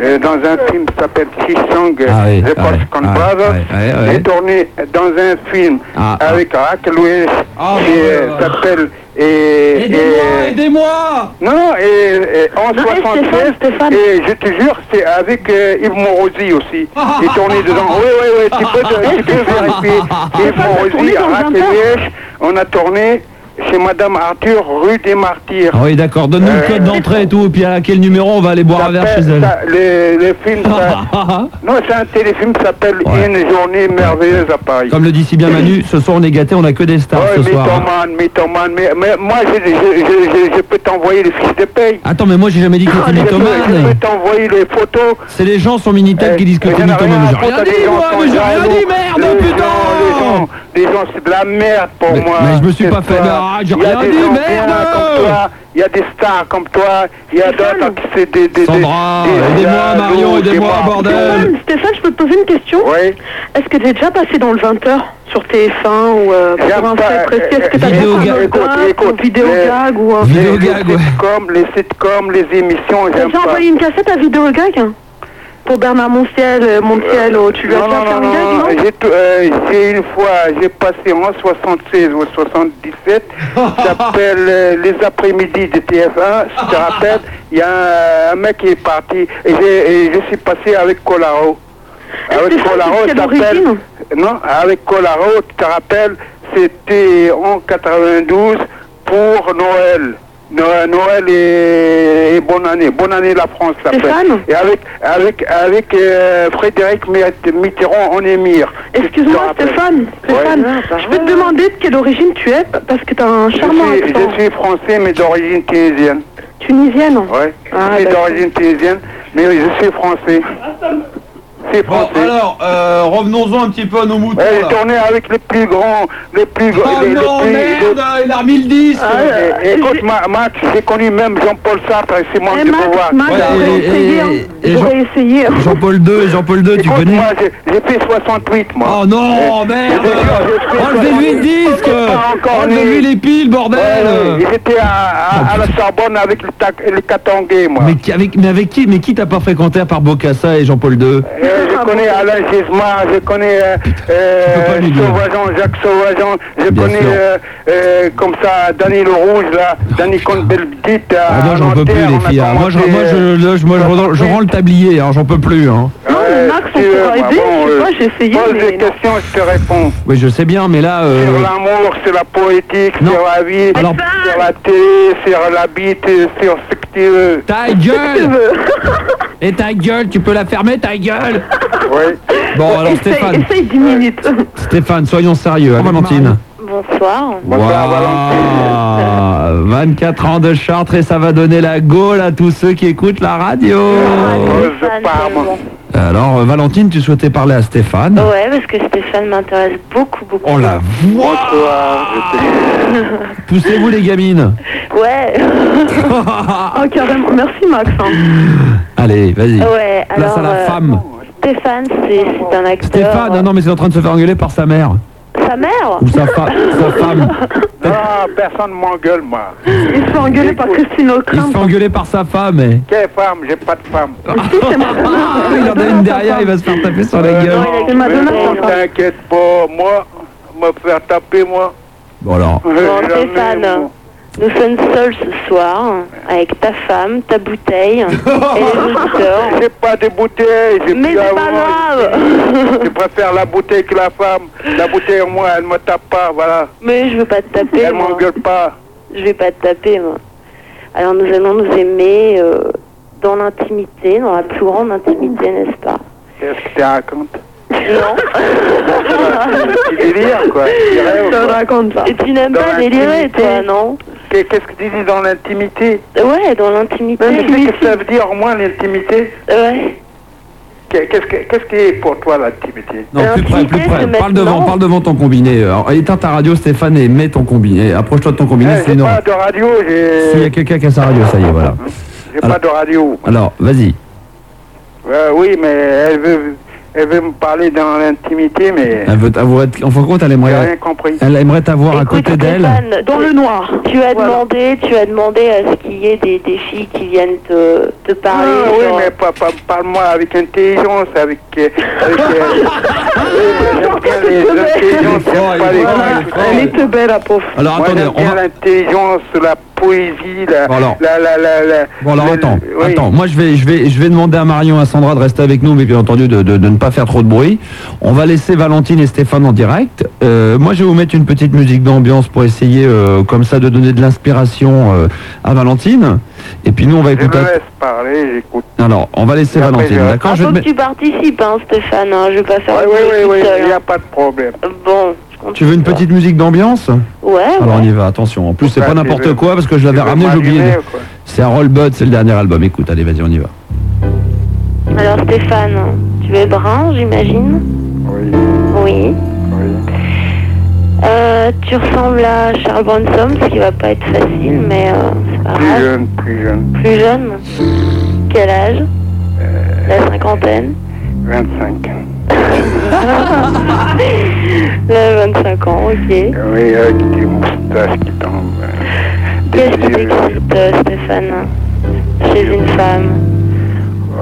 euh, dans un film qui s'appelle Chich Chong, The Corsican Brothers.
ah
J'ai tourné dans un film
Ah.
euh,
avec Raquel Welch qui euh, s'appelle... et-
Aidez-moi,
et-
aidez-moi
non, non, et, et en 76, et je te jure, c'est avec euh, Yves Morosi aussi.
Ah,
Il tournait dedans. Oui, oui, oui, tu peux, te- tu peux vérifier.
ah,
Yves Morosi, Arras et Liège, on a tourné chez Madame Arthur, rue des Martyrs. Euh,
Ah oui, d'accord. Donne-nous le code d'entrée et tout. Et puis à quel numéro on va aller boire un verre chez elle
Ça, le, le film, ça- non, c'est un téléfilm qui s'appelle Une journée merveilleuse à Paris.
Comme le dit si bien Manu, ce soir on est gâté, on a que des stars
Ouais,
ce soir. hein.
mythomane, mythomane, mais, mais moi je, je- je- je- je peux t'envoyer les fiches de paye.
Attends, mais moi j'ai jamais dit que
Ah,
t'étais
je peux- Je peux
mythomane.
t'envoyer les photos.
C'est les gens sur Minitel qui disent que t'es mythomane. J'ai rien dit, moi, mais j'ai rien dit, merde, putain
Les gens, c'est de la merde pour moi.
mais je me suis
C'est
pas fait-
toi.
mais arrête, j'ai
Il y a
rien
des
dit,
gens bien
merde
comme toi, Il y a des stars comme toi, il y a d'autres qui c'est des, des,
Sandra, aidez-moi, Marion, aidez-moi, bordel
Stéphane, Stéphane, je peux te poser une question
Oui.
Est-ce que t'es déjà passé dans le 20h sur TF1 ou euh,
J'aime
pour un
pas,
fait précis Est-ce que
euh,
t'as déjà
Vidéo
fait
gag.
un
Écoute,
gag
écoute,
ou vidéo
les-
gag ou un-
les, les sitcoms, les sitcoms, les émissions,
T'as
j'aime
déjà
pas.
envoyé une cassette à vidéo gag hein Pour Bernard Montiel, euh, Montiel, oh, tu lui as
Non,
fait
non,
un
non,
gag
non, j'ai tout- euh, j'ai une fois, j'ai passé en 76 ou 77, ça s'appelle euh, Les après-midi de TF1, je te rappelle, il y a un, un mec qui est parti, et, j'ai- et je suis passé avec Colaro. Avec Colaro, Ah, ça s'appelle... Non, avec Colaro, tu te rappelles, c'était en 92 pour Noël. No- Noël et, et bonne année, bonne année la France ça s'appelle.
Stéphane
Et avec avec avec euh, Frédéric Mit- Mitterrand en émir.
Excuse-moi Stéphane, Stéphane, je peux te demander de quelle origine tu es parce que t'as un
Je
charmant
suis,
accent.
je suis français mais d'origine tunisienne.
Tunisienne
Ouais.
Ah,
je suis
d'accord.
d'origine tunisienne mais je suis français. C'est français.
Alors, euh, revenons-en un petit peu à nos moutons. là.
Ouais, J'ai tourné avec les plus grands, les plus grands.
Oh
les,
non,
les plus,
merde, il a remis le disque.
Ah, euh, écoute, ma, Max, j'ai Eh, connu même Jean-Paul Sartre et Simone de Beauvoir.
Max, j'aurais essayé, hein. J'aurais essayé. hein.
Jean-Paul II, Jean-Paul II, tu connais
Moi, j'ai- j'ai fait 68, moi.
Oh non, merde Enlevez-lui le disque Enlevez-lui les piles, bordel Ah,
J'étais à, à- à la Sorbonne avec le tac- les Katangais, moi.
mais, qui- avec, mais avec qui Mais qui t'as pas fréquenté à part Bocassa et Jean-Paul II
Euh, je connais Alain Gismard, je connais euh, euh, Sauvageon, Jacques Sauvageon, je connais euh, euh, comme ça Danilo Rouge, là,
Oh,
Danny euh, Condelbit.
Ah, Moi j'en peux plus les filles. hein. Moi, je, moi,
euh,
je, là, je- moi, je rends- je rends le tablier, hein, j'en peux plus. Hein.
Max, on pourra aider, je sais pas, j'ai essayé. bah euh, Pose des questions, je te réponds.
Oui, je sais bien, mais là. euh,
Sur l'amour, sur la poétique, sur la vie, sur la télé, sur la bite, sur ce que tu veux.
Ta gueule Et ta gueule, tu peux la fermer, ta gueule
Oui.
Bon, alors
Essaye-
Stéphane,
Essaye 10 minutes.
Ah, bah,
Stéphane, soyons sérieux, hein, Clémentine.
Bon, Bonsoir.
Waouh, 24 ans de Chartres et ça va donner la gaule à tous ceux qui écoutent la radio.
Alors, euh, Valentine, tu souhaitais parler à Stéphane.
Ouais, parce que Stéphane m'intéresse beaucoup, beaucoup.
On la
Bonsoir.
Poussez-vous les gamines.
ouais. oh, carrément. Merci, Max. hein.
Allez, vas-y.
Ouais,
Place
alors.
à la
euh,
femme.
Stéphane, c'est c'est un acteur.
euh,
Stéphane, ah non, mais c'est en train de se faire engueuler par sa mère.
Sa mère
Ou sa, fa- sa femme.
Ah, personne m'engueule, moi.
Il se fait engueuler par Christine
Il se
O'Crump.
fait engueuler par sa femme. eh.
Quelle femme J'ai pas de femme.
Ah, il en a une derrière, il va se faire taper sur la gueule.
Euh, Non, t'inquiète pas, moi, me faire taper, moi. Euh,
Bon alors.
Bon, Stéphane, nous sommes seuls ce soir, avec ta femme, ta bouteille et les auditeurs.
J'ai pas de bouteille, j'ai
Mais
plus
c'est pas
avoir.
grave
Je préfère la bouteille que la femme. La bouteille, moi, elle me tape pas, voilà.
Mais je veux pas te taper.
Elle
moi.
m'engueule pas.
Je vais pas te taper, moi. Alors nous allons nous aimer euh, dans l'intimité, dans la plus grande intimité, n'est-ce pas
Qu'est-ce que tu racontes
Non.
Tu délires, quoi. Tu rêves, quoi.
raconte pas. Et tu n'aimes pas délirer, toi, non
Qu'est- Qu'est-ce que tu dis dans l'intimité
Ouais, dans l'intimité.
Mais tu sais qu'est-ce que ça veut dire, au moins, l'intimité
Ouais.
Qu'est- Qu'est-ce que- qu'est-ce qui est pour toi l'intimité
Non, plus près, plus près.
c'est
Parle devant,
maintenant.
parle devant ton combiné. Alors, éteins ta radio, Stéphane, et mets ton combiné. Approche-toi de ton combiné,
Eh,
c'est
J'ai
une
pas
horreur.
de radio,
S'il y a
j'ai
quelqu'un qui a sa radio, ça y est, voilà.
j'ai pas de radio.
Alors, vas-y.
Euh, oui, mais elle veut, elle veut me parler dans l'intimité, mais
Elle veut t'avoir- être- En fin de compte, elle
j'ai
aimerait,
rien compris.
elle aimerait t'avoir à côté d'elle.
Stéphane, dans le noir. Tu as demandé, tu as demandé à ce qu'il y ait des, des filles qui viennent te, te
Ah,
parler.
oui,
genre-
mais pa- pa- parle-moi avec intelligence, avec... euh, avec euh, oui, j'aime bien les intelligences, j'aime pas les
Elle est belle, la pauvre.
Alors,
Moi,
attendez,
j'aime
on
bien l'intelligence, la poésie, la...
Bon, alors.
la, la, la, la-
Bon alors
le-
attends,
oui.
attends. Moi je vais, je vais, je vais demander à Marion, à Sandra de rester avec nous, mais bien entendu de, de- de ne pas faire trop de bruit. On va laisser Valentine et Stéphane en direct. Euh, moi je vais vous mettre une petite musique d'ambiance pour essayer euh, comme ça de donner de l'inspiration euh, à Valentine. Et puis nous on va
Je me
écouter.
laisse parler, j'écoute.
Alors on va laisser
Et après,
Valentine,
je-
d'accord
Ah,
Je vais
faut
te
que
mettre-
tu participes, hein, Stéphane. hein, je vais pas faire
Oui,
le
oui, oui,
toute
oui,
seule,
il n'y
hein.
a pas de problème.
Bon.
Tu veux une petite musique d'ambiance
Ouais,
Alors on y va, attention. En plus c'est
Bah,
pas
tu veux-
n'importe quoi parce que je
tu
l'avais
veux
ramené, j'ai oublié.
m'allumer ou quoi
C'est un Roll Bud, c'est le dernier album. Écoute, allez vas-y on y va.
Alors Stéphane, tu es brun, j'imagine
Oui.
Oui. Euh, tu ressembles à Charles Bronson, ce qui va pas être facile, mais euh, c'est pas
Plus
grave.
jeune, plus jeune,
Plus jeune Quel âge La cinquantaine
25 ans.
La 25 ans, ok.
Oui, avec des moustaches qui tombent. euh, des
Qu'est-ce qui
yeux,
t'excite, euh, Stéphane, chez une femme
Oh,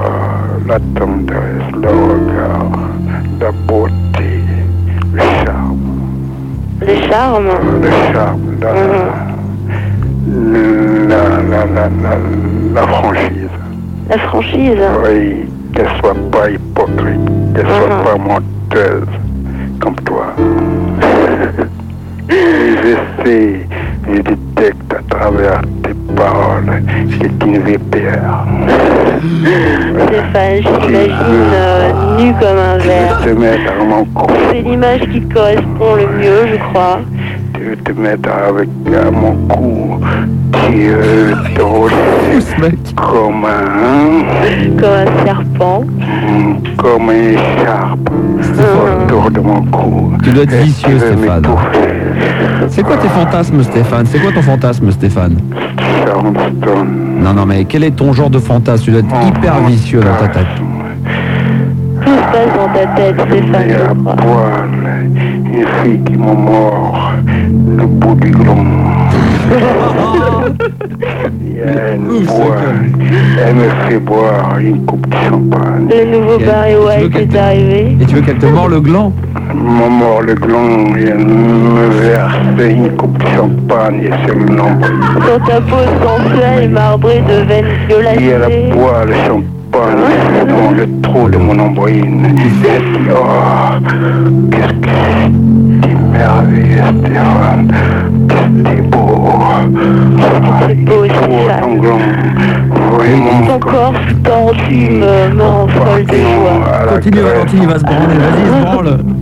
la tendresse, le regard, la beauté, le charme,
Le charme
le charme, la,
Uh-huh.
la, la, la, la, la franchise.
La franchise
Oui, qu'elle soit pas hypocrite, qu'elle soit pas menteuse, comme toi. Et je sais, je détecte à travers tes paroles que tu ne veux pas.
Stéphane, je t'imagine euh, nu comme un verre.
te mettre à mon cou,
C'est l'image qui te correspond le mieux, je crois.
tu veux te mettre avec à mon cou, tu euh, te roules comme un,
Comme un serpent.
Mm, comme une écharpe
Mm.
autour de mon cou.
Tu dois être vicieux, Stéphane. C'est quoi tes fantasmes, Stéphane C'est quoi ton fantasme, Stéphane Non, non, mais quel est ton genre de fantasme Tu dois
Oh,
être hyper vicieux dans ta tête.
Tout se passe dans ta tête, Stéphane, je crois.
poil, une fille qui me mord le bout du glon. Il y a une poêle, elle me fait boire une coupe de champagne.
Le nouveau Barry White est arrivé.
Et tu veux qu'elle te mord le gland
Elle me mord le glon et elle me verse une coupe de champagne sur le nombril.
Dans ta peau
Ah,
sensuelle et marbrée de veines
Il y a la
violacées.
poêle, le champagne dans le trou de mon ombrine. Elle dit, oh, qu'est-ce que t'es merveilleux, Stéphane. Qu'est-ce que t'es beau. Ah, Il est trop sanglant. Vraiment,
Ton corps tordu me, me rend folle de joie.
Continue, Valentine, il va se branler. Vas-y, il se branle.